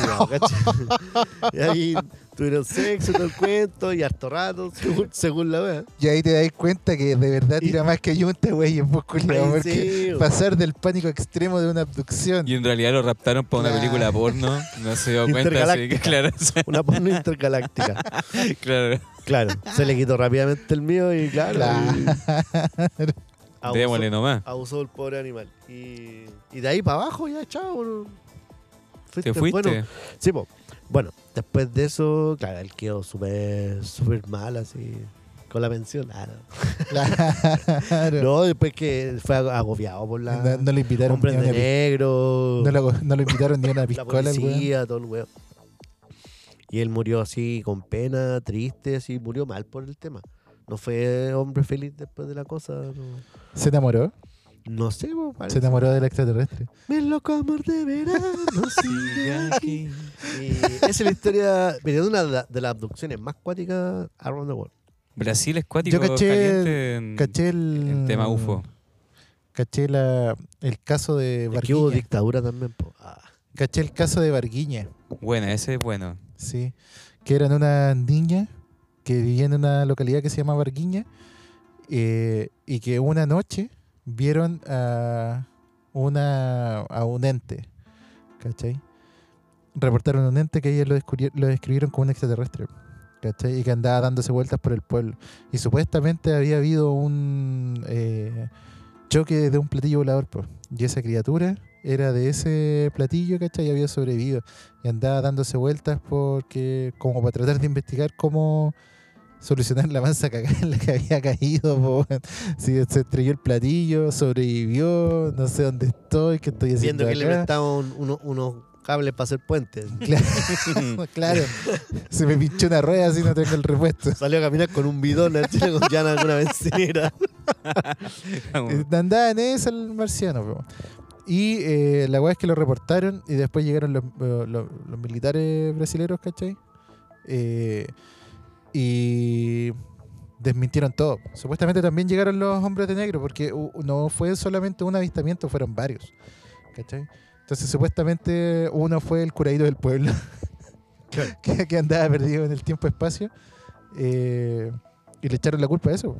Speaker 2: Y ahí tuvieron sexo, todo el cuento y harto rato, según, según la wea.
Speaker 1: Y ahí te das cuenta que de verdad
Speaker 2: Y-
Speaker 1: tira más que yunta, güey, en
Speaker 2: Ay,
Speaker 1: musculado. Porque
Speaker 2: sí, weón.
Speaker 1: pasar del pánico extremo de una abducción.
Speaker 3: Y en realidad lo raptaron para una
Speaker 1: Claro.
Speaker 3: película porno. No se dio cuenta. Así que,
Speaker 2: Intergaláctica.
Speaker 3: claro, o sea,
Speaker 2: Una porno intergaláctica.
Speaker 3: claro.
Speaker 2: Claro, se le quitó rápidamente el mío y claro.
Speaker 1: Claro.
Speaker 3: Démosle
Speaker 2: Abusó,
Speaker 3: nomás.
Speaker 2: abusó el pobre animal. Y, y de ahí para abajo ya, chao. no.
Speaker 3: Te
Speaker 2: bueno,
Speaker 3: fuiste.
Speaker 2: Sí, po. bueno, después de eso, claro, él quedó súper súper mal así, con la pensión. ah, no.
Speaker 1: Claro.
Speaker 2: No, después que fue agobiado por la...
Speaker 1: No, no le invitaron
Speaker 2: hombres
Speaker 1: ni a
Speaker 2: de
Speaker 1: una pi-
Speaker 2: negro,
Speaker 1: no lo, no lo invitaron ni a una
Speaker 2: la
Speaker 1: piscola, el weón.
Speaker 2: policía, todo el weón. Y él murió así, con pena, triste, así, murió mal por el tema. No fue hombre feliz después de la cosa. No,
Speaker 1: Se enamoró.
Speaker 2: no sé, vos,
Speaker 1: Se
Speaker 2: parece.
Speaker 1: enamoró del extraterrestre.
Speaker 2: Ven loco amor de verano, sigue aquí.
Speaker 3: aquí.
Speaker 2: Y esa es la historia, mira, de una de la- de las abducciones más cuáticas around the world.
Speaker 3: Brasil es cuático,
Speaker 1: Yo caché-
Speaker 3: caliente en,
Speaker 1: Caché el.
Speaker 3: en Mm, tema UFO.
Speaker 1: Caché la, el caso de
Speaker 2: Aquí hubo
Speaker 1: Barguiña.
Speaker 2: dictadura también, po. Ah,
Speaker 1: Caché el caso de Barguiña.
Speaker 3: Bueno, ese es bueno.
Speaker 1: Sí, que eran una niña que vivía en una localidad que se llama Barguiña eh, y que una noche vieron a, una, a un ente, ¿cachai? Reportaron un ente que ellos lo, descubri- lo describieron como un extraterrestre, ¿cachai? Y que andaba dándose vueltas por el pueblo. Y supuestamente había habido un eh, choque de un platillo volador, po. y esa criatura era de ese platillo, ¿cachai? Y había sobrevivido y andaba dándose vueltas porque como para tratar de investigar cómo solucionar la mansa cagada en la que había caído po, weón. si se estrelló el platillo sobrevivió no sé dónde estoy qué estoy haciendo
Speaker 2: viendo que le
Speaker 1: acá
Speaker 2: prestaban uno- unos cables para hacer puentes.
Speaker 1: claro, claro. se me pinchó una rueda así no tengo el repuesto
Speaker 2: Salió a caminar con un bidón al chile con llana alguna bencinera.
Speaker 1: Eh, andaba en esa el marciano po. y eh, la weá es que lo reportaron y después llegaron los, eh, los- los militares brasileños ¿cachai? Eh, y desmintieron todo. Supuestamente también llegaron los hombres de negro, porque u- no fue solamente un avistamiento, fueron varios. ¿Cachai? Entonces, supuestamente uno fue el curadito del pueblo, que, que andaba perdido en el tiempo-espacio, eh, y le echaron la culpa a eso.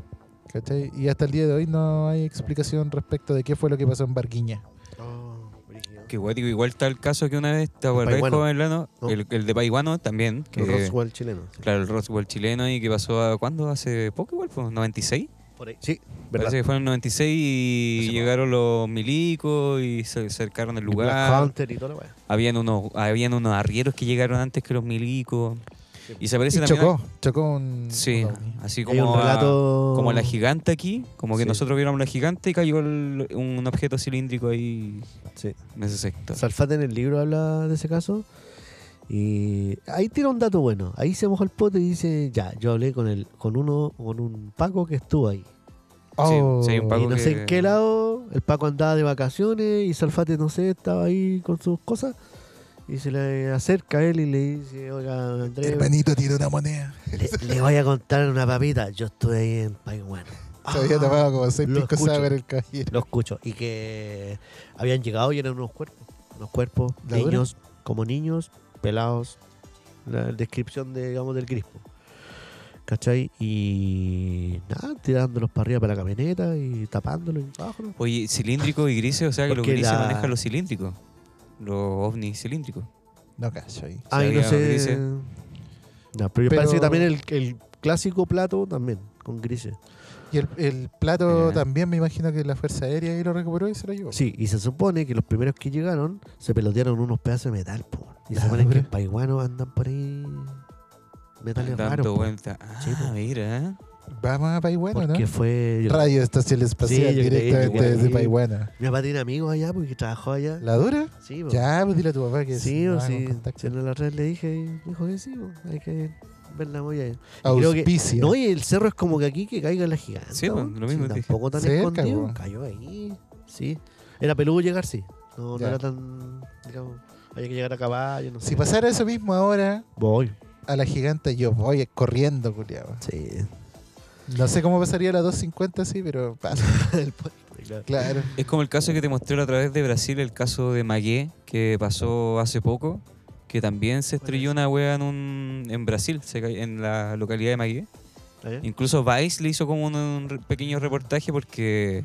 Speaker 1: ¿Cachai? Y hasta el día de hoy no hay explicación respecto de qué fue lo que pasó en Barguiña.
Speaker 2: Oh, brígido.
Speaker 3: Que guático, igual está el caso que una vez, ¿te acordás,
Speaker 2: Paiwano.
Speaker 3: joven Lano?
Speaker 2: No.
Speaker 3: El, el de Paiguano también. Que,
Speaker 2: El Roswell chileno. sí.
Speaker 3: Claro, el Roswell chileno y que pasó a, ¿cuándo? ¿Hace poco igual? Pues, ¿96?
Speaker 2: Por ahí. Sí, verdad.
Speaker 3: Parece que fue en el 96 y
Speaker 2: Hace poco.
Speaker 3: llegaron los milicos y se cercaron el
Speaker 2: Y Black
Speaker 3: lugar.
Speaker 2: Hunter y toda la wea.
Speaker 3: Habían unos, habían unos arrieros que llegaron antes que los milicos. Y se
Speaker 1: Y
Speaker 3: parece también...
Speaker 1: chocó, chocó un...
Speaker 3: Sí,
Speaker 1: un ovni.
Speaker 3: así
Speaker 2: Hay
Speaker 3: como
Speaker 2: un
Speaker 3: a-
Speaker 2: relato...
Speaker 3: como la gigante aquí, como que
Speaker 2: Sí.
Speaker 3: nosotros viéramos la gigante y cayó el- un objeto cilíndrico ahí
Speaker 2: Sí.
Speaker 3: en ese sector.
Speaker 2: Salfate en el libro habla de ese caso. Y ahí tira un dato bueno. Ahí se moja el pote y dice, ya, yo hablé con el, con uno, con un Paco que estuvo ahí.
Speaker 1: Oh.
Speaker 3: sí, hay un
Speaker 2: Y
Speaker 3: Paco
Speaker 2: no sé
Speaker 3: que-
Speaker 2: en qué lado, el Paco andaba de vacaciones y Salfate, no sé, estaba ahí con sus cosas. Y se le acerca a él y le dice, oiga, Andrés,
Speaker 1: Hermanito tiró una moneda.
Speaker 2: le, le voy a contar una papita. Yo estuve ahí en Paiguano.
Speaker 1: Se había
Speaker 2: Ah,
Speaker 1: tomado como seis
Speaker 2: lo
Speaker 1: pisco
Speaker 2: escucho.
Speaker 1: sour el caballero.
Speaker 2: Lo escucho. Y que habían llegado y eran unos cuerpos. Unos cuerpos,
Speaker 1: ¿La dura?
Speaker 2: niños, como niños, pelados. La descripción, de, digamos, del crispo. ¿Cachai? Y nada, tirándolos para arriba para la camioneta y tapándolos. Y abajo, ¿no?
Speaker 3: Oye, cilíndrico y grises, o sea que los
Speaker 2: Porque
Speaker 3: grises
Speaker 2: la-
Speaker 3: manejan los cilíndricos. Los ovnis cilíndricos.
Speaker 1: No cacho ahí.
Speaker 3: sea,
Speaker 2: Ay, no
Speaker 3: había
Speaker 2: sé.
Speaker 3: grises.
Speaker 2: No, pero, yo
Speaker 1: Pero-
Speaker 2: parece que también el, el clásico plato también. con grises.
Speaker 1: Y el, el plato
Speaker 3: Ya.
Speaker 1: también me imagino que la Fuerza Aérea ahí lo recuperó y se lo llevó.
Speaker 2: Sí, y se supone que los primeros que llegaron se pelotearon unos pedazos de metal, po. Y se
Speaker 1: La
Speaker 2: supone que
Speaker 1: dura.
Speaker 2: en Paiguano andan por ahí metales raros.
Speaker 3: Dando
Speaker 2: po.
Speaker 3: vuelta. Ah,
Speaker 2: pues. Sí, po.
Speaker 3: mira.
Speaker 1: Vamos a Paihuano, ¿no?
Speaker 2: Porque fue. yo-
Speaker 1: Radio Estación Espacial
Speaker 2: Sí, yo creo,
Speaker 1: directamente
Speaker 2: yo creo.
Speaker 1: desde Paihuano.
Speaker 2: Mi papá tiene amigos allá porque trabajó allá.
Speaker 1: ¿La dura?
Speaker 2: Sí, po.
Speaker 1: Ya, pues dile a tu papá que
Speaker 2: sí,
Speaker 1: no
Speaker 2: o
Speaker 1: haga un
Speaker 2: sí.
Speaker 1: contacto.
Speaker 2: Si no, la otra vez le dije y me dijo que sí, po, hay que ver la molla. ahí. creo que-
Speaker 1: Auspicio.
Speaker 2: No, y el cerro es como que aquí que caiga la gigante.
Speaker 3: Sí,
Speaker 2: po.
Speaker 3: po, lo mismo dije.
Speaker 2: tampoco tan
Speaker 1: Cerca,
Speaker 2: escondido.
Speaker 1: po.
Speaker 2: Cayó ahí. Sí. Era peludo llegar, sí. No, no
Speaker 1: Ya.
Speaker 2: era tan. Digamos, había que llegar a caballo, no sé.
Speaker 1: Si pasara eso mismo ahora
Speaker 2: Voy.
Speaker 1: a la gigante, yo voy corriendo, culiado.
Speaker 2: Sí.
Speaker 1: No sé cómo pasaría la 250, sí, pero pasa,
Speaker 2: El puente, claro.
Speaker 1: claro.
Speaker 3: Es como el caso que te mostré la otra vez de Brasil, el caso de Magué, que pasó hace poco, que también se estrelló una wea en, un, en Brasil, se cay- en la localidad de Magué.
Speaker 2: ¿Está bien?
Speaker 3: Incluso Vice le hizo como un, un re- pequeño reportaje porque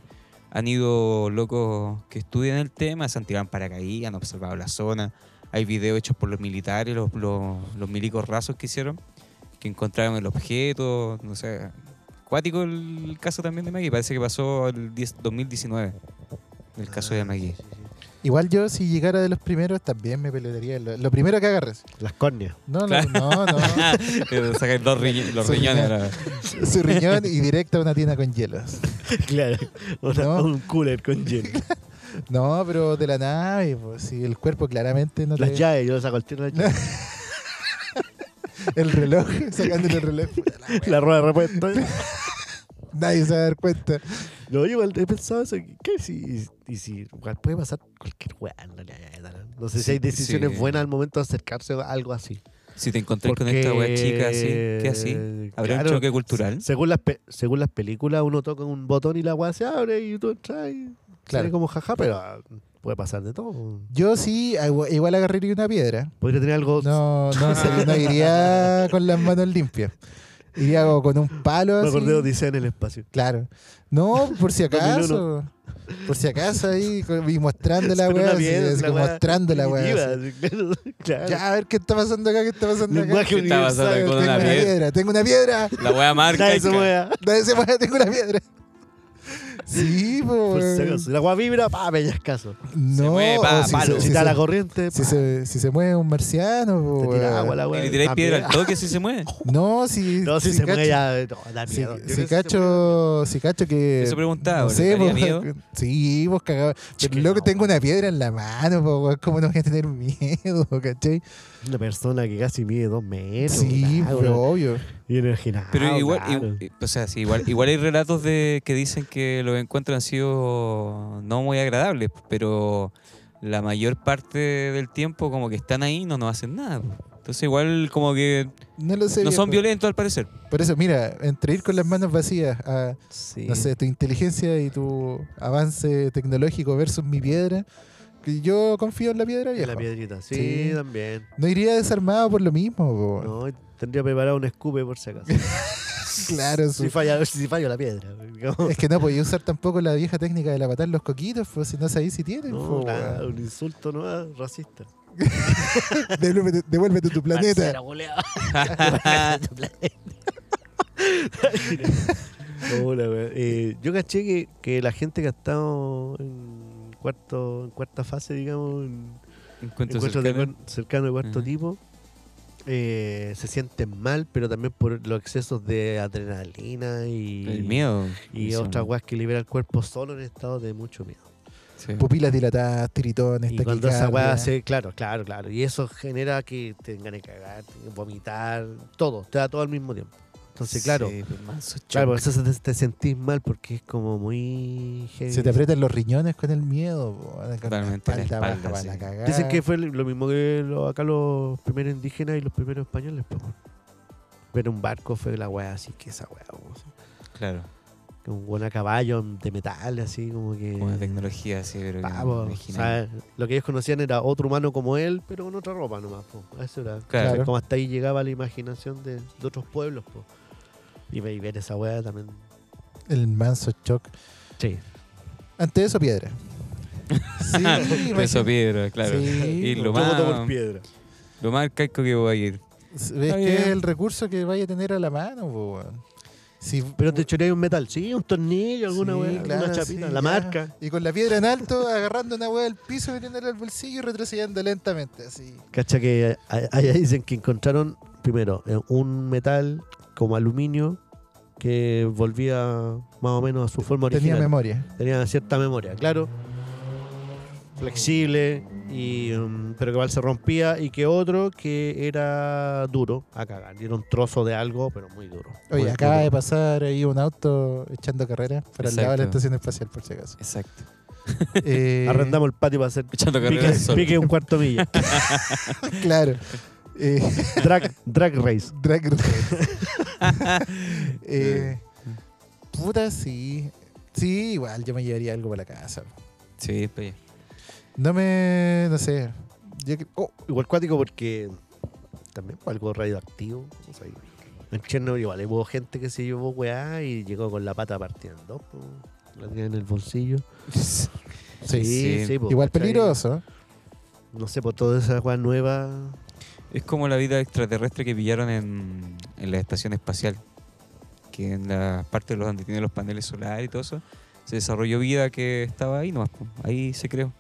Speaker 3: han ido locos que estudian el tema, se han tirado en paracaídas, han observado la zona. Hay videos hechos por los militares, los, los, los milicos rasos que hicieron, que encontraron el objeto, no sé. Cuático el caso también de Maggie, parece que pasó el 10 2019, el caso de
Speaker 2: Ah,
Speaker 3: Maggie.
Speaker 2: sí, sí, sí.
Speaker 1: Igual yo, si llegara de los primeros, también me pelotaría. Lo, lo primero que agarres.
Speaker 2: Las córneas.
Speaker 1: No,
Speaker 3: Claro.
Speaker 1: no, no. no.
Speaker 3: Te sacan dos riñ- Eh, los
Speaker 1: Sí,
Speaker 3: riñones.
Speaker 1: claro.
Speaker 3: la-
Speaker 1: Su riñón y directo a una tienda con hielos.
Speaker 2: claro.
Speaker 1: Una- No.
Speaker 2: Un cooler con hielo.
Speaker 1: No, pero de la nave, pues, si el cuerpo claramente no
Speaker 2: Las
Speaker 1: te...
Speaker 2: llaves, yo le saco el tiro de las llaves.
Speaker 1: El reloj, sacándole el reloj. puta la wea.
Speaker 2: La rueda de repuesto.
Speaker 1: Nadie se va a dar cuenta.
Speaker 2: No, yo igual he pensado eso. que- ¿Qué si, y si igual puede pasar cualquier weá en realidad, ya, ya, ya, No sé
Speaker 3: Sí,
Speaker 2: si hay decisiones
Speaker 3: sí.
Speaker 2: buenas al momento de acercarse a algo así.
Speaker 3: Si te encontrás con esta wea chica así, ¿qué así? ¿Habrá
Speaker 2: claro,
Speaker 3: un choque cultural?
Speaker 2: se- Según las, pe- según las películas, uno toca un botón y la weá se abre y tú entras y
Speaker 1: Claro.
Speaker 2: sale como jaja, pero ah, puede pasar de todo.
Speaker 1: Yo sí, agu- igual agarraría una piedra.
Speaker 2: Podría tener algo.
Speaker 1: No, no, sé, no iría con las manos limpias. Iría como con un palo
Speaker 2: me
Speaker 1: así.
Speaker 2: acordé de Odisea en el espacio.
Speaker 1: Claro. No, por si acaso. Por si acaso ahí, co- y mostrando la
Speaker 2: Pero
Speaker 1: weá,
Speaker 2: una
Speaker 1: así,
Speaker 2: piedra,
Speaker 1: así
Speaker 2: una
Speaker 1: como
Speaker 2: weá
Speaker 1: mostrando la weá. así.
Speaker 2: primitiva, así, Claro.
Speaker 1: Ya, a ver qué está pasando acá, qué está pasando acá.
Speaker 2: Lenguaje
Speaker 3: ¿Qué está
Speaker 2: universal.
Speaker 3: pasando
Speaker 1: Tengo
Speaker 3: con
Speaker 1: una
Speaker 3: una piedra?
Speaker 1: piedra, tengo una piedra.
Speaker 3: La wea marca.
Speaker 2: Nadie se mueva.
Speaker 1: Nadie se mueve, tengo una piedra. Sí,
Speaker 2: Por si
Speaker 1: pues.
Speaker 2: acaso. La agua vibra, pa, me haces caso. Ah,
Speaker 1: No,
Speaker 3: Se mueve, pa,
Speaker 1: o si, se-
Speaker 3: palo.
Speaker 2: Si
Speaker 1: si
Speaker 2: está
Speaker 1: se-
Speaker 2: la corriente,
Speaker 1: si
Speaker 2: pa,
Speaker 1: se, si se mueve un marciano,
Speaker 2: te
Speaker 1: po,
Speaker 2: tira
Speaker 1: weá.
Speaker 2: agua la
Speaker 3: Y
Speaker 2: agua.
Speaker 3: le tiráis piedra al toque si se mueve.
Speaker 1: No, si.
Speaker 2: No, si
Speaker 1: si
Speaker 2: se
Speaker 1: cacho-
Speaker 2: mueve ya, eh, no, da
Speaker 1: Si,
Speaker 2: miedo. Yo
Speaker 1: si
Speaker 2: creo que se
Speaker 1: cacho, si cacho que.
Speaker 3: Eso preguntaba,
Speaker 1: no
Speaker 3: ¿le
Speaker 1: sé,
Speaker 2: pues,
Speaker 3: daría
Speaker 1: po,
Speaker 3: miedo?
Speaker 1: Sí, vos cagabas. Pero
Speaker 2: Chica,
Speaker 1: loco,
Speaker 2: no,
Speaker 1: tengo una piedra en la mano, po, weón, ¿cómo no voy a tener miedo, cachai?
Speaker 2: muere Una persona que casi mide dos metros.
Speaker 1: Sí,
Speaker 2: claro,
Speaker 1: pero obvio.
Speaker 2: Y imaginado.
Speaker 3: Pero igual,
Speaker 2: Ah, claro.
Speaker 3: igual- o sea, sí, igual, igual hay relatos de que dicen que los encuentros han sido no muy agradables, pero la mayor parte del tiempo como que están ahí y no nos hacen nada. po. Entonces igual como que
Speaker 1: No lo sé.
Speaker 3: no son
Speaker 2: pues.
Speaker 1: viejo.
Speaker 3: violentos al parecer.
Speaker 1: Por eso, mira, entre ir con las manos vacías a,
Speaker 2: Sí.
Speaker 1: no sé, tu inteligencia y tu avance tecnológico versus mi piedra, que yo confío en la piedra,
Speaker 2: Y
Speaker 1: viejo.
Speaker 2: la piedrita. Sí,
Speaker 1: Sí.
Speaker 2: también.
Speaker 1: No iría desarmado por lo mismo, po, weón.
Speaker 2: No, tendría preparado un escupe por si acaso.
Speaker 1: Claro, su-
Speaker 2: si, falla, si fallo la piedra. digamos.
Speaker 1: Es que no podía usar tampoco la vieja técnica de la patar los coquitos, pues, si no sabéis si tienen.
Speaker 2: No,
Speaker 1: po,
Speaker 2: nada,
Speaker 1: weón.
Speaker 2: un insulto no ah, racista.
Speaker 1: Devuélvete, devuélvete tu planeta.
Speaker 2: Marcelo, culeado. Tu planeta. No, la wea. Eh, yo caché que, que la gente que ha estado en, cuarto, en cuarta fase, digamos, en
Speaker 3: Encuentros
Speaker 2: encuentros de
Speaker 3: cercanos.
Speaker 2: cuar- cercanos de cuarto
Speaker 3: Ajá.
Speaker 2: tipo, eh, se sienten mal, pero también por los excesos de adrenalina y,
Speaker 3: el miedo.
Speaker 2: y
Speaker 3: Sí,
Speaker 2: otras weas que libera el cuerpo solo en estado de mucho miedo.
Speaker 3: sí.
Speaker 1: Pupilas dilatadas, tiritones,
Speaker 2: Y cuando esa weá
Speaker 1: taquicardia.
Speaker 2: se. Claro, claro, claro. Y eso genera que tengan que cagar, te- vomitar, todo. Te da todo al mismo tiempo. Entonces, claro.
Speaker 3: Sí, pues, manso
Speaker 2: Claro, por
Speaker 3: choque.
Speaker 2: eso se te, te sentís mal porque es como muy. heavy.
Speaker 1: Se te aprietan los riñones con el miedo, po, con la
Speaker 3: Totalmente, la
Speaker 1: espalda
Speaker 3: espalda,
Speaker 1: baja
Speaker 3: sí.
Speaker 1: para la cagada.
Speaker 2: Dicen que fue lo mismo que lo- acá los primeros indígenas y los primeros españoles. po. Ver un barco fue la weá así que esa weá. po, así.
Speaker 3: Claro,
Speaker 2: Que un buen a caballo de metal, así como que.
Speaker 3: como una tecnología así, pero que
Speaker 2: Pa,
Speaker 3: no
Speaker 2: po,
Speaker 3: original.
Speaker 2: o sea, lo que ellos conocían era otro humano como él, pero con otra ropa nomás. po. Eso era.
Speaker 3: Claro.
Speaker 1: Claro.
Speaker 2: Como hasta ahí llegaba la imaginación de, de otros pueblos. po. Y ve- y ver esa weá también.
Speaker 1: El manso shock.
Speaker 2: Sí.
Speaker 1: Ante eso, piedra. Sí,
Speaker 3: Peso piedra, claro.
Speaker 1: Sí,
Speaker 3: y lo
Speaker 2: Yo
Speaker 3: más,
Speaker 2: voto por piedra.
Speaker 3: lo más arcaico que voy a ir.
Speaker 1: Es que es el recurso que vaya a tener a la mano, po, weón. Si-
Speaker 2: Pero te choreáis un metal, sí, un tornillo, alguna
Speaker 1: Sí,
Speaker 2: weá,
Speaker 1: claro,
Speaker 2: una chapita,
Speaker 1: sí,
Speaker 2: la
Speaker 1: ya.
Speaker 2: marca.
Speaker 1: Y con la piedra en alto, agarrando una hueá del piso, metiéndola al bolsillo y retrocediendo lentamente. Así.
Speaker 2: Cacha que a- allá dicen que encontraron primero eh, un metal como aluminio que volvía más o menos a su forma
Speaker 1: Tenía
Speaker 2: original.
Speaker 1: memoria.
Speaker 2: Tenía cierta memoria, claro. Flexible, y, mm, pero que igual se rompía. Y que otro que era duro, a cagar. y Era un trozo de algo, pero muy duro.
Speaker 1: Oye,
Speaker 2: Muy
Speaker 1: acaba
Speaker 2: duro.
Speaker 1: de pasar ahí un auto echando carrera para el lado de la
Speaker 3: Exacto.
Speaker 1: estación espacial, por si acaso.
Speaker 3: Exacto.
Speaker 1: Eh,
Speaker 2: Arrendamos el patio para hacer
Speaker 3: Echando carrera
Speaker 2: pique,
Speaker 3: al sol.
Speaker 2: pique un cuarto milla.
Speaker 1: Claro. Eh,
Speaker 2: drag, drag race.
Speaker 1: Drag Race. Eh, puta, sí. Sí, igual yo me llevaría algo para la casa.
Speaker 3: Sí, pues.
Speaker 1: No me. No sé. Yo que- oh,
Speaker 2: Igual cuático porque también fue algo radioactivo. o sea, en Chernobyl igual hubo gente que se llevó weá y llegó con la pata partida en dos. po. La tenía en el bolsillo.
Speaker 1: sí.
Speaker 3: Sí.
Speaker 2: po,
Speaker 1: Igual
Speaker 2: pues, ¿cachai?
Speaker 1: peligroso.
Speaker 2: No sé, por toda esa weá nueva.
Speaker 3: Es como la vida extraterrestre que pillaron en, en la estación espacial. Que en la parte de los donde tienen los paneles solares y todo eso, se desarrolló vida que estaba ahí nomás. po. Ahí se creó.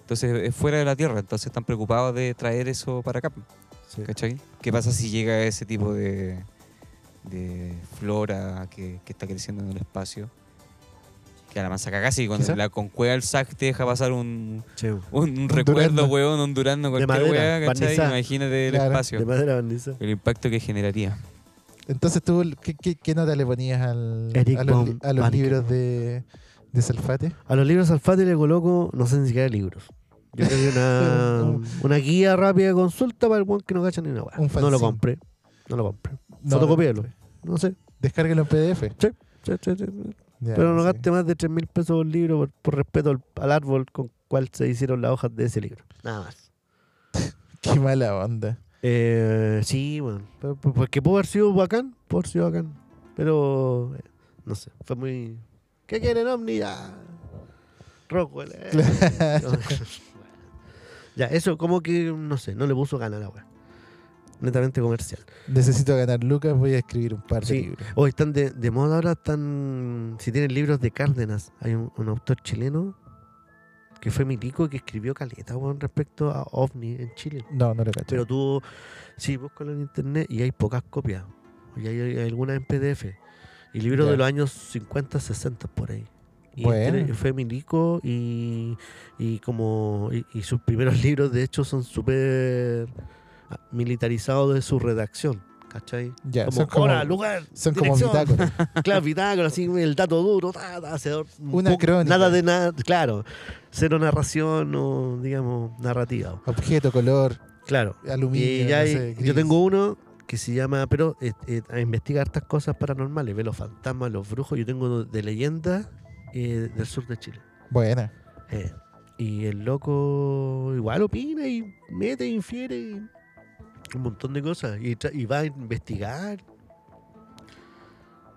Speaker 3: Entonces es fuera de la Tierra, entonces están preocupados de traer eso para acá. po, ¿Cachai? ¿Qué pasa si llega ese tipo de, de flora que, que está creciendo en el espacio? Que a la mansa cagás y cuando
Speaker 1: Quizá.
Speaker 3: la concueva el sac te deja pasar un,
Speaker 2: Sí, po.
Speaker 3: un, recuerdo,
Speaker 1: durazno.
Speaker 3: weón, un durando,
Speaker 2: De
Speaker 3: cualquier
Speaker 2: madera,
Speaker 3: weá, ¿cachai?
Speaker 2: barnizada.
Speaker 3: Imagínate el
Speaker 1: Claro.
Speaker 3: espacio.
Speaker 2: De madera barniza.
Speaker 3: El impacto que generaría.
Speaker 1: Entonces tú, ¿qué, qué, qué nota le ponías al,
Speaker 2: Eric
Speaker 1: a los,
Speaker 2: von
Speaker 1: a los
Speaker 2: Däniken.
Speaker 1: libros de, de Salfate?
Speaker 2: A los libros Alfate le coloco, no sé ni siquiera libros. Yo creo que una, una guía rápida de consulta para el weón que no cacha ni una weá.
Speaker 1: Un
Speaker 2: No
Speaker 1: fanzine.
Speaker 2: lo compre. No lo compre.
Speaker 1: No,
Speaker 2: Fotocopíalo. No sé.
Speaker 1: Descárguelo en PDF.
Speaker 2: Sí, sí, sí.
Speaker 1: Ya,
Speaker 2: Pero no
Speaker 1: sí.
Speaker 2: gaste más de 3 mil pesos por libro por, por respeto al, al árbol con cual se hicieron las hojas de ese libro. Nada más.
Speaker 1: Qué mala onda.
Speaker 2: Eh, sí, bueno. pero- por- Porque pudo haber sido bacán, pudo haber sido bacán. Pero, eh, no sé, fue muy... ¿Qué quieren, Omni? Ya. Rockwell. eh.
Speaker 1: Claro.
Speaker 2: ya, eso como que, no sé, no le puso ganas a la weá. Netamente comercial.
Speaker 1: Necesito ganar Lucas, voy a escribir un par de
Speaker 2: Sí.
Speaker 1: libros.
Speaker 2: Hoy Oh, están de, de moda ahora, están. Si tienen libros de Cárdenas, hay un, un autor chileno que fue milico y que escribió caleta weón, respecto a OVNI en Chile.
Speaker 1: No, no lo cacho.
Speaker 2: Pero tú, sí, búscalo en internet y hay pocas copias. Y hay, hay algunas en PDF. Y libros
Speaker 1: Ya.
Speaker 2: de los años 50, 60 por ahí. Y
Speaker 1: Bueno.
Speaker 2: entre- fue milico y, y como y, y sus primeros libros de hecho son súper ah, militarizados de su redacción, ¿cachai?
Speaker 1: ya,
Speaker 2: como,
Speaker 1: son como,
Speaker 2: hora, lugar,
Speaker 1: son como
Speaker 2: dirección.
Speaker 1: bitácoras.
Speaker 2: Claro, bitácora, así el dato duro, ta, ta, se-
Speaker 1: Una
Speaker 2: poco-
Speaker 1: crónica.
Speaker 2: Nada de nada, claro. Cero narración o, digamos, narrativa.
Speaker 1: Objeto, color,
Speaker 2: Claro.
Speaker 1: aluminio.
Speaker 2: Y ya
Speaker 1: no
Speaker 2: hay-
Speaker 1: sé,
Speaker 2: yo
Speaker 1: gris.
Speaker 2: tengo uno que se llama, pero eh, eh, a investigar estas cosas paranormales, ve los fantasmas, los brujos. Yo tengo uno de leyenda eh, del sur de Chile.
Speaker 1: Buena.
Speaker 2: Eh, y el loco igual opina y mete, infiere y un montón de cosas. Y, tra- y va a investigar.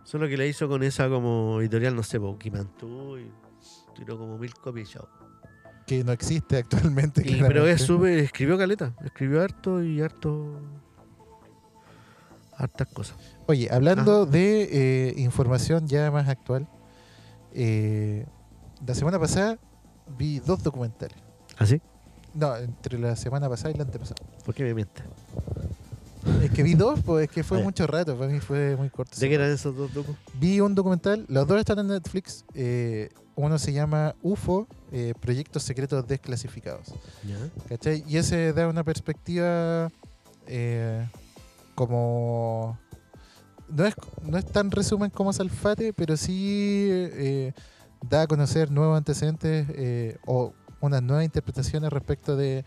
Speaker 2: Solo que le hizo con esa como editorial, no sé, Kimantú y tiró como mil copias y chao.
Speaker 1: Que no existe actualmente.
Speaker 2: Y- pero
Speaker 1: claramente.
Speaker 2: es súper, escribió caleta, escribió harto y harto. hartas cosas.
Speaker 1: Oye,
Speaker 2: Ah.
Speaker 1: hablando de eh, información ya más actual, eh, la semana pasada vi dos documentales.
Speaker 2: ¿Así?
Speaker 1: No, entre la semana pasada y la antepasada.
Speaker 2: ¿Por qué me mientes?
Speaker 1: Es que vi dos, pues es que fue
Speaker 2: Ah, ya.
Speaker 1: mucho rato, para mí fue muy corto.
Speaker 2: ¿De qué eran esos dos locos?
Speaker 1: Vi un documental, los dos están en Netflix. eh, uno se llama UFO, eh, Proyectos Secretos Desclasificados. ¿Cachai? Y ese da una perspectiva eh, como... No es, no es tan resumen como Salfate, pero sí eh, da a conocer nuevos antecedentes eh, o unas nuevas interpretaciones respecto de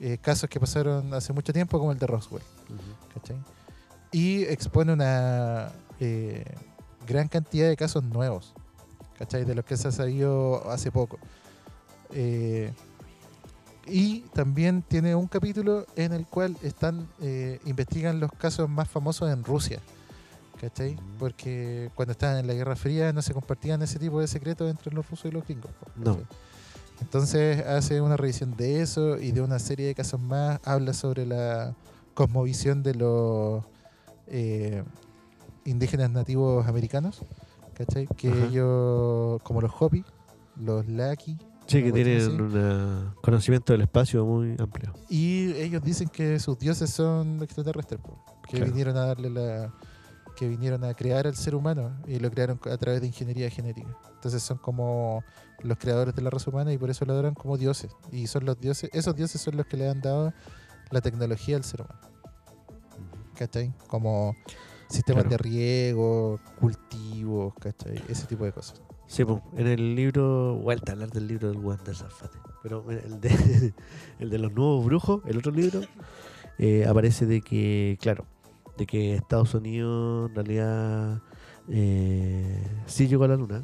Speaker 1: eh, casos que pasaron hace mucho tiempo, como el de Roswell. ¿cachai? Y expone una eh, gran cantidad de casos nuevos, ¿cachai? De los que se ha sabido hace poco. Eh, y también tiene un capítulo en el cual están eh, investigan los casos más famosos en Rusia, ¿cachai?
Speaker 2: Mm.
Speaker 1: Porque cuando estaban en la Guerra Fría no se compartían ese tipo de secretos entre los rusos y los gringos. po,
Speaker 2: No.
Speaker 1: ¿cachai? Entonces hace una revisión de eso y de una serie de casos más. Habla sobre la cosmovisión de los eh, indígenas nativos americanos, ¿cachai? Que
Speaker 2: Ajá.
Speaker 1: ellos, como los Hopi, los Laki,
Speaker 2: Sí,
Speaker 1: Una
Speaker 2: que
Speaker 1: cuestión
Speaker 2: tienen un conocimiento del espacio muy amplio.
Speaker 1: y ellos dicen que sus dioses son extraterrestres, po, que
Speaker 2: Claro.
Speaker 1: vinieron a darle la que vinieron a crear al ser humano y lo crearon a través de ingeniería genética. Entonces son como los creadores de la raza humana y por eso lo adoran como dioses. Y son los dioses, esos dioses son los que le han dado la tecnología al ser humano. ¿cachai? Como sistemas
Speaker 2: Claro.
Speaker 1: de riego, cultivos, ¿cachai? Ese tipo de cosas.
Speaker 2: Sí, pues, en el libro, vuelta a hablar del libro del Wander Zafate, pero mira, el de, el de los nuevos brujos, el otro libro, eh, aparece de que, claro, de que Estados Unidos en realidad eh, sí llegó a la luna,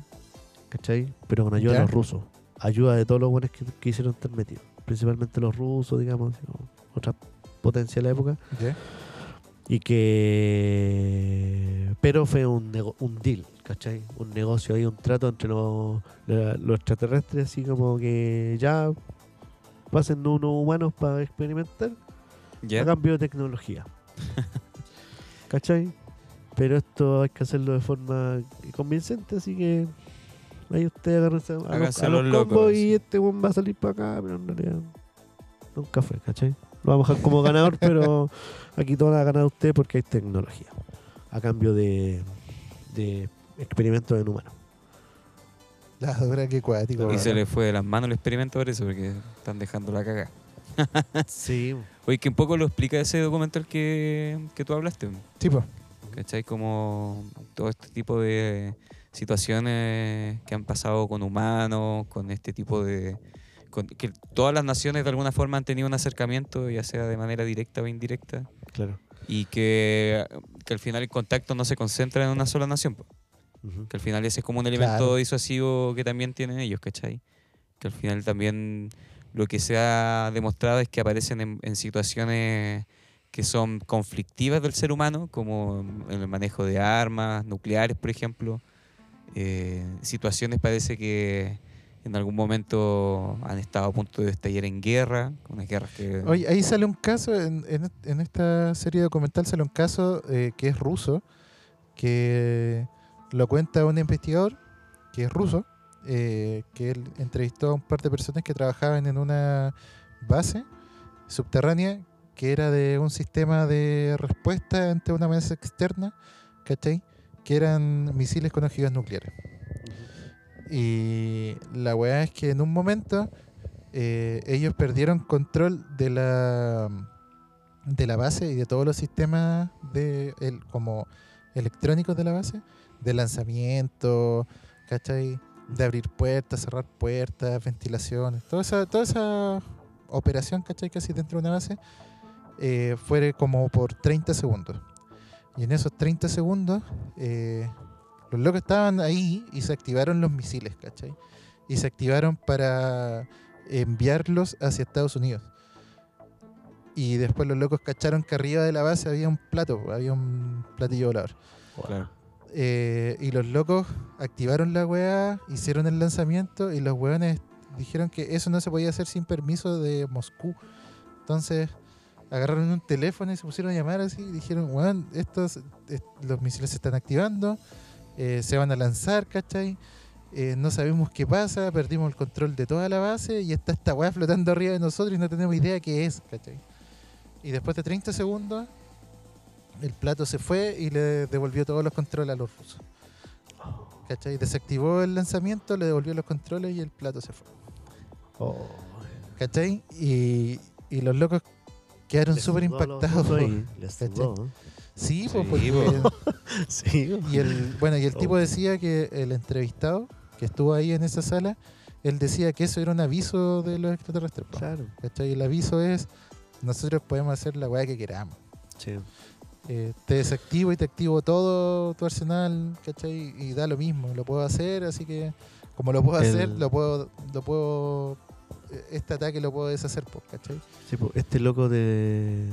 Speaker 2: ¿cachai? Pero con ayuda
Speaker 1: Ya.
Speaker 2: de los rusos, ayuda de todos los buenos que, que hicieron estar metidos, principalmente los rusos, digamos, o otras potencias de la época,
Speaker 1: ¿Ya?
Speaker 2: y que. Pero fue un, nego- un deal, ¿cachai? Un negocio ahí, un trato entre los, la- los extraterrestres, así como que ya pasen unos humanos para experimentar a
Speaker 3: ¿Ya?
Speaker 2: cambio de tecnología. ¿cachai? Pero esto hay que hacerlo de forma convincente, así que ahí ustedes agárrense a, los-
Speaker 3: Háganse
Speaker 2: a los,
Speaker 3: los locos,
Speaker 2: combos
Speaker 3: sí.
Speaker 2: y este weón va a salir para acá, pero en realidad nunca fue, ¿cachai? Lo vamos a dejar como ganador, pero aquí todo la ha ganado usted porque hay tecnología a cambio de, de experimentos en humanos.
Speaker 1: La verdad que cuático.
Speaker 3: Y
Speaker 1: weón.
Speaker 3: se le fue de las manos el experimento por eso, porque están dejando la cagada.
Speaker 2: Sí,
Speaker 3: Oye, que un poco lo explica ese documental que, que tú hablaste.
Speaker 1: Tipo,
Speaker 3: ¿Cachai? Como todo este tipo de situaciones que han pasado con humanos, con este tipo de... con- que todas las naciones de alguna forma han tenido un acercamiento, ya sea de manera directa o indirecta,
Speaker 2: claro.
Speaker 3: y que, que al final el contacto no se concentra en una sola nación. po.
Speaker 2: Ujú.
Speaker 3: Que al final ese es como un elemento
Speaker 1: Claro.
Speaker 3: disuasivo que también tienen ellos, ¿cachai? Que al final también lo que se ha demostrado es que aparecen en, en situaciones que son conflictivas del ser humano, como en el manejo de armas nucleares, por ejemplo. Eh, situaciones parece que en algún momento han estado a punto de estallar en guerra, unas guerras que...
Speaker 1: oye, ahí sale un caso, en, en- en esta serie documental sale un caso eh, que es ruso, que lo cuenta un investigador que es ruso, eh, que él entrevistó a un par de personas que trabajaban en una base subterránea que era de un sistema de respuesta ante una amenaza externa, ¿cachai? Que eran misiles con ojivas nucleares. Y la weá es que en un momento eh, ellos perdieron control de la de la base y de todos los sistemas de el- como electrónicos de la base, de lanzamiento, ¿cachai? De abrir puertas, cerrar puertas, ventilaciones, toda esa, toda esa operación, ¿cachai? Casi dentro de una base, eh, fue como por 30 segundos. Y en esos 30 segundos, eh, los locos estaban ahí y se activaron los misiles, ¿cachai? Y se activaron para enviarlos hacia Estados Unidos. Y después los locos cacharon que arriba de la base había un plato, había un platillo volador.
Speaker 3: Claro.
Speaker 1: Eh, y los locos activaron la weá, hicieron el lanzamiento y los weones dijeron que eso no se podía hacer sin permiso de Moscú. Entonces agarraron un teléfono y se pusieron a llamar así y dijeron, weón, estos, eh, los misiles se están activando, eh, se van a lanzar, ¿cachai? Eh, no sabemos qué pasa, perdimos el control de toda la base y está esta weá flotando arriba de nosotros y no tenemos idea qué es, ¿cachai? Y después de 30 segundos el plato se fue y le devolvió todos los controles a los rusos. ¿Cachai? Desactivó el lanzamiento, le devolvió los controles y el plato se fue.
Speaker 2: Oh.
Speaker 1: ¿Cachai? Y, y los locos quedaron
Speaker 2: Les
Speaker 1: súper
Speaker 2: zurró a los
Speaker 1: impactados.
Speaker 2: rusos ahí, les
Speaker 1: ¿cachai?
Speaker 2: zurró, ¿eh?
Speaker 1: Sí, po,
Speaker 3: Sí,
Speaker 1: porque-
Speaker 3: po.
Speaker 2: Sí,
Speaker 1: y el, bueno, y el
Speaker 2: Oh.
Speaker 1: tipo decía que el entrevistado que estuvo ahí en esa sala, él decía que eso era un aviso de los extraterrestres. po.
Speaker 2: claro.
Speaker 1: ¿Cachai? El aviso es, nosotros podemos hacer la weá que queramos.
Speaker 2: Sí.
Speaker 1: eh, te desactivo y te activo todo tu arsenal, ¿cachai? Y da lo mismo, lo puedo hacer, así que como lo puedo
Speaker 2: El-
Speaker 1: hacer, lo puedo, lo puedo, eh, este ataque lo puedo deshacer, po, ¿cachai?
Speaker 2: Sí, po, este loco de.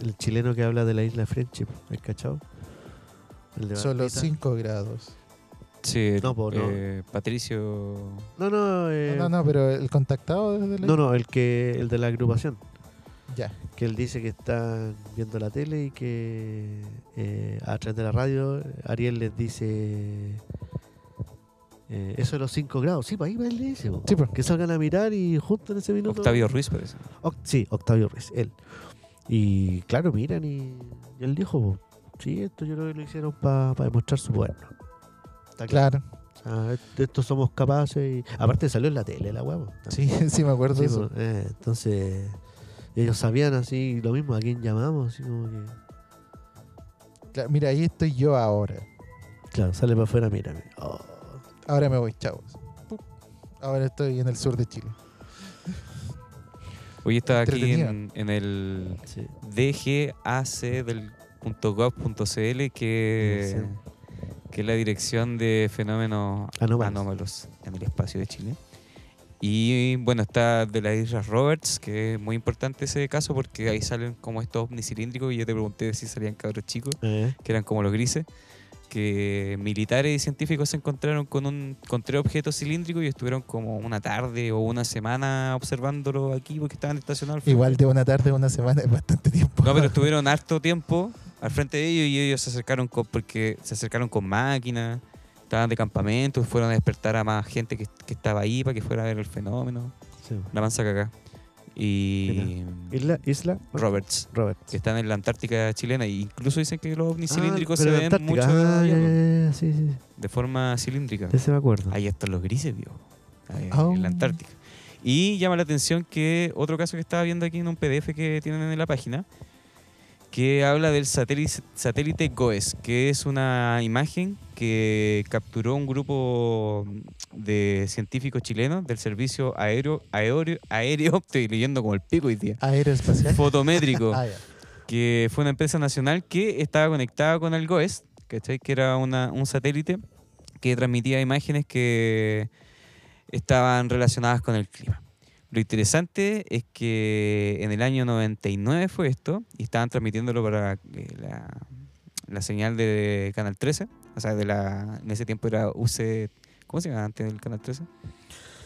Speaker 2: El chileno que habla de la isla Friendship, ¿el cachao? El de
Speaker 1: Solo
Speaker 2: Barbita.
Speaker 1: 5 grados.
Speaker 3: Sí,
Speaker 2: No, po, no.
Speaker 3: eh, Patricio...
Speaker 2: No, no, eh,
Speaker 1: No, no, no, pero el contactado desde la...
Speaker 2: no, no, el que el de la agrupación.
Speaker 1: Ya.
Speaker 2: que él dice que están viendo la tele y que eh, a través de la radio Ariel les dice eh, eso de los 5 grados. Sí, para ahí pa' él le dice. po.
Speaker 1: Sí, pues.
Speaker 2: Que salgan a mirar y justo en ese minuto...
Speaker 3: Octavio Ruiz parece.
Speaker 2: Oc- sí, Octavio Ruiz, él. Y claro, miran y, y él dijo, po, sí, esto yo creo que lo hicieron para demostrar su poder. Está
Speaker 1: Claro.
Speaker 2: O sea, est- de esto somos capaces y... Aparte salió en la tele la huevo.
Speaker 1: Sí, sí, me acuerdo de
Speaker 2: Sí,
Speaker 1: eso.
Speaker 2: pues, eh, entonces, ellos sabían así lo mismo a quién llamamos, así como que.
Speaker 1: Claro, mira, ahí estoy yo ahora.
Speaker 2: Claro, sale para afuera, mira. mira. Oh.
Speaker 1: Ahora me voy, chavos. Pup. Ahora estoy en el sur de Chile.
Speaker 3: Hoy estaba aquí
Speaker 1: Entretenido.
Speaker 3: en, en el
Speaker 2: Sí.
Speaker 3: DGAC del .gov.cl que, que es la dirección de fenómenos
Speaker 2: Anómalos.
Speaker 3: anómalos en el espacio de Chile. Y bueno, está de las Islas Roberts, que es muy importante ese caso porque ahí salen como estos ovnis cilíndricos y yo te pregunté si salían cabros chicos,
Speaker 2: Eh,
Speaker 3: que eran como los grises, que militares y científicos se encontraron con, un, con tres objetos cilíndricos y estuvieron como una tarde o una semana observándolo aquí porque estaban estacionados. al frente.
Speaker 1: Igual de una tarde a una semana es bastante tiempo.
Speaker 3: No, pero estuvieron harto tiempo al frente de ellos y ellos se acercaron con, porque se acercaron con máquinas, estaban de campamento, fueron a despertar a más gente que, que estaba ahí para que fuera a ver el fenómeno.
Speaker 2: sí.
Speaker 3: La mansa cagá. Y
Speaker 2: Isla, Isla
Speaker 3: Roberts,
Speaker 2: Robert.
Speaker 3: que están en la Antártica chilena. E incluso dicen que los ovnis
Speaker 2: Ah,
Speaker 3: cilíndricos se
Speaker 2: pero
Speaker 3: ven
Speaker 2: Antártica.
Speaker 3: mucho
Speaker 2: Ah,
Speaker 3: de,
Speaker 2: ya,
Speaker 3: allá,
Speaker 2: ya, ya, sí, sí.
Speaker 3: de forma cilíndrica.
Speaker 2: De ese me acuerdo.
Speaker 3: Ahí están los grises, viejo. Ahí,
Speaker 1: Oh.
Speaker 3: En la Antártica. Y llama la atención que otro caso que estaba viendo aquí en un PDF que tienen en la página, que habla del satélite, satélite GOES, que es una imagen que capturó un grupo de científicos chilenos del servicio aéreo, aéreo, aéreo estoy leyendo como el pico hoy día,
Speaker 1: Aeroespacial.
Speaker 3: fotométrico
Speaker 1: Ah, ya.
Speaker 3: que fue una empresa nacional que estaba conectada con el GOES, ¿cachai? Que era una- un satélite que transmitía imágenes que estaban relacionadas con el clima. Lo interesante es que en el año 99 fue esto y estaban transmitiéndolo para eh, la, la señal de Canal 13, o sea, de la, en ese tiempo era UC, ¿cómo se llamaba antes del Canal 13?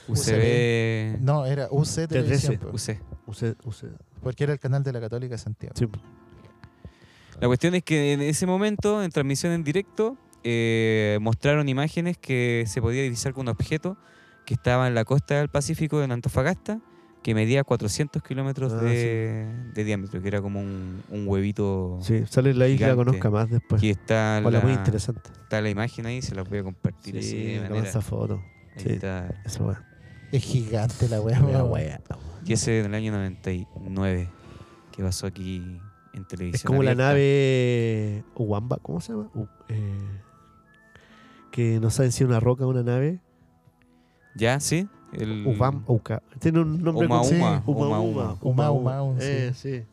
Speaker 3: UCB,
Speaker 1: No, era UC Televisión. po,
Speaker 3: UC.
Speaker 2: Usted, usted.
Speaker 1: Porque era el canal de la Católica de Santiago.
Speaker 2: Sí.
Speaker 3: La cuestión es que en ese momento, en transmisión en directo, eh, mostraron imágenes que se podía divisar con un objeto que estaba en la costa del Pacífico en Antofagasta, que medía 400 kilómetros
Speaker 2: Ah,
Speaker 3: de, de diámetro, que era como un, un huevito.
Speaker 2: Sí, sale la isla,
Speaker 3: Gigante.
Speaker 2: conozca más después.
Speaker 3: Y está
Speaker 2: Hola,
Speaker 3: la,
Speaker 2: muy interesante.
Speaker 3: está la imagen ahí, se la voy a compartir.
Speaker 2: Sí,
Speaker 3: ahí de
Speaker 2: la
Speaker 3: manera-
Speaker 2: mansa foto.
Speaker 3: ahí
Speaker 2: sí.
Speaker 3: está.
Speaker 2: Esa weá.
Speaker 1: Es gigante la wea.
Speaker 2: La
Speaker 1: po.
Speaker 2: weá.
Speaker 3: Y ese en el año 99, que pasó aquí en televisión.
Speaker 2: Es como la
Speaker 3: abierta.
Speaker 2: nave Uwamba, ¿cómo se llama? U- eh, que no saben si es una roca o una nave.
Speaker 3: ¿Ya? ¿Sí? El,
Speaker 2: Uwam, Uca. Tiene un nombre
Speaker 3: Mm. Uma
Speaker 2: como-
Speaker 3: Uma.
Speaker 2: Sí, Uma
Speaker 3: Uma
Speaker 2: Uma.
Speaker 3: Uma.
Speaker 1: Uma Uma, un-
Speaker 2: Eh, sí.
Speaker 3: Que hay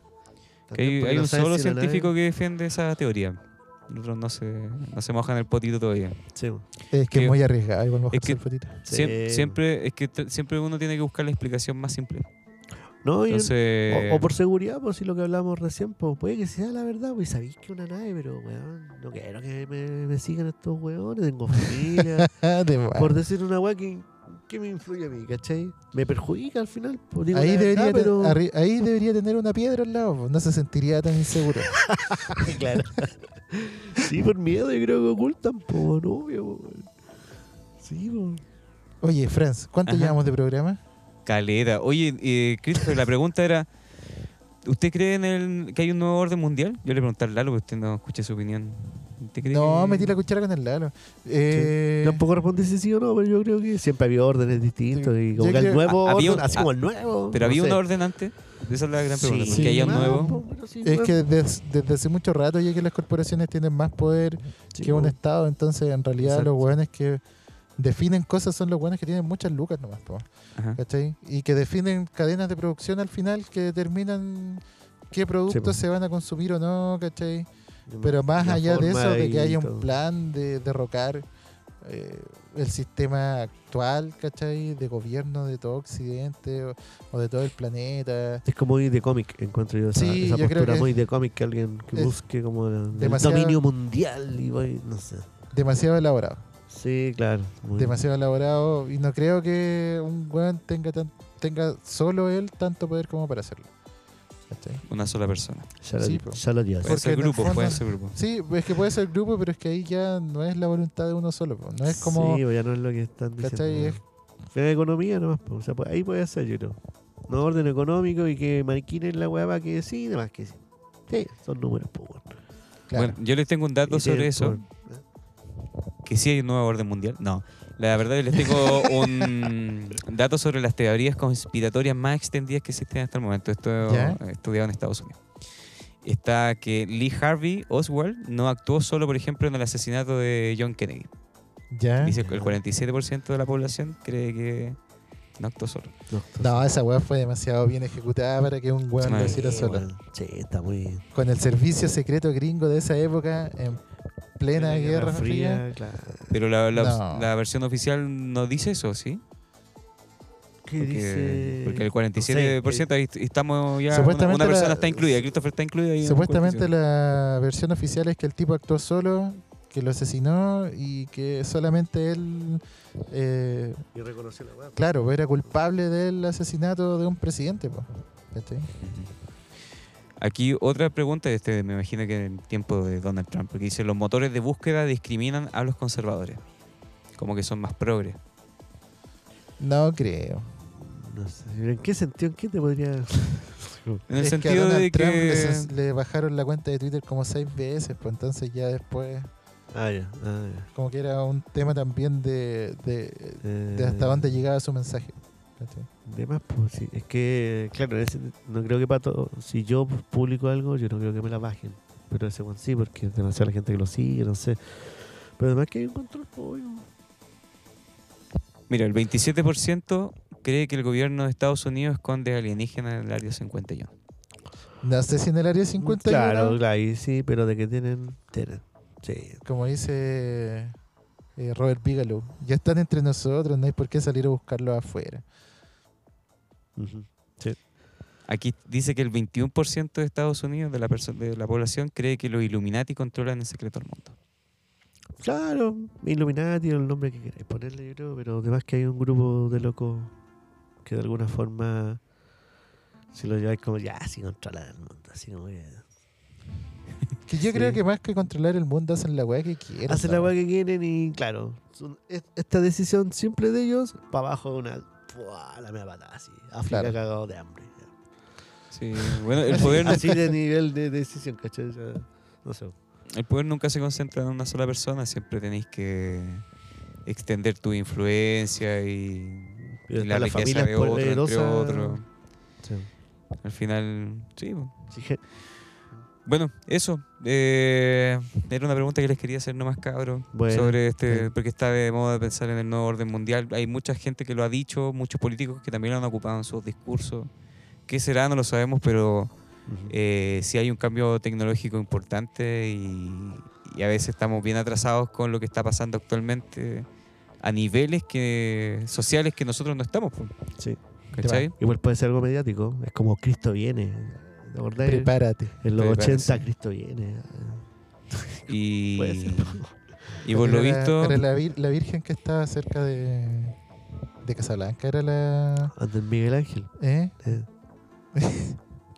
Speaker 2: Porque
Speaker 3: hay
Speaker 2: no
Speaker 3: un
Speaker 2: saben
Speaker 3: solo
Speaker 2: si la nave-
Speaker 3: científico que defiende esa teoría. Los otros no se, no se mojan el potito todavía.
Speaker 2: Sí,
Speaker 1: Es que
Speaker 3: Que-
Speaker 1: es muy arriesgado. Igual mejor
Speaker 3: es que-
Speaker 1: ser fotito.
Speaker 2: sí.
Speaker 3: Siem- siempre, es que tr- siempre uno tiene que buscar la explicación más simple.
Speaker 2: No, y-
Speaker 3: Entonces, eh,
Speaker 2: o, o por seguridad, pues si lo que hablábamos recién, pues puede que sea la verdad, pues sabéis que es una nave, pero weón, no quiero que me, me sigan estos weones, tengo familia.
Speaker 1: De más.
Speaker 2: por decir una weá que, que me influye a mí, ¿cachai? Me perjudica al final. pues, digo
Speaker 1: ahí,
Speaker 2: la
Speaker 1: debería
Speaker 2: verdad,
Speaker 1: ten-
Speaker 2: pero...
Speaker 1: arri- ahí debería tener una piedra al lado. po, No se sentiría tan inseguro.
Speaker 2: claro. sí, por miedo yo creo que ocultan, po, no, obvio, po. Sí, po.
Speaker 1: Oye, Franz, ¿cuánto
Speaker 3: Ajá.
Speaker 1: llevamos de programa?
Speaker 3: caleta. Oye, eh, Christopher, la pregunta era: ¿Usted cree en el, que hay un nuevo orden mundial? Yo le pregunté a Lalo, pero usted no escuché su opinión. ¿Usted cree
Speaker 1: No,
Speaker 3: que-
Speaker 1: metí la cuchara con el Lalo. Eh,
Speaker 2: Tampoco respondí si sí o no, pero yo creo que siempre había órdenes distintos y como
Speaker 1: Yo
Speaker 2: que el
Speaker 1: creo-
Speaker 2: nuevo
Speaker 3: Ah, había
Speaker 2: orden,
Speaker 3: un-
Speaker 2: así como el nuevo.
Speaker 3: Pero
Speaker 2: no
Speaker 3: había
Speaker 2: sé.
Speaker 3: un orden antes. Esa es la gran pregunta.
Speaker 2: Sí.
Speaker 3: porque hay un
Speaker 1: Sí.
Speaker 3: nuevo.
Speaker 2: po, pero sí, pues.
Speaker 1: Es
Speaker 2: weón.
Speaker 1: que des- desde hace mucho rato ya que las corporaciones tienen más poder
Speaker 2: Sí,
Speaker 1: que un
Speaker 2: po.
Speaker 1: Estado, entonces en realidad
Speaker 2: Exacto.
Speaker 1: los hueones que definen cosas son los hueones que tienen muchas lucas nomás, po,
Speaker 3: Ajá.
Speaker 1: ¿cachai? Y que definen cadenas de producción al final que determinan qué
Speaker 2: po.
Speaker 1: productos se van a consumir o no, ¿cachai? Pero más
Speaker 2: La
Speaker 1: allá de
Speaker 2: forma
Speaker 1: eso, de
Speaker 2: y
Speaker 1: que haya
Speaker 2: todo.
Speaker 1: un plan de derrocar eh, el sistema actual, ¿cachai? De gobierno de todo Occidente o- o de todo el planeta.
Speaker 2: Es como muy de cómic, encuentro yo esa,
Speaker 1: Sí,
Speaker 2: esa
Speaker 1: yo creo
Speaker 2: postura
Speaker 1: que
Speaker 2: muy de cómic que alguien que
Speaker 1: es
Speaker 2: busque como el, el
Speaker 1: demasiado-
Speaker 2: dominio mundial y voy, no sé.
Speaker 1: Demasiado elaborado.
Speaker 2: Sí, claro. muy-
Speaker 1: demasiado elaborado y no creo que un weón tenga tan- tenga solo él tanto poder como para hacerlo. ¿cachai?
Speaker 3: Una sola persona.
Speaker 2: Charlotte-
Speaker 1: Sí, po.
Speaker 2: Charlotte Díaz.
Speaker 3: Puede
Speaker 1: Porque
Speaker 3: ser
Speaker 1: en el
Speaker 3: grupo,
Speaker 1: fondo-
Speaker 3: puede ser grupo.
Speaker 1: Sí, es que puede ser grupo, pero es que ahí ya no es la voluntad de uno solo. po. No es como.
Speaker 2: Sí, pues ya no es lo que están diciendo.
Speaker 1: ¿Cachai? Es-
Speaker 2: Fue economía nomás, po. O sea, pues, ahí puede ser, yo creo. No orden económico y que marquinen la hueá para que sí y demás que sí. Sí, son números, pues,
Speaker 1: claro.
Speaker 3: Bueno, yo les tengo un dato sobre eso. Que sí hay un nuevo orden mundial. No. La verdad les tengo un dato sobre las teorías conspiratorias más extendidas que existen hasta el momento. Esto
Speaker 1: ¿Ya?
Speaker 3: estudiado en Estados Unidos. Está que Lee Harvey Oswald no actuó solo, por ejemplo, en el asesinato de John Kennedy.
Speaker 1: ya.
Speaker 3: Dice que el 47% de la población cree que no actuó solo.
Speaker 1: No, esa weá fue demasiado bien ejecutada para que un weón
Speaker 3: Sí,
Speaker 1: lo hiciera solo.
Speaker 2: Sí, está muy.
Speaker 1: Con el servicio secreto gringo de esa época, en plena guerra fría.
Speaker 2: claro.
Speaker 3: Pero la, la-
Speaker 1: No.
Speaker 3: la versión oficial no dice eso, ¿sí?
Speaker 2: ¿Qué
Speaker 3: Porque,
Speaker 2: dice?
Speaker 3: porque el
Speaker 2: No sé,
Speaker 3: 47% ahí est- estamos ya.
Speaker 1: Supuestamente
Speaker 3: una, una persona
Speaker 1: la-
Speaker 3: está incluida, Christopher está incluido ahí. en el
Speaker 1: Supuestamente
Speaker 3: 47.
Speaker 1: la versión oficial es que el tipo actuó solo, que lo asesinó y que solamente él, eh,
Speaker 2: eh, y reconoció la hueá.
Speaker 1: claro, pues, era culpable del asesinato de un presidente. po. ¿Cachai?
Speaker 3: Aquí otra pregunta, este, me imagino que en el tiempo de Donald Trump, porque dice: los motores de búsqueda discriminan a los conservadores. Como que son más progres.
Speaker 1: No creo.
Speaker 2: No sé. pero ¿En qué sentido? ¿En qué te podría.?
Speaker 3: En el
Speaker 1: Es que a
Speaker 3: sentido
Speaker 1: Donald
Speaker 3: de
Speaker 1: Trump
Speaker 3: que.
Speaker 1: les- le, bajaron la cuenta de Twitter como seis veces, pues entonces ya después,
Speaker 2: Ah, ya. Ah, ya.
Speaker 1: como que era un tema también de, de,
Speaker 2: Eh,
Speaker 1: de hasta dónde llegaba su mensaje. ¿cachai?
Speaker 2: De más, pues, sí. Es que, claro, ese- no creo que para todo. Si yo publico algo, yo no creo que me la bajen. Pero ese one sí, porque es demasiada la gente que lo sigue, no sé. Pero además que hay un control, pues, obvio.
Speaker 3: Mira, el 27% cree que el gobierno de Estados Unidos esconde alienígenas en el área 51.
Speaker 1: No sé si en el área 50
Speaker 2: Claro, claro, y sí, pero de que tienen, tienen. Sí.
Speaker 1: como dice eh, Robert Bigelow, ya están entre nosotros, no hay por qué salir a buscarlos afuera.
Speaker 2: Ujú.
Speaker 3: Aquí dice que el 21% de Estados Unidos, de la, perso- de la población, cree que los Illuminati controlan en secreto el mundo.
Speaker 2: Claro, Illuminati, el nombre que queráis ponerle, yo creo, pero además que hay un grupo de locos que de alguna forma, si lo lleváis como, ya, así controlan el mundo, así como que.
Speaker 1: Que yo
Speaker 2: Sí.
Speaker 1: creo que más que controlar el mundo hacen la weá que quieren.
Speaker 2: Hacen la
Speaker 1: ¿no?
Speaker 2: weá que quieren y claro, son- es- esta decisión simple de ellos, para abajo de una ¡buah! la mea patada así. África
Speaker 1: Claro.
Speaker 2: cagado de hambre.
Speaker 3: Sí, bueno, el poder,
Speaker 2: Así de nivel de decisión, ¿cachai? Ya, no sé.
Speaker 3: el poder nunca se concentra en una sola persona, siempre tenéis que extender tu influencia y,
Speaker 2: Y
Speaker 3: y
Speaker 2: después la
Speaker 3: la riqueza
Speaker 2: familia
Speaker 3: de otro, entre
Speaker 2: poderosa.
Speaker 3: otro. Al final, sí. bo.
Speaker 2: Sí, je-
Speaker 3: Bueno, eso. eh, era una pregunta que les quería hacer nomás, cabrón.
Speaker 2: Bueno,
Speaker 3: sobre este,
Speaker 2: sí.
Speaker 3: porque está de moda pensar en el nuevo orden mundial. Hay mucha gente que lo ha dicho, muchos políticos que también lo han ocupado en sus discursos. ¿Qué será? No lo sabemos, pero
Speaker 2: Ujú.
Speaker 3: eh, sí hay un cambio tecnológico importante y, y a veces estamos bien atrasados con lo que está pasando actualmente a niveles que sociales que nosotros no estamos. po,
Speaker 2: Sí.
Speaker 3: ¿Cachai?
Speaker 2: Igual puede ser algo mediático. Es como Cristo viene. ¿Te acordás?
Speaker 1: Prepárate.
Speaker 2: En los
Speaker 3: Prepárese.
Speaker 2: 80 Cristo viene.
Speaker 3: Y,
Speaker 2: Puede ser.
Speaker 3: y por lo
Speaker 1: Era-
Speaker 3: visto...
Speaker 1: Era la, vir- la virgen que estaba cerca de, de Casablanca, era la.
Speaker 2: Antes Miguel Ángel.
Speaker 1: ¿eh?
Speaker 2: Eh,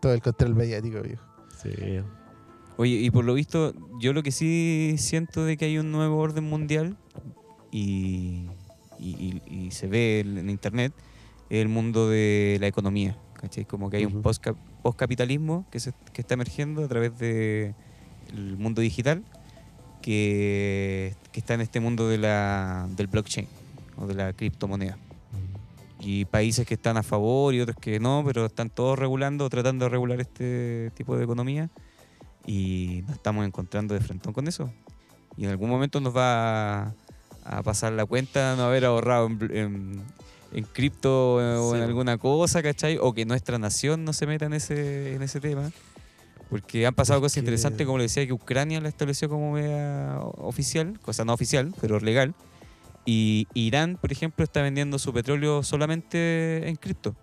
Speaker 1: Todo el control mediático, viejo.
Speaker 2: Sí.
Speaker 3: Oye, y por lo visto, yo lo que sí siento de que hay un nuevo orden mundial y, y- y- y se ve en en internet es el mundo de la economía. ¿cachai? Como que hay un
Speaker 2: Ujú.
Speaker 3: postca- postcapitalismo que, se, que está emergiendo a través del mundo digital que, que está en este mundo de la, del blockchain o de la criptomoneda. Y países que están a favor y otros que no, pero están todos regulando, tratando de regular este tipo de economía y nos estamos encontrando de frentón con eso. Y en algún momento nos va a, a pasar la cuenta no haber ahorrado en, bl- en- en cripto eh, o
Speaker 2: Sí,
Speaker 3: en
Speaker 2: bo.
Speaker 3: alguna cosa, ¿cachai? O que nuestra nación no se meta en ese, en ese tema. Porque han pasado cosas
Speaker 2: que-
Speaker 3: interesantes, como le decía, que Ucrania la estableció como moneda o- oficial, cosa no oficial, pero legal. Y Irán, por ejemplo, está vendiendo su petróleo solamente en cripto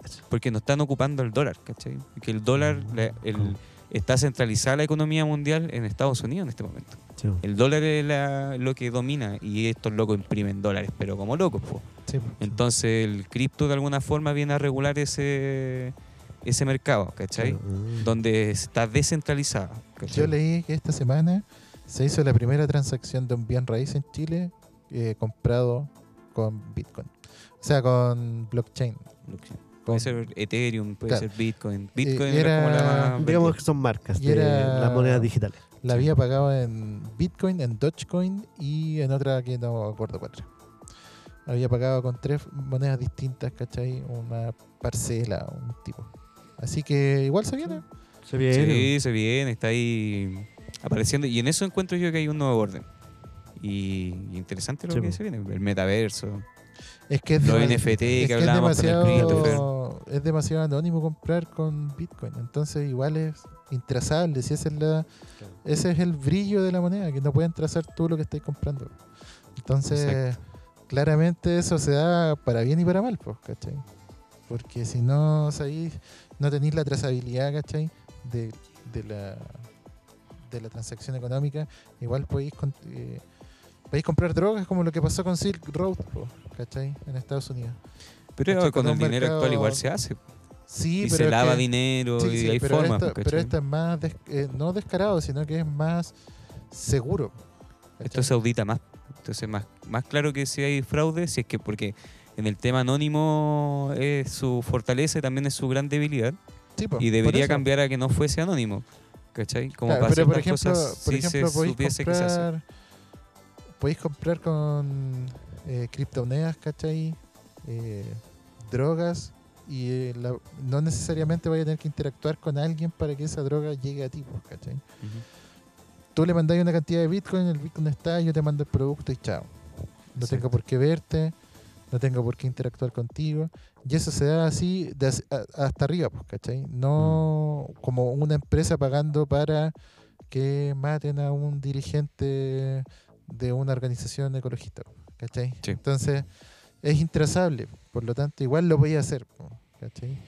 Speaker 2: Cacha.
Speaker 3: porque no están ocupando el dólar, ¿cachai? Que el dólar
Speaker 1: Mm,
Speaker 3: la- el- está centralizada la economía mundial en Estados Unidos en este momento.
Speaker 2: Sí.
Speaker 3: El dólar es la- lo que domina y estos locos imprimen dólares, pero como locos, po.
Speaker 1: Sí,
Speaker 3: Entonces el cripto de alguna forma viene a regular ese ese mercado, ¿cachai?
Speaker 2: Mm.
Speaker 3: Donde está descentralizado. ¿cachai?
Speaker 1: Yo leí que esta semana se hizo la primera transacción de un bien raíz en Chile eh, comprado con Bitcoin. O sea, con blockchain. Con-
Speaker 3: Puede ser Ethereum, puede
Speaker 1: Claro. Eh,
Speaker 3: ser Bitcoin. Bitcoin
Speaker 1: era-
Speaker 3: era como la más
Speaker 2: Ah, Digamos que
Speaker 3: vendida.
Speaker 2: son marcas
Speaker 1: Y
Speaker 2: de
Speaker 1: era-
Speaker 2: las monedas digitales.
Speaker 1: La había pagado en Bitcoin, en Dogecoin y en otra que no me acuerdo cuál era. Había pagado con tres monedas distintas, ¿cachai? Una parcela, un tipo. Así que igual se viene.
Speaker 2: Se viene.
Speaker 3: Sí, se viene, está ahí apareciendo. Y en eso encuentro yo que hay un nuevo orden. Y y interesante lo
Speaker 2: Sí,
Speaker 3: que
Speaker 2: po.
Speaker 3: se viene, el metaverso.
Speaker 1: Es que es,
Speaker 3: Los
Speaker 1: dema-
Speaker 3: NFT que
Speaker 1: es que es
Speaker 3: hablábamos con el
Speaker 1: demasiado, es demasiado anónimo comprar con Bitcoin. Entonces igual es intrazable. Si esa es la,
Speaker 2: Claro.
Speaker 1: ese es el brillo de la moneda, que no pueden trazar tú lo que estáis comprando. Entonces, claramente eso se da para bien y para mal, pues, ¿cachai? Porque si no sabéis, no tenéis la trazabilidad, ¿cachai? De, de la, de la transacción económica, igual podéis, con- eh, podéis comprar drogas como lo que pasó con Silk Road, po, ¿cachai? En Estados Unidos.
Speaker 3: Pero
Speaker 1: ¿cachai?
Speaker 3: con
Speaker 1: con
Speaker 3: el
Speaker 1: un
Speaker 3: dinero
Speaker 1: mercado-
Speaker 3: actual igual se hace.
Speaker 1: Sí,
Speaker 3: y
Speaker 1: pero
Speaker 3: se
Speaker 1: es
Speaker 3: lava
Speaker 1: que-
Speaker 3: dinero
Speaker 1: sí,
Speaker 3: y
Speaker 1: sí,
Speaker 3: hay
Speaker 1: pero
Speaker 3: formas.
Speaker 1: esto, pero
Speaker 3: pues, ¿cachai?
Speaker 1: esto es más, des- eh, no descarado, sino que es más seguro.
Speaker 3: Esto se audita más. Entonces, más, más claro que si hay fraude, si es que porque en el tema anónimo es su fortaleza y también es su gran debilidad.
Speaker 1: Sí, po,
Speaker 3: Y
Speaker 1: por
Speaker 3: debería
Speaker 1: eso.
Speaker 3: cambiar a que no fuese anónimo. ¿Cachai? Como
Speaker 1: Claro,
Speaker 3: para
Speaker 1: pero por
Speaker 3: ciertas
Speaker 1: ejemplo,
Speaker 3: cosas,
Speaker 1: por
Speaker 3: si
Speaker 1: ejemplo
Speaker 3: se
Speaker 1: podéis
Speaker 3: supiese que se hace.
Speaker 1: comprar, podéis comprar con eh, criptomonedas, ¿cachai? Eh, drogas y eh, la- no necesariamente vais a tener que interactuar con alguien para que esa droga llegue a ti, pues, ¿cachai?
Speaker 3: Ujú.
Speaker 1: Tú le mandáis una cantidad de Bitcoin, el Bitcoin está, yo te mando el producto y chao. No tengo
Speaker 3: Exacto.
Speaker 1: por qué verte, no tengo por qué interactuar contigo. Y eso se da así de as- a- hasta arriba, pues, ¿cachai? No
Speaker 3: Mm.
Speaker 1: como una empresa pagando para que maten a un dirigente de una organización ecologista, ¿cachai?
Speaker 3: Sí.
Speaker 1: Entonces, es intrazable, por lo tanto, igual lo voy a hacer, ¿cachai?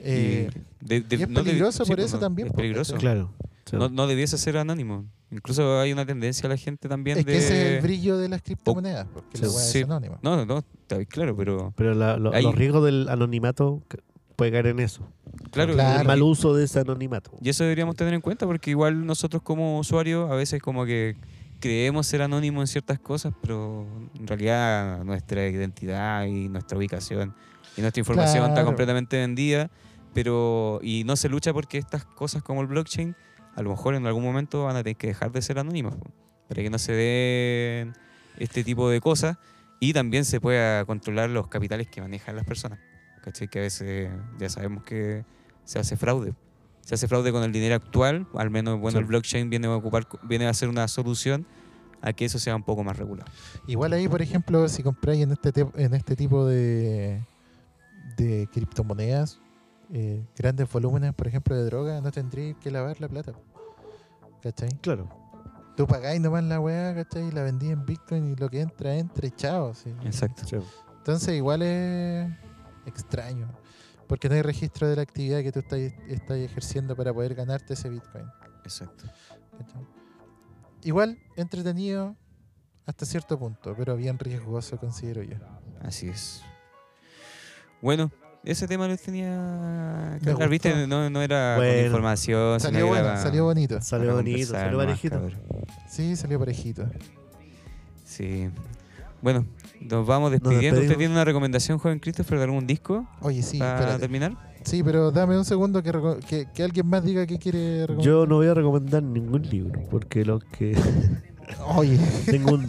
Speaker 1: Eh,
Speaker 3: Y de- de-
Speaker 1: y es
Speaker 3: no debi-
Speaker 1: peligroso por
Speaker 3: pues,
Speaker 1: eso
Speaker 3: no,
Speaker 1: también,
Speaker 3: Es
Speaker 1: pues,
Speaker 3: peligroso.
Speaker 2: Claro. Sí.
Speaker 3: No, no debiese ser anónimo. Incluso hay una tendencia a la gente también
Speaker 1: es
Speaker 3: de.
Speaker 1: que ese es el brillo de las criptomonedas, porque la
Speaker 3: Sí.
Speaker 1: weá
Speaker 3: Sí.
Speaker 1: es anónima.
Speaker 3: No, no, está bien claro, pero.
Speaker 2: Pero la- lo-
Speaker 3: Ahí-
Speaker 2: los riesgos del anonimato que- puede caer en eso.
Speaker 3: Claro,
Speaker 1: Claro.
Speaker 2: El mal uso de ese anonimato.
Speaker 3: Y eso deberíamos tener en cuenta porque igual nosotros como usuarios a veces como que creemos ser anónimos en ciertas cosas, pero en realidad nuestra identidad y nuestra ubicación y nuestra información está
Speaker 1: Claro.
Speaker 3: completamente vendida, pero y no se lucha porque estas cosas como el blockchain a lo mejor en algún momento van a tener que dejar de ser anónimas po, para que no se den este tipo de cosas y también se pueda controlar los capitales que manejan las personas. ¿Cachai? Que a veces ya sabemos que se hace fraude se hace fraude con el dinero actual, al menos bueno,
Speaker 2: Sí.
Speaker 3: el blockchain viene a ocupar, viene a ser una solución a que eso sea un poco más regular.
Speaker 1: Igual ahí, por ejemplo, si compráis en este, te- en este tipo de, de criptomonedas, eh, grandes volúmenes, por ejemplo, de droga, no tendríais que lavar la plata. ¿Cachai?
Speaker 2: Claro.
Speaker 1: Tú pagáis nomás la weá, ¿cachai? Y la vendí en Bitcoin y lo que entra, entra y chao. sí.
Speaker 3: Exacto.
Speaker 2: Sí.
Speaker 1: Entonces, igual es extraño. Porque no hay registro de la actividad que tú estás, estás ejerciendo para poder ganarte ese Bitcoin.
Speaker 3: Exacto.
Speaker 1: ¿cachai? Igual, entretenido hasta cierto punto, pero bien riesgoso, considero yo.
Speaker 3: Así es. Bueno, ese tema lo tenía que
Speaker 1: Me
Speaker 3: hablar, viste,
Speaker 1: gustó.
Speaker 3: no, no era con
Speaker 2: Bueno.
Speaker 3: información, sino
Speaker 1: Salió
Speaker 3: que
Speaker 1: bueno,
Speaker 3: era
Speaker 1: salió bonito.
Speaker 3: para
Speaker 2: Salió bonito,
Speaker 3: conversar
Speaker 2: salió
Speaker 3: nomás,
Speaker 2: parejito.
Speaker 3: cabrón.
Speaker 1: Sí, salió parejito.
Speaker 3: Sí. Bueno, nos vamos
Speaker 2: despedimos.
Speaker 3: despidiendo. ¿Usted tiene una recomendación, joven Christopher, de algún disco
Speaker 1: Oye, sí,
Speaker 3: para
Speaker 1: espérate.
Speaker 3: terminar?
Speaker 1: Sí, pero dame un segundo que, reco- que, que alguien más diga que quiere recomendar.
Speaker 2: Yo no voy a recomendar ningún libro, porque los que
Speaker 1: Oye,
Speaker 2: tengo un-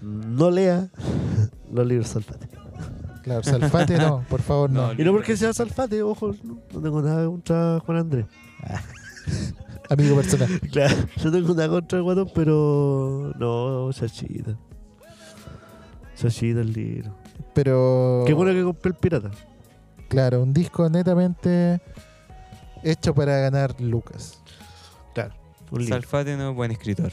Speaker 2: no lea los libros salfate.
Speaker 1: claro, Salfate no, por favor, no.
Speaker 3: No.
Speaker 2: Y no porque sea salfate, ojo, no, no tengo nada contra Juan Andrés.
Speaker 1: Amigo personal.
Speaker 2: Claro, no tengo nada contra el guatón, pero no, Sashida. Sashida el libro.
Speaker 1: Pero.
Speaker 2: Qué bueno que compré el pirata.
Speaker 1: Claro, un disco netamente hecho para ganar Lucas.
Speaker 2: Un libro. Ah.
Speaker 3: Salfate no es buen escritor,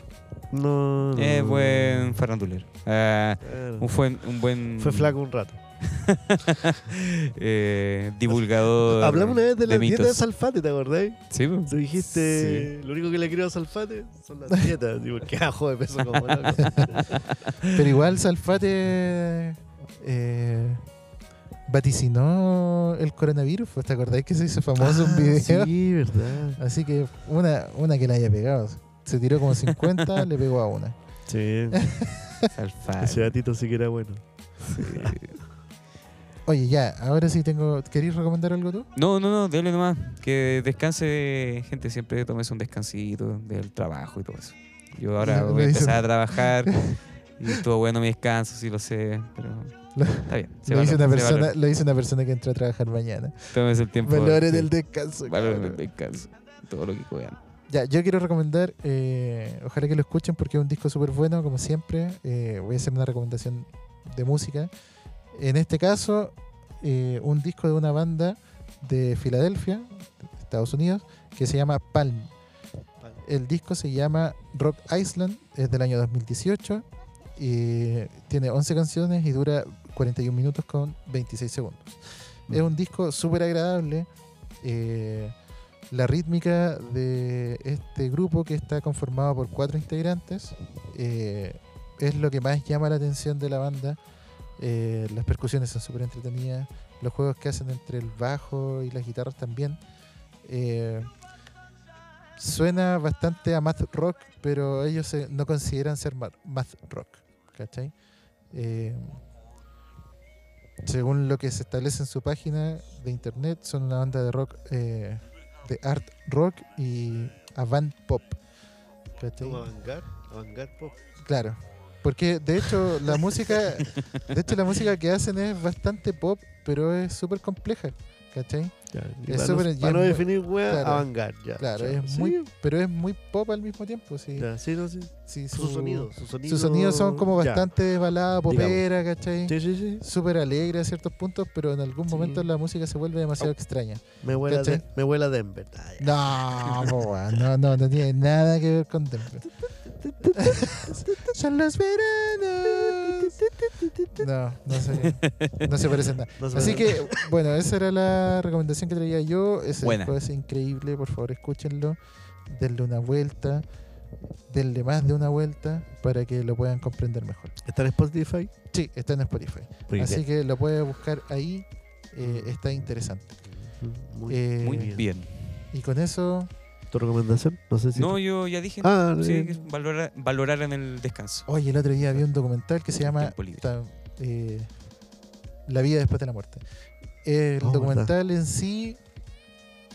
Speaker 2: No, no,
Speaker 3: es
Speaker 2: no.
Speaker 3: buen farandulero. Ah,
Speaker 2: Claro.
Speaker 3: un, buen, un buen...
Speaker 2: Fue flaco un rato.
Speaker 3: eh, divulgador.
Speaker 2: Hablamos una vez de las dietas de
Speaker 3: mitos.
Speaker 2: salfate, ¿te acordás?
Speaker 3: Sí, pues, po.
Speaker 2: Tú dijiste, lo único que le creo a Salfate son las dietas. Digo, qué ajo de peso como loco.
Speaker 1: Pero igual Salfate eh, vaticinó el coronavirus. pues, ¿Te acordáis que se hizo famoso un
Speaker 2: Ah,
Speaker 1: video?
Speaker 2: Sí, verdad.
Speaker 1: Así que una, una que le haya pegado. Se tiró como 50, le pegó a una.
Speaker 2: Sí,
Speaker 3: Alfaro.
Speaker 2: ese gatito sí que era bueno.
Speaker 1: Oye, ya, ahora sí tengo. ¿Queréis recomendar algo tú?
Speaker 3: No, no, no, déle nomás. Que descanse, gente, siempre tomes un descansito del trabajo y todo eso. Yo ahora
Speaker 1: Le-
Speaker 3: voy
Speaker 1: le
Speaker 3: a
Speaker 1: dicen-
Speaker 3: empezar a trabajar y estuvo bueno mi descanso, sí lo sé, pero
Speaker 1: Lo-
Speaker 3: está bien. se
Speaker 1: Lo dice, una
Speaker 3: valora, se valora.
Speaker 1: persona, lo dice una persona que entra a trabajar mañana.
Speaker 3: Tómese el tiempo.
Speaker 1: Valores
Speaker 3: sí,
Speaker 1: del descanso.
Speaker 3: valores
Speaker 1: cabrón.
Speaker 3: del descanso. Todo lo que puedan.
Speaker 1: Ya, yo quiero recomendar, eh, ojalá que lo escuchen porque es un disco súper bueno, como siempre. Eh, voy a hacer una recomendación de música. En este caso, eh, un disco de una banda de Filadelfia, de Estados Unidos, que se llama Palm. El disco se llama Rock Island, es del año 2018, y tiene 11 canciones y dura 41 minutos con 26 segundos. Es un disco súper agradable. eh, la rítmica de este grupo que está conformado por cuatro integrantes eh, es lo que más llama la atención de la banda. Eh, las percusiones son súper entretenidas, los juegos que hacen entre el bajo y las guitarras también. Eh, suena bastante a math rock, pero ellos se- no consideran ser ma- math rock, ¿cachai? Eh, según lo que se establece en su página de internet, son una banda de rock eh, de art rock y avant pop. ¿cachai?
Speaker 2: Como Avangar, Avangar Pop.
Speaker 1: Claro. Porque de hecho la música, de hecho la música que hacen es bastante pop, pero es súper compleja, ¿cachai?
Speaker 2: Y
Speaker 1: Es
Speaker 2: para
Speaker 1: súper-
Speaker 2: no-
Speaker 1: ya
Speaker 2: para
Speaker 1: es
Speaker 2: no
Speaker 1: muy-
Speaker 2: definir wea,
Speaker 1: claro.
Speaker 2: Avangar, ya.
Speaker 1: Claro,
Speaker 2: ya,
Speaker 1: es
Speaker 2: sí,
Speaker 1: muy, pero es muy pop al mismo tiempo, sí.
Speaker 2: ya, sí, no, sí.
Speaker 1: sí,
Speaker 2: Sus
Speaker 1: su-
Speaker 2: sonidos, sus sonidos.
Speaker 1: Sus sonidos son como
Speaker 2: ya.
Speaker 1: bastante balada, popera, ¿cachai?
Speaker 2: Sí, sí, sí.
Speaker 1: Súper alegre a ciertos puntos, pero en algún
Speaker 2: Sí. Oh.
Speaker 1: momento la música se vuelve demasiado extraña.
Speaker 2: Me huele, a
Speaker 1: ¿Cachai?
Speaker 2: de- me huele a Denver. Ah, ya.
Speaker 1: No, po, weón, no, no, no tiene nada que ver con Denver. Son los veranos. No, no se, no se parece en nada.
Speaker 2: No se
Speaker 1: Así
Speaker 2: parece.
Speaker 1: que, bueno, esa era la recomendación que traía yo. Ese
Speaker 3: Buena.
Speaker 1: disco es increíble, por favor, escúchenlo. Denle una vuelta. Denle más de una vuelta para que lo puedan comprender mejor.
Speaker 2: ¿Está en Spotify?
Speaker 1: Sí, está en Spotify.
Speaker 2: Muy
Speaker 1: Así que lo puedes buscar ahí. eh, está interesante.
Speaker 2: bien. Muy,
Speaker 1: Eh,
Speaker 3: Muy
Speaker 2: bien.
Speaker 3: bien.
Speaker 1: Y con eso.
Speaker 2: ¿Tu recomendación? No sé si.
Speaker 3: No, yo ya dije.
Speaker 2: Ah,
Speaker 3: sí,
Speaker 2: sí.
Speaker 3: que valora- valorar en el descanso.
Speaker 1: Oye, el otro día vi un documental que se llama
Speaker 3: Tiempo libre.
Speaker 1: ta- eh, La vida después de la muerte. El
Speaker 2: Oh,
Speaker 1: documental en sí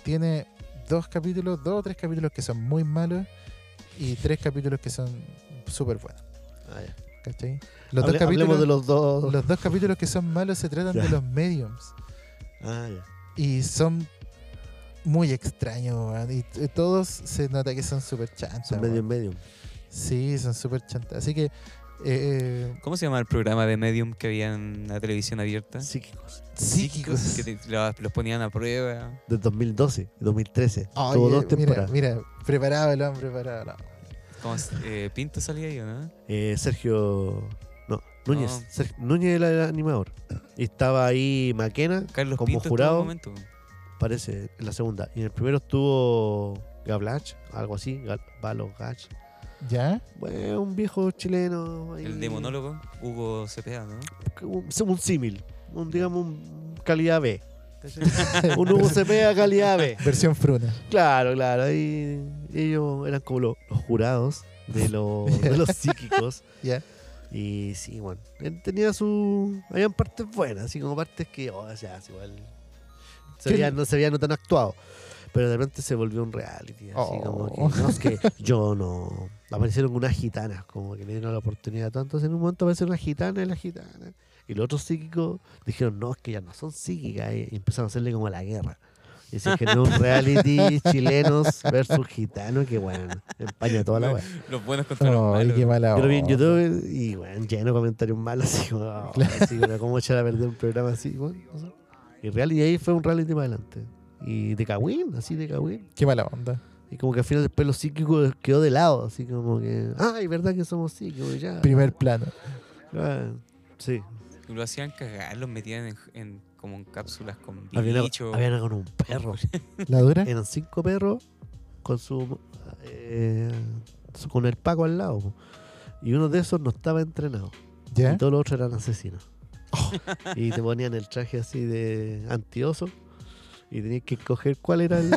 Speaker 1: tiene dos capítulos, dos o tres capítulos que son muy malos y tres capítulos que son súper buenos.
Speaker 2: Ah, ya.
Speaker 1: ¿Cachai? Los
Speaker 2: Hable-
Speaker 1: dos capítulos,
Speaker 2: Hablemos de los dos.
Speaker 1: los dos capítulos que son malos se tratan
Speaker 2: Ya.
Speaker 1: de los mediums.
Speaker 2: Ah, ya.
Speaker 1: y son muy extraños, weón, Y t- todos se nota que son súper chantas.
Speaker 2: Son
Speaker 1: weón.
Speaker 2: medio en medio.
Speaker 1: Sí, son súper chantas. Así que, eh,
Speaker 3: ¿Cómo se llama el programa de Medium que había en la televisión abierta?
Speaker 2: Psíquicos.
Speaker 1: psíquicos.
Speaker 3: Que te- lo- los ponían a prueba.
Speaker 2: Del 2012 y 2013.
Speaker 1: Oye,
Speaker 2: Tuvo dos
Speaker 1: Ah, mira,
Speaker 2: temporadas.
Speaker 1: mira, preparado el hombre, preparado el hombre.
Speaker 3: ¿Cómo se- eh, Pinto salía yo, ¿no?
Speaker 2: Eh, Sergio. No, Núñez.
Speaker 3: No.
Speaker 2: Sergio- Núñez era el animador. Y estaba ahí Maquena
Speaker 3: Carlos
Speaker 2: como
Speaker 3: Pinto en todo
Speaker 2: jurado,
Speaker 3: momento.
Speaker 2: parece, en la segunda. Y en el primero estuvo Gablach, algo así. Gal Valo Gach.
Speaker 1: ¿Ya?
Speaker 2: Bueno, un viejo chileno. ahí.
Speaker 3: El demonólogo, Hugo Cepeda, ¿no?
Speaker 2: Un, un símil. Un, digamos, un calidad B. un Hugo Cepeda calidad B.
Speaker 1: Versión fruna.
Speaker 2: Claro, claro. Ahí ellos eran como lo- los jurados de, lo- de los psíquicos.
Speaker 1: Ya.
Speaker 2: Y sí, bueno. Él tenía su. Habían partes buenas, así como partes que. Oh, ya, es igual. Se
Speaker 1: ¿Qué-
Speaker 2: veía, no se veía no tan actuado. Pero de repente se volvió un reality. Así
Speaker 1: Oh.
Speaker 2: como que. No, es que yo no. Aparecieron unas gitanas, como que le dieron la oportunidad. Entonces en un momento aparecieron una gitana y la gitana. Y los otros psíquicos dijeron, no, es que ya no son psíquicas. Y empezaron a hacerle como la guerra. Y se generó un reality chilenos versus gitanos que, bueno, empaña toda la wea.
Speaker 3: Los buenos contra los
Speaker 1: Ay,
Speaker 3: malos.
Speaker 1: qué mala
Speaker 2: Yo lo vi en
Speaker 1: onda.
Speaker 2: YouTube y, bueno, lleno de comentarios malos. Así como, oh, así como, ¿cómo echar a perder un programa así? Bueno, no sé. y, real, y ahí fue un reality más adelante. Y de Cagüín, así de Cagüín.
Speaker 1: Qué mala onda.
Speaker 2: Y como que al final después los psíquicos quedó de lado. Así como que, ay, ¿verdad que somos psíquicos? Ya.
Speaker 1: Primer plano.
Speaker 2: Ah, sí.
Speaker 3: Lo hacían cagar, los metían en, en- como en cápsulas con
Speaker 2: Habían,
Speaker 3: bicho.
Speaker 2: habían con un perro.
Speaker 1: ¿La dura?
Speaker 2: eran cinco perros con su, eh, su- con el Paco al lado po. y uno de esos no estaba entrenado
Speaker 1: ¿Ya? Oh.
Speaker 2: y todos los otros eran asesinos Y te ponían el traje así de antioso. Y tenías que escoger cuál era el.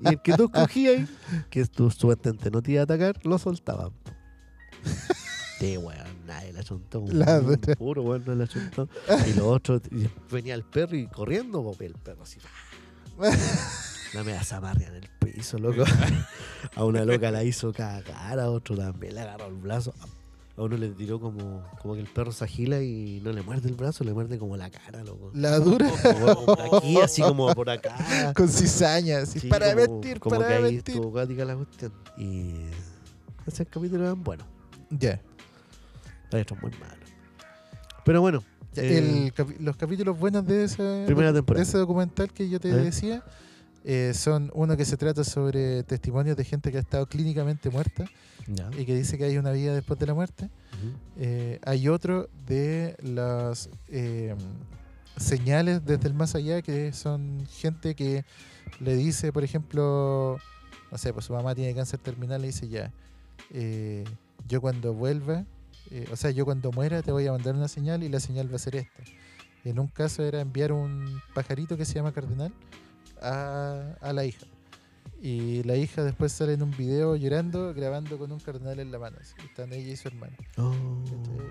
Speaker 2: Y el que tú escogías, que tu subentente no te iba a atacar, lo soltaban. Sí, weón, nadie la chuntó. un-
Speaker 1: La
Speaker 2: un
Speaker 1: dura.
Speaker 2: puro, weón, no la chuntó. Y los otros, y venía el perro y corriendo, po, el perro así. La media zamarria en el piso, loco. A una loca la hizo cagar, a otro también le agarró el brazo. A uno le tiró como, como que el perro se agila y no le muerde el brazo, le muerde como la cara, loco.
Speaker 1: La dura
Speaker 2: Como por aquí, así como por acá.
Speaker 1: con cizañas.
Speaker 2: Sí,
Speaker 1: para
Speaker 2: como-
Speaker 1: mentir,
Speaker 2: como
Speaker 1: para
Speaker 2: que ahí
Speaker 1: mentir.
Speaker 2: estuvo cuática la cuestión. Y ese capítulo eran buenos.
Speaker 1: Ya.
Speaker 2: Hay otros muy malos. Pero bueno, eh,
Speaker 1: El capi- los capítulos buenos de ese,
Speaker 2: primera
Speaker 1: de
Speaker 2: temporada.
Speaker 1: ese documental que yo te
Speaker 2: A ver.
Speaker 1: decía eh, son uno que se trata sobre testimonios de gente que ha estado clínicamente muerta
Speaker 2: Ya.
Speaker 1: y que dice que hay una vida después de la muerte.
Speaker 2: Ujú.
Speaker 1: Eh, hay otro de las eh, señales desde el más allá que son gente que le dice, por ejemplo, no sé, pues su mamá tiene cáncer terminal, le dice ya, eh, yo cuando vuelva, eh, o sea, yo cuando muera te voy a mandar una señal y la señal va a ser esta. En un caso era enviar un pajarito que se llama Cardenal a, a la hija. Y la hija después sale en un video llorando, grabando con un cardenal en la mano. así. Están ella y su hermano.
Speaker 2: Oh.
Speaker 1: ¿cachai?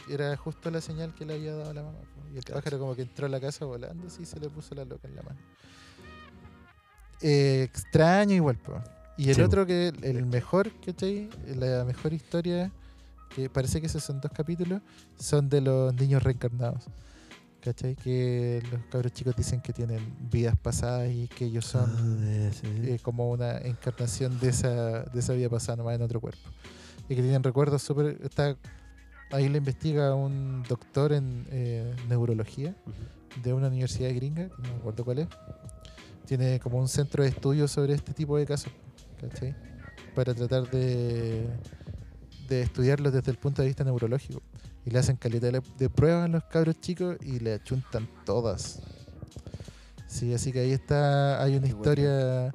Speaker 1: este, Y era justo la señal que le había dado la mamá. po. Y el pájaro como que entró a la casa volando así, y se le puso la loca en la mano. Eh, extraño igual, po. Y el
Speaker 2: Sí, po.
Speaker 1: otro que, el mejor, ¿cachai? La mejor historia, que parece que esos son dos capítulos, son de los niños reencarnados. ¿Cachai? Que los cabros chicos dicen que tienen vidas pasadas y que ellos son
Speaker 2: Ah, ese.
Speaker 1: eh, como una encarnación de esa, de esa vida pasada nomás en otro cuerpo. Y que tienen recuerdos súper... Está, ahí lo investiga un doctor en eh, neurología
Speaker 2: Ujú.
Speaker 1: de una universidad gringa, que no me acuerdo cuál es. Tiene como un centro de estudio sobre este tipo de casos, ¿cachai? Para tratar de, de estudiarlos desde el punto de vista neurológico. Y le hacen calidad de pruebas a los cabros chicos y le achuntan todas. Sí, así que ahí está, hay una
Speaker 2: Qué bueno.
Speaker 1: historia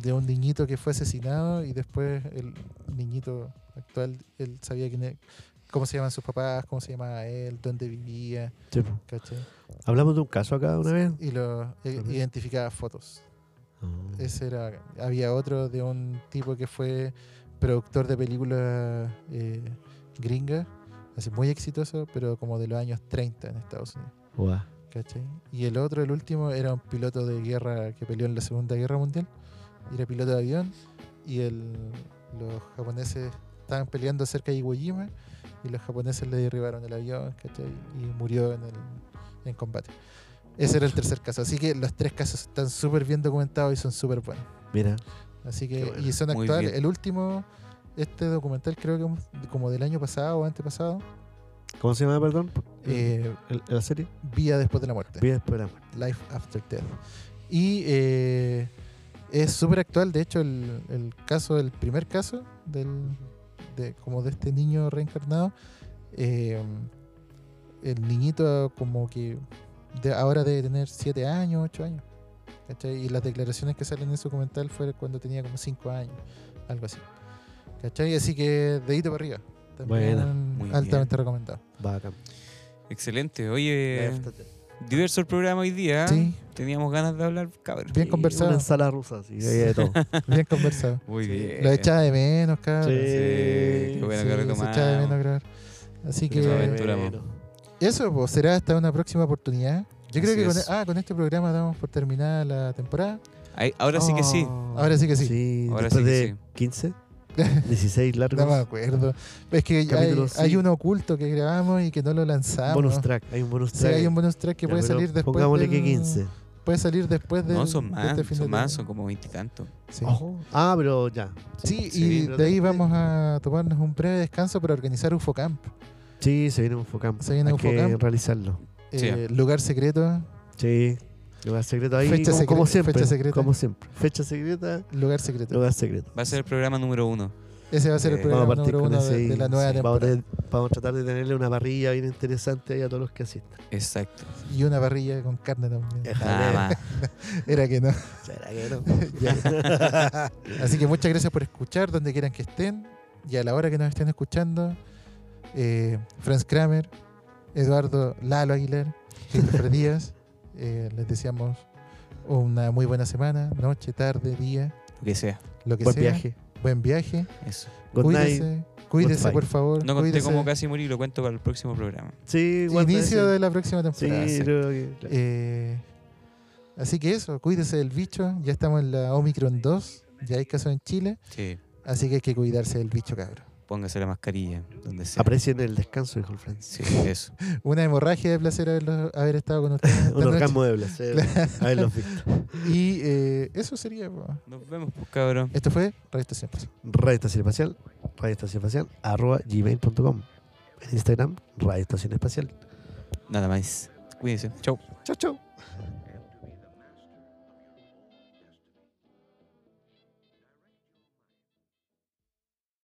Speaker 1: de un niñito que fue asesinado y después el niñito actual, él sabía quién es- cómo se llaman sus papás, cómo se llamaba él, dónde vivía,
Speaker 2: Sí, po.
Speaker 1: ¿cachai?
Speaker 2: Hablamos de un caso acá una vez.
Speaker 1: y lo i-
Speaker 2: Ujú.
Speaker 1: identificaba fotos.
Speaker 2: Oh.
Speaker 1: Ese era bacán. había otro de un tipo que fue productor de películas eh, gringas, así muy exitoso, pero como de los años 30 en Estados Unidos.
Speaker 2: Guau.
Speaker 1: ¿cachai? Y el otro, el último, era un piloto de guerra que peleó en la Segunda Guerra Mundial. y Era piloto de avión y el- los japoneses estaban peleando cerca de Iwo Jima y los japoneses le derribaron el avión ¿cachai? y murió en, el, en combate. Ese era el tercer caso. Así que los tres casos están súper bien documentados y son súper buenos.
Speaker 2: Mira,
Speaker 1: Así que,
Speaker 2: Qué bueno.
Speaker 1: y son
Speaker 3: Muy
Speaker 1: actuales.
Speaker 3: bien.
Speaker 1: El último, este documental creo que hemos- como del año pasado o antepasado,
Speaker 2: ¿cómo se llama, perdón?
Speaker 1: eh,
Speaker 2: El- la serie.
Speaker 1: Vía después de la muerte.
Speaker 2: Vida después de la muerte.
Speaker 1: Life After Death. Y eh, es súper actual, de hecho, el, el caso, el primer caso, del, de, como de este niño reencarnado, eh, el niñito como que de, ahora debe tener 7 años, 8 años. ¿cachai? Y las declaraciones que salen en su documental fue cuando tenía como 5 años, algo así. ¿Cachai? Así que dedito para arriba. También
Speaker 2: Buena,
Speaker 3: muy
Speaker 1: altamente recomendado.
Speaker 2: Bacán.
Speaker 3: Excelente. Oye,
Speaker 2: Life After Death.
Speaker 3: diverso el programa hoy día.
Speaker 1: Sí,
Speaker 3: Teníamos ganas de hablar, cabrón.
Speaker 1: bien
Speaker 2: Y
Speaker 1: conversado,
Speaker 2: Una sala rusa, sí, de todo.
Speaker 1: bien conversado.
Speaker 3: Muy
Speaker 2: Sí.
Speaker 3: bien.
Speaker 1: Lo echaba de menos, cabrón.
Speaker 2: Sí.
Speaker 3: Sí, qué bueno
Speaker 1: Sí,
Speaker 3: que
Speaker 1: se echaba de menos
Speaker 3: retomamos.
Speaker 1: grabar. Así
Speaker 3: Nos
Speaker 1: que
Speaker 3: aventuramos.
Speaker 1: eso pues, será hasta una próxima oportunidad. Yo creo
Speaker 3: Así
Speaker 1: que con,
Speaker 3: es.
Speaker 1: ah, con este programa damos por terminada la temporada.
Speaker 3: Ahí- Ahora sí que sí.
Speaker 1: Ah, Ahora sí que sí.
Speaker 2: Sí,
Speaker 3: Ahora
Speaker 2: después
Speaker 3: sí que
Speaker 2: de
Speaker 3: sí.
Speaker 2: 15, 16
Speaker 1: No
Speaker 2: largos.
Speaker 1: me acuerdo. Es que hay,
Speaker 2: Capítulo sí.
Speaker 1: hay uno oculto que grabamos y que no lo lanzamos.
Speaker 2: bonus track. Hay un bonus
Speaker 1: Sí,
Speaker 2: track.
Speaker 1: hay un bonus track que
Speaker 2: Ya,
Speaker 1: puede
Speaker 2: pero
Speaker 1: salir después.
Speaker 2: Pongámosle que
Speaker 1: del-
Speaker 2: 15.
Speaker 1: Puede salir después del- de
Speaker 3: No, son más,
Speaker 1: este fin
Speaker 3: son
Speaker 1: de
Speaker 3: más, son
Speaker 1: semana.
Speaker 3: como veintitantos.
Speaker 1: Sí.
Speaker 2: Ojo. Ah, pero ya.
Speaker 1: Sí,
Speaker 2: Sí,
Speaker 1: y
Speaker 2: pero
Speaker 1: de ahí
Speaker 2: te-
Speaker 1: vamos a tomarnos un breve descanso para organizar UFOCamp.
Speaker 2: Sí, se viene un Focamp.
Speaker 1: Se viene
Speaker 2: Hay
Speaker 1: un
Speaker 2: que
Speaker 1: Focamp.
Speaker 2: realizarlo.
Speaker 3: Sí.
Speaker 1: Eh, Lugar secreto,
Speaker 2: Sí. Lugar secreto ahí.
Speaker 1: Fecha secreta-
Speaker 2: como, como siempre.
Speaker 1: fecha secreta.
Speaker 2: Como siempre. Fecha secreta,
Speaker 1: lugar secreto.
Speaker 2: lugar secreto.
Speaker 3: Va a ser el programa número uno.
Speaker 1: Ese va a ser el
Speaker 3: Eh,
Speaker 1: programa
Speaker 2: vamos a partir
Speaker 1: número
Speaker 2: con
Speaker 1: uno
Speaker 2: ese
Speaker 1: de,
Speaker 2: y-
Speaker 1: de la nueva
Speaker 2: sí, vamos, a
Speaker 1: temporada.
Speaker 2: tener- vamos a tratar de tenerle una parrilla bien interesante ahí a todos los que asistan.
Speaker 3: Exacto.
Speaker 1: Y una parrilla con carne
Speaker 2: Eh.
Speaker 1: también.
Speaker 3: Nada
Speaker 2: Ojalá.
Speaker 3: más.
Speaker 1: Era que no.
Speaker 2: Será que no.
Speaker 1: Ya. Así que muchas gracias por escuchar donde quieran que estén. Y a la hora que nos estén escuchando, eh, Franz Kramer, Eduardo Lalo Aguilar, Christopher Díaz. Eh, les deseamos una muy buena semana, noche, tarde, día,
Speaker 3: Lo que sea.
Speaker 1: lo que
Speaker 2: Buen
Speaker 1: sea.
Speaker 2: viaje.
Speaker 1: Buen viaje.
Speaker 3: Eso.
Speaker 2: Good night.
Speaker 1: cuídese, cuídese
Speaker 2: Goodbye.
Speaker 1: por favor.
Speaker 3: No conté
Speaker 1: cuídese.
Speaker 3: cómo casi morí, lo cuento para el próximo programa.
Speaker 2: Sí, guarda
Speaker 1: Inicio
Speaker 2: ese.
Speaker 1: de la próxima
Speaker 2: Sí,
Speaker 1: temporada.
Speaker 3: sí.
Speaker 2: creo que- claro.
Speaker 1: Eh, así que eso, cuídese del bicho. Ya estamos en la Omicron 2. Ya hay casos en Chile.
Speaker 3: Sí.
Speaker 1: Así que hay que cuidarse del bicho, cabrón.
Speaker 3: Póngase la mascarilla, donde sea.
Speaker 2: Aprecien el descanso, dijo el Francis.
Speaker 3: Sí, eso.
Speaker 1: Una hemorragia de placer haberlo- haber estado con ustedes. esta
Speaker 2: Un
Speaker 1: noche.
Speaker 2: orgasmo de placer. eh. A ver, los Víctor.
Speaker 1: Y eh, eso sería. po.
Speaker 3: Nos vemos, pues, cabrón.
Speaker 1: Esto fue Radio Estación Paso.
Speaker 2: Radio Estación Espacial, Radio Estación Espacial, arroba gmail.com. En Instagram, Radio Estación Espacial.
Speaker 3: Nada más. Cuídense. Chau.
Speaker 2: Chau, chau.